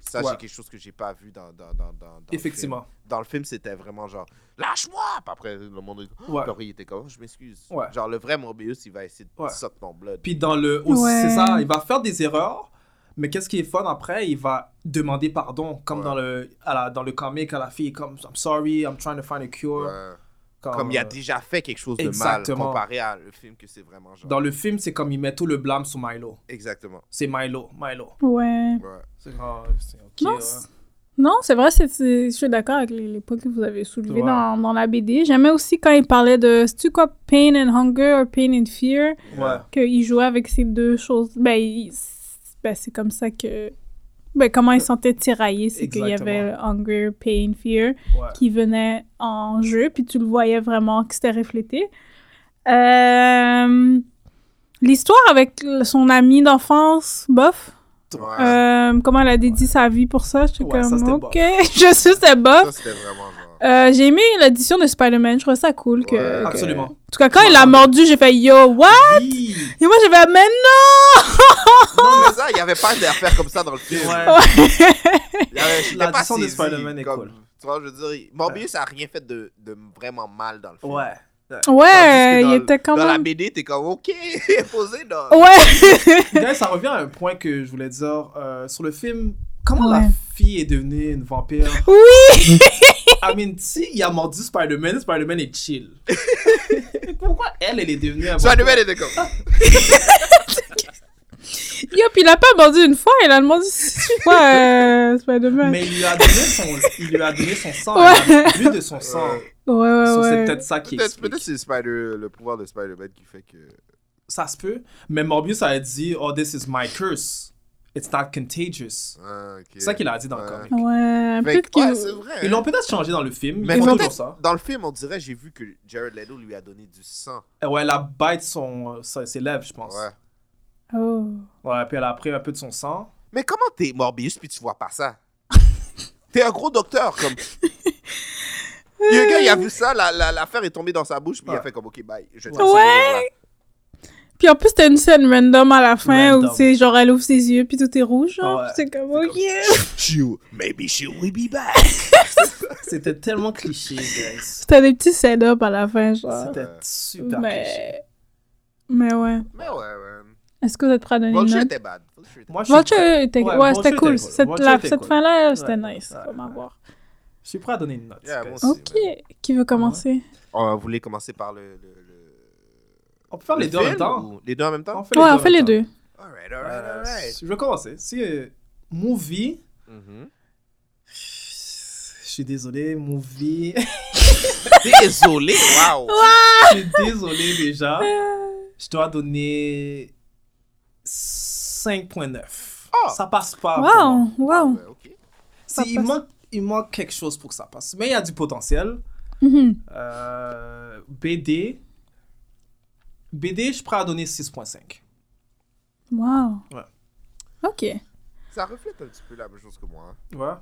Speaker 5: Ça
Speaker 4: Ouais.
Speaker 5: c'est quelque chose que j'ai pas vu dans dans dans dans, dans Le
Speaker 4: Effectivement.
Speaker 5: film. Dans le film c'était vraiment genre lâche-moi, puis après le monde est-
Speaker 4: Ouais.
Speaker 5: Puis après, il était comme Oh, je m'excuse.
Speaker 4: Ouais.
Speaker 5: Genre le vrai Morbius il va essayer de
Speaker 4: Ouais.
Speaker 5: sortir ton blood.
Speaker 4: Puis dans le. aussi,
Speaker 3: Ouais.
Speaker 4: C'est ça, il va faire des erreurs, mais qu'est-ce qui est fun après Il va demander pardon, comme
Speaker 5: Ouais.
Speaker 4: dans, le, à la, dans le comic, à la fille, comme I'm sorry, I'm trying to find a cure.
Speaker 5: Ouais. Comme il a
Speaker 4: euh,
Speaker 5: déjà fait quelque chose de
Speaker 4: Exactement.
Speaker 5: mal comparé à le film que c'est vraiment genre.
Speaker 4: euh, Dans le film, c'est comme il met tout le blâme sur Milo.
Speaker 5: Exactement.
Speaker 4: C'est Milo, Milo.
Speaker 3: Ouais.
Speaker 5: Ouais.
Speaker 4: C'est grand, c'est ok.
Speaker 3: Non,
Speaker 4: ouais.
Speaker 3: c'est- Non, c'est vrai, c'est, c'est- je suis d'accord avec les, les points que vous avez soulevés
Speaker 4: Ouais.
Speaker 3: dans, dans la BD. J'aimais aussi quand il parlait de, c'est-tu quoi, pain and hunger or pain and fear,
Speaker 4: Ouais.
Speaker 3: qu'il jouait avec ces deux choses. Ben, il- ben, c'est comme ça que... Ben, comment il sentait tiraillé, c'est qu'il y avait le hunger, pain, fear
Speaker 4: Ouais.
Speaker 3: qui venait en jeu, puis tu le voyais vraiment que c'était reflété. Euh, L'histoire avec le- son ami d'enfance, bof.
Speaker 5: Ouais.
Speaker 3: Euh, comment elle a dédié sa vie pour ça? J'étais
Speaker 4: Ouais, ça,
Speaker 3: comme,
Speaker 4: c'était bof.
Speaker 3: ok, je suis, c'est
Speaker 5: Ça,
Speaker 3: bof.
Speaker 5: c'était vraiment. genre-
Speaker 3: Euh, j'ai aimé l'édition de Spider-Man, je trouvais ça cool. Que,
Speaker 5: Ouais,
Speaker 3: que-
Speaker 4: Absolument.
Speaker 3: En tout cas, quand il l'a mordu, j'ai fait yo, what?
Speaker 4: Oui.
Speaker 3: Et moi, j'ai fait, mais non!
Speaker 5: Non, mais ça, il n'y avait pas d'affaires comme ça dans le film.
Speaker 4: Ouais.
Speaker 5: Il y avait- j'étais
Speaker 4: La
Speaker 5: pas
Speaker 4: descente de
Speaker 5: saisi,
Speaker 4: Spider-Man est
Speaker 5: comme-
Speaker 4: cool.
Speaker 5: Tu vois, je veux dire, Morbius a rien fait de, de vraiment mal dans le film.
Speaker 4: Ouais.
Speaker 5: Tandis
Speaker 3: Ouais,
Speaker 5: que dans
Speaker 3: il
Speaker 5: le-
Speaker 3: était quand
Speaker 5: Dans la
Speaker 3: même. Oh.
Speaker 5: BD, t'es comme, ok, posé dans.
Speaker 3: Ouais!
Speaker 4: D'ailleurs, ça revient à un point que je voulais dire euh, sur le film. Comment la
Speaker 3: Ouais.
Speaker 4: fille est devenue une vampire
Speaker 3: oui!
Speaker 4: I mean, si il a mordu Spider-Man, Spider-Man est chill. Pourquoi elle, elle est devenue un
Speaker 5: Spider-Man était comme.
Speaker 3: Yo, puis il a pas mordu une fois, il a demandé six fois euh, Spider-Man.
Speaker 4: Mais il lui a donné son, il lui a donné son sang. Il
Speaker 3: Ouais.
Speaker 4: a bu de son sang.
Speaker 3: Ouais, ouais,
Speaker 4: So, C'est
Speaker 3: ouais.
Speaker 4: peut-être ça qui
Speaker 5: Peut-être
Speaker 4: explique.
Speaker 5: peut-être c'est Spider, le pouvoir de Spider-Man qui fait que.
Speaker 4: Ça se peut. Mais Morbius a dit, oh, this is my curse. It's not contagious.
Speaker 5: Ah, ok.
Speaker 4: C'est ça qu'il a dit dans le
Speaker 5: Ouais.
Speaker 4: comic.
Speaker 3: Ouais,
Speaker 5: Fait
Speaker 3: peut-être
Speaker 5: que- ouais,
Speaker 3: qu'il...
Speaker 5: c'est vrai.
Speaker 4: Ils l'ont peut-être changé dans le film.
Speaker 5: Mais
Speaker 4: ils font
Speaker 5: peut-être-
Speaker 4: toujours ça.
Speaker 5: Dans le film, on dirait, j'ai vu que Jared Leto lui a donné du sang.
Speaker 4: Et Ouais, elle a bite son, sa- ses lèvres, je pense.
Speaker 5: Ouais.
Speaker 3: Oh.
Speaker 4: Ouais, puis elle a pris un peu de son sang.
Speaker 5: Mais comment t'es Morbius puis tu vois pas ça? t'es un gros docteur, comme. Le gars, il a vu ça, la- la- l'affaire est tombée dans sa bouche, puis il a
Speaker 4: Ouais.
Speaker 5: fait comme, ok, bye, je
Speaker 4: Ouais.
Speaker 5: tire ce gars-là.
Speaker 3: Puis en plus, t'as une scène random à la fin
Speaker 4: Random.
Speaker 3: où, tu sais, genre, elle ouvre ses yeux, puis tout est rouge, genre.
Speaker 4: Ouais.
Speaker 3: puis C'est comme, ok.
Speaker 5: She- maybe she will be back.
Speaker 4: C'était tellement cliché, guys.
Speaker 3: T'as des petits setups à la fin, genre.
Speaker 4: C'était super cliché.
Speaker 3: Mais... Mais ouais.
Speaker 5: Mais ouais, ouais.
Speaker 3: Est-ce que vous êtes prêts à donner une
Speaker 5: Vulture
Speaker 3: note?
Speaker 5: était bad. Vulture était-
Speaker 4: Moi, je suis
Speaker 3: Vulture était...
Speaker 4: Ouais,
Speaker 3: Ouais,
Speaker 4: Vulture
Speaker 3: c'était
Speaker 4: était
Speaker 3: cool.
Speaker 4: cool.
Speaker 3: Cette,
Speaker 4: Vulture
Speaker 3: la-
Speaker 4: était
Speaker 3: cette
Speaker 4: cool.
Speaker 3: fin-là, c'était
Speaker 4: Ouais,
Speaker 3: nice. Oh,
Speaker 4: ouais,
Speaker 3: Comment
Speaker 4: ouais.
Speaker 3: voir.
Speaker 4: Je suis prêt à donner une note.
Speaker 5: Yeah,
Speaker 4: guys.
Speaker 5: moi aussi.
Speaker 3: Ok. Qui veut commencer?
Speaker 5: On voulait commencer par le. le, le-
Speaker 4: On peut faire les
Speaker 5: le
Speaker 4: deux en même
Speaker 5: film
Speaker 4: temps.
Speaker 5: ou- Les deux en même temps?
Speaker 3: Ouais, on fait les deux.
Speaker 5: Alright, alright,
Speaker 4: Euh,
Speaker 5: alright.
Speaker 4: Je vais commencer. Si euh, movie,
Speaker 5: Mhm.
Speaker 4: je suis désolé, movie,
Speaker 5: Désolé, waouh!
Speaker 4: je suis désolé déjà.
Speaker 3: Euh.
Speaker 4: Je dois donner 5.9.
Speaker 5: Ah.
Speaker 4: Ça passe pas. pour moi.
Speaker 3: Wow, wow.
Speaker 5: Ouais, ok.
Speaker 4: Si, il,
Speaker 3: passe.
Speaker 4: manque, il manque quelque chose pour que ça passe. Mais il y a du potentiel.
Speaker 3: Mhm.
Speaker 4: Euh, BD. BD, je suis prêt à donner 6.5.
Speaker 3: Wow.
Speaker 4: Ouais.
Speaker 3: Ok.
Speaker 5: Ça reflète un petit peu la même chose que moi. hein.
Speaker 4: Ouais.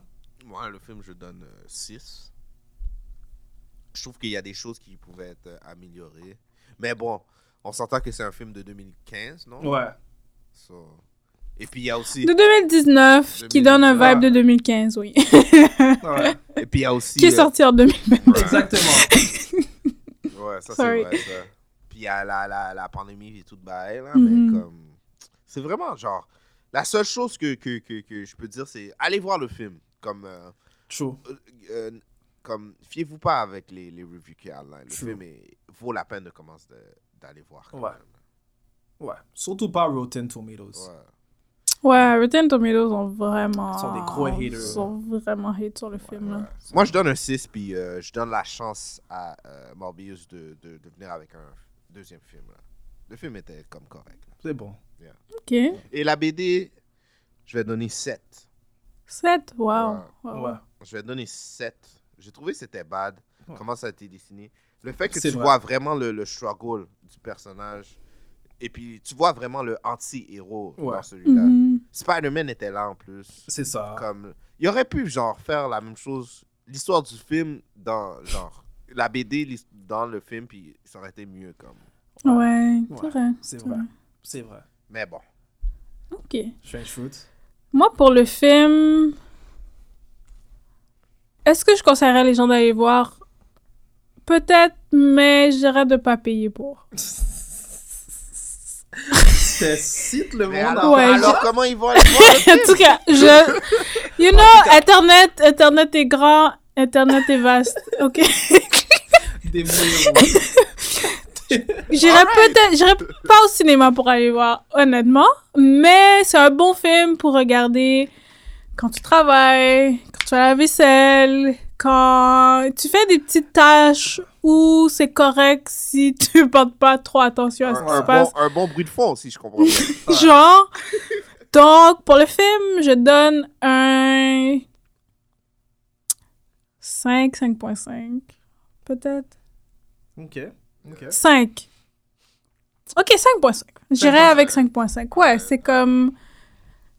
Speaker 5: Moi, le film, je donne 6. Je trouve qu'il y a des choses qui pouvaient être euh, améliorées. Mais bon, on s'entend que c'est un film de 2015, non?
Speaker 4: Ouais.
Speaker 5: So- Et puis il y a aussi.
Speaker 3: De 2019, qui donne un vibe de 2015, oui.
Speaker 4: ouais.
Speaker 5: Et puis il y a aussi.
Speaker 3: qui est
Speaker 5: euh,
Speaker 3: sorti en 2020.
Speaker 5: ouais.
Speaker 4: Exactement.
Speaker 5: euh, Ouais, ça c'est
Speaker 3: Sorry.
Speaker 5: vrai, ça. Puis il y a la, la, la pandémie et tout de bail, là,
Speaker 3: Mhm.
Speaker 5: mais comme... C'est vraiment, genre... La seule chose que, que, que, que je peux dire, c'est allez voir le film. Comme... euh,
Speaker 4: True.
Speaker 5: euh, euh, comme, fiez-vous pas avec les, les reviews qu'il y a là. Le
Speaker 4: True.
Speaker 5: film est- vaut la peine de commencer de- d'aller voir. quand
Speaker 4: Ouais.
Speaker 5: même.
Speaker 4: Ouais. Surtout pas Rotten Tomatoes.
Speaker 5: Ouais.
Speaker 3: Ouais, Rotten Tomatoes ont vraiment.
Speaker 4: Sont des gros haters.
Speaker 3: sont vraiment hate sur le film, là.
Speaker 5: Moi, je donne un 6, puis euh, je donne la chance à euh, Morbius de, de, de venir avec un deuxième film. Là. Le film était comme correct. là.
Speaker 4: C'est bon.
Speaker 3: Ok.
Speaker 5: Et la BD, je vais donner 7.
Speaker 3: 7, wow. Wow.
Speaker 4: Ouais.
Speaker 5: Je vais donner 7. J'ai trouvé que c'était bad.
Speaker 4: Ouais.
Speaker 5: Comment ça a été dessiné. Le fait que
Speaker 4: C'est
Speaker 5: tu
Speaker 4: vrai.
Speaker 5: vois vraiment le, le struggle du personnage. Et puis, tu vois vraiment le anti-héros
Speaker 4: Ouais.
Speaker 5: dans celui-là.
Speaker 3: Mhm.
Speaker 5: Spider-Man était là en plus.
Speaker 4: C'est ça.
Speaker 5: Comme, il aurait pu, genre, faire la même chose. L'histoire du film dans, genre, la BD l'his- dans le film, puis ça aurait été mieux, comme.
Speaker 3: Ouais,
Speaker 4: Ouais.
Speaker 3: c'est vrai.
Speaker 4: C'est
Speaker 3: c'est
Speaker 4: vrai.
Speaker 3: vrai.
Speaker 4: C'est vrai.
Speaker 5: Mais bon.
Speaker 3: Ok.
Speaker 4: Strange Fruit.
Speaker 3: Moi, pour le film. Est-ce que je conseillerais les gens d'aller voir Peut-être, mais j'irais de pas payer pour.
Speaker 4: C'est cite le
Speaker 5: Mais
Speaker 4: monde
Speaker 5: alors,
Speaker 3: Ouais,
Speaker 5: alors
Speaker 3: je-
Speaker 5: comment ils vont aller voir le
Speaker 3: en
Speaker 5: film?
Speaker 3: tout cas, je. You know, Internet, Internet est grand, Internet est vaste. Ok.
Speaker 4: Débrouillez-vous.
Speaker 3: J'irais peut-être, j'irais pas au cinéma pour aller voir, honnêtement, mais c'est un bon film pour regarder quand tu travailles, quand tu fais la vaisselle, quand tu fais des petites tâches où c'est correct si tu portes pas trop attention à ce
Speaker 5: Un,
Speaker 3: qui
Speaker 5: un
Speaker 3: se passe.
Speaker 5: bon, un bon bruit de fond, si je comprends bien.
Speaker 3: Genre. Donc, pour le film, je donne un 5, 5.5. Peut-être.
Speaker 4: Ok. Ok.
Speaker 3: 5. Ok, 5.5. J'irai avec 5.5. Ouais, c'est comme.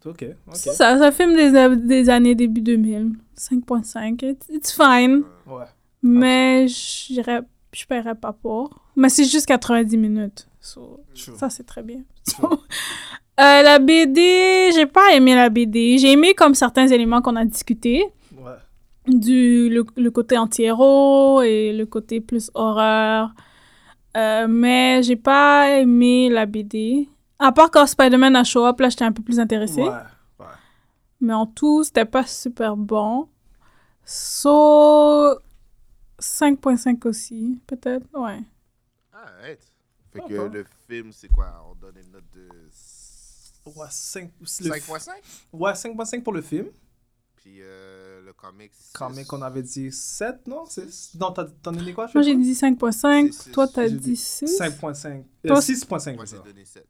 Speaker 4: Ok.
Speaker 3: C'est
Speaker 4: Ok.
Speaker 3: ça, c'est un film des, des années début 2000. 5.5. It's, it's fine.
Speaker 4: Ouais.
Speaker 3: Mais j'irai. Je paierai pas pour. Mais c'est juste 90 minutes. So, ça, c'est très bien. Euh, la BD, j'ai pas aimé la BD. J'ai aimé comme certains éléments qu'on a discutés,
Speaker 4: Ouais.
Speaker 3: du le, le côté anti-héros et le côté plus horreur. Euh, mais j'ai pas aimé la BD. À part quand Spider-Man a show up, là j'étais un peu plus intéressée.
Speaker 4: Ouais. Ouais.
Speaker 3: Mais en tout, c'était pas super bon. So 5.5 aussi, peut-être. Ouais.
Speaker 5: Ah, right. Fait
Speaker 4: Ah,
Speaker 5: que
Speaker 4: bon.
Speaker 5: le film, c'est quoi On donne une note de
Speaker 4: Ouais, 5
Speaker 5: 5.5
Speaker 4: Ouais, 5.5 pour le film.
Speaker 5: Puis euh, le comic. six.
Speaker 4: Comic, on avait dit 7, non C'est- Non, t'as- t'en as dit quoi je
Speaker 3: Moi j'ai
Speaker 4: crois?
Speaker 3: dit 5.5,
Speaker 5: C'est
Speaker 3: toi
Speaker 5: six.
Speaker 3: t'as
Speaker 4: J'ai
Speaker 3: dit
Speaker 4: dit
Speaker 3: 6.
Speaker 4: 5.5. Euh,
Speaker 3: Toi,
Speaker 4: 6.5.
Speaker 5: Moi, j'ai donné 7.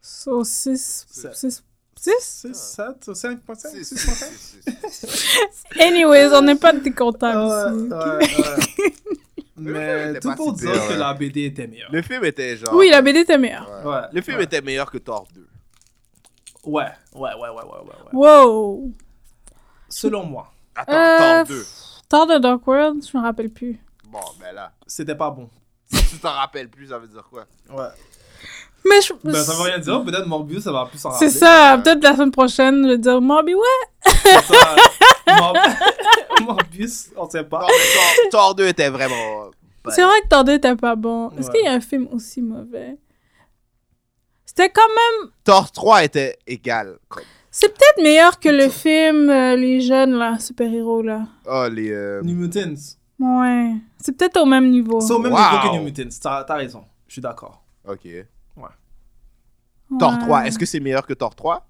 Speaker 3: So 6.
Speaker 4: Sept.
Speaker 3: 6. 6
Speaker 4: 6, 7, 5.5
Speaker 5: 6,
Speaker 4: 6.5
Speaker 3: Anyways, on n'est pas des comptables ici.
Speaker 5: Elle
Speaker 4: Mais
Speaker 5: était
Speaker 4: tout
Speaker 5: pas
Speaker 4: pour
Speaker 5: si
Speaker 4: dire
Speaker 5: pire,
Speaker 4: que
Speaker 5: hein.
Speaker 4: la BD était meilleure.
Speaker 5: Le film était genre.
Speaker 3: Oui, la BD était meilleure.
Speaker 5: Ouais.
Speaker 4: Ouais.
Speaker 5: Le film
Speaker 4: Ouais.
Speaker 5: était meilleur que Thor 2.
Speaker 4: Ouais, ouais, ouais, ouais, ouais, ouais. ouais.
Speaker 3: Wow!
Speaker 4: Selon moi,
Speaker 5: Attends,
Speaker 3: Euh,
Speaker 5: Thor 2.
Speaker 3: Thor de Dark World, je me rappelle plus.
Speaker 5: Bon, ben là.
Speaker 4: c'était pas bon.
Speaker 5: Si tu t'en rappelles plus, ça veut dire quoi
Speaker 4: Ouais.
Speaker 3: Mais je...
Speaker 4: Ben, ça veut rien dire. Peut-être Morbius, ça va plus s'en rappeler.
Speaker 3: C'est ça, peut-être la semaine prochaine, je vais dire Morbi, ouais!
Speaker 4: Ça, Mor- Morbius, on sait pas.
Speaker 5: Non, mais Thor, Thor 2 était vraiment. bon.
Speaker 3: C'est vrai que Thor 2 était pas bon. Est-ce
Speaker 4: Ouais.
Speaker 3: qu'il y a un film aussi mauvais? C'était quand même.
Speaker 5: Thor 3 était égal. Comme...
Speaker 3: C'est peut-être meilleur que le film euh, Les Jeunes, là, super-héros, là.
Speaker 5: Oh, les. euh,
Speaker 4: New Mutants.
Speaker 3: Ouais. C'est peut-être au même niveau.
Speaker 4: C'est au même
Speaker 5: Wow.
Speaker 4: niveau que New Mutants. T'as t'as raison. Je suis d'accord.
Speaker 5: Ok.
Speaker 3: Ouais.
Speaker 5: Thor 3, est-ce que c'est meilleur que Thor 3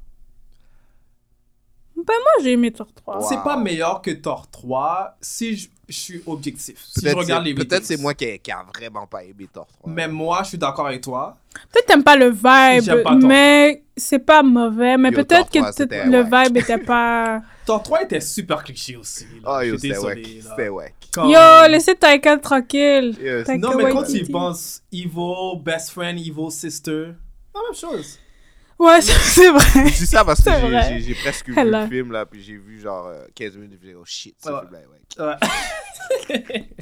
Speaker 3: Moi, j'ai aimé Thor 3.
Speaker 5: Wow.
Speaker 4: C'est pas meilleur que Thor 3 si je, je suis objectif. Si je
Speaker 5: Peut-être
Speaker 4: regarde
Speaker 5: c'est-
Speaker 4: les
Speaker 5: peut-être
Speaker 4: ratings.
Speaker 5: c'est moi qui, qui a vraiment pas aimé Thor 3.
Speaker 4: Mais moi, je suis d'accord avec toi.
Speaker 3: Peut-être t'aimes pas le
Speaker 4: J'aime
Speaker 3: vibe,
Speaker 4: pas Thor.
Speaker 3: mais c'est pas mauvais. Mais
Speaker 5: Yo,
Speaker 3: peut-être
Speaker 5: Thor
Speaker 3: que
Speaker 5: trois,
Speaker 3: peut-être
Speaker 5: c'était
Speaker 3: le
Speaker 5: wack.
Speaker 3: vibe était pas.
Speaker 4: Thor 3 était super cliché aussi.
Speaker 5: Oh,
Speaker 4: là.
Speaker 5: yo,
Speaker 4: Je suis
Speaker 5: c'était wack.
Speaker 4: désolé. là.
Speaker 5: C'était wack.
Speaker 4: Comme-
Speaker 3: Yo, laissez Taika tranquille.
Speaker 5: Yo,
Speaker 3: T'as-
Speaker 4: Non, mais quand tu
Speaker 3: Waititi.
Speaker 4: y penses, Evil, Best Friend, Evil Sister, la même chose.
Speaker 3: Ouais, ça, c'est vrai.
Speaker 5: Je dis ça parce que
Speaker 3: C'est
Speaker 5: j'ai-
Speaker 3: vrai.
Speaker 5: j'ai- j'ai presque vu
Speaker 3: Hello.
Speaker 5: le film là, puis j'ai vu genre euh, 15 minutes, puis j'ai dit, oh shit, ce
Speaker 4: Ouais.
Speaker 5: film là est wack.
Speaker 4: Ouais.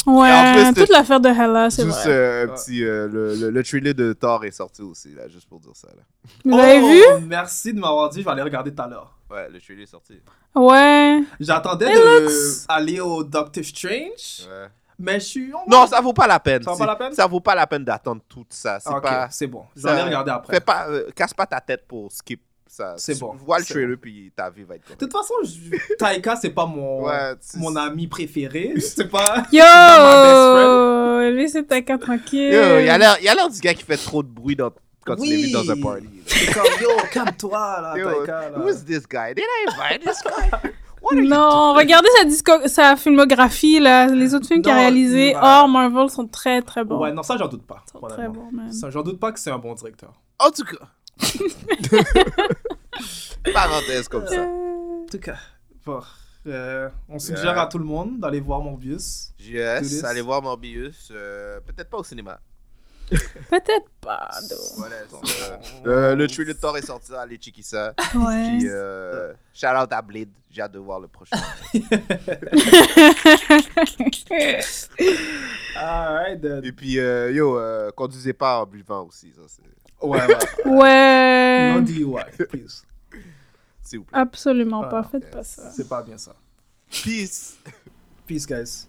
Speaker 5: en plus,
Speaker 3: Ouais,
Speaker 5: c'est-
Speaker 3: toute l'affaire de Hella, c'est
Speaker 5: Juste
Speaker 3: vrai.
Speaker 5: euh, un
Speaker 4: Ouais.
Speaker 5: petit. euh, le, le, le trailer de Thor est sorti aussi, là, juste pour dire ça. Là.
Speaker 3: Vous l'avez
Speaker 4: Oh,
Speaker 3: vu?
Speaker 4: Merci de m'avoir dit, je vais aller regarder tout à l'heure.
Speaker 5: Ouais, le trailer est sorti.
Speaker 3: Ouais.
Speaker 4: J'attendais de aller au Doctor Strange,
Speaker 5: Ouais.
Speaker 4: mais je suis. on va-
Speaker 5: Non, ça vaut pas la peine.
Speaker 4: Ça vaut
Speaker 5: C'est-
Speaker 4: pas la peine
Speaker 5: Ça vaut pas la peine d'attendre tout ça. C'est
Speaker 4: Ah, ok,
Speaker 5: pas.
Speaker 4: c'est bon. Je vais
Speaker 5: ça-
Speaker 4: aller regarder après.
Speaker 5: Fais pas euh, casse pas ta tête pour skip ça.
Speaker 4: C'est
Speaker 5: Tu
Speaker 4: bon,
Speaker 5: Vois le
Speaker 4: c'est
Speaker 5: trailer, puis ta vie va être correcte.
Speaker 4: De toute façon, je- Taika, c'est pas mon,
Speaker 5: Ouais, tu-
Speaker 4: mon ami préféré. C'est pas.
Speaker 3: Yo! Oh,
Speaker 4: ma
Speaker 3: Laissez Taika tranquille.
Speaker 5: Yo, Il y a l'air- il y a l'air du gars qui fait trop de bruit dans- quand il est
Speaker 4: Oui.
Speaker 5: vu dans un party. là.
Speaker 4: C'est comme, yo, calme-toi, là,
Speaker 5: Yo,
Speaker 4: Taika. Là.
Speaker 5: who's this guy? Did I invite this guy? What are you
Speaker 3: Non, regardez sa, disco- sa filmographie, là. Les autres films qu'il a
Speaker 4: Non,
Speaker 3: réalisés
Speaker 4: ouais.
Speaker 3: hors Marvel sont très, très bons.
Speaker 4: Ouais, non, ça, j'en doute pas.
Speaker 3: sont très
Speaker 4: honnêtement.
Speaker 3: bons, man.
Speaker 4: Ça, J'en doute pas que c'est un bon directeur.
Speaker 5: En tout cas. Parenthèse comme ça.
Speaker 4: En tout cas, bon, euh, on suggère
Speaker 5: Yeah.
Speaker 4: à tout le monde d'aller voir Morbius.
Speaker 5: Yes,
Speaker 4: Touriste.
Speaker 5: E allez voir Morbius. euh, Peut-être pas au cinéma.
Speaker 3: Peut-être pas, donc.
Speaker 5: Voilà, c'est, euh, euh, le trailer de Thor est sorti, allez checker ça.
Speaker 3: Ouais.
Speaker 5: Puis, euh, shout out à Blade, j'ai hâte de voir le prochain.
Speaker 4: Alright, dude.
Speaker 5: Et puis, euh, yo, euh, conduisez pas en buvant aussi, ça, c'est-
Speaker 4: Ouais, ouais.
Speaker 3: ouais.
Speaker 4: Non DUI, please.
Speaker 5: s'il vous plaît.
Speaker 3: Absolument pas,
Speaker 4: Ah,
Speaker 3: faites pas ça.
Speaker 4: C'est pas bien ça.
Speaker 5: Peace!
Speaker 4: Peace, guys.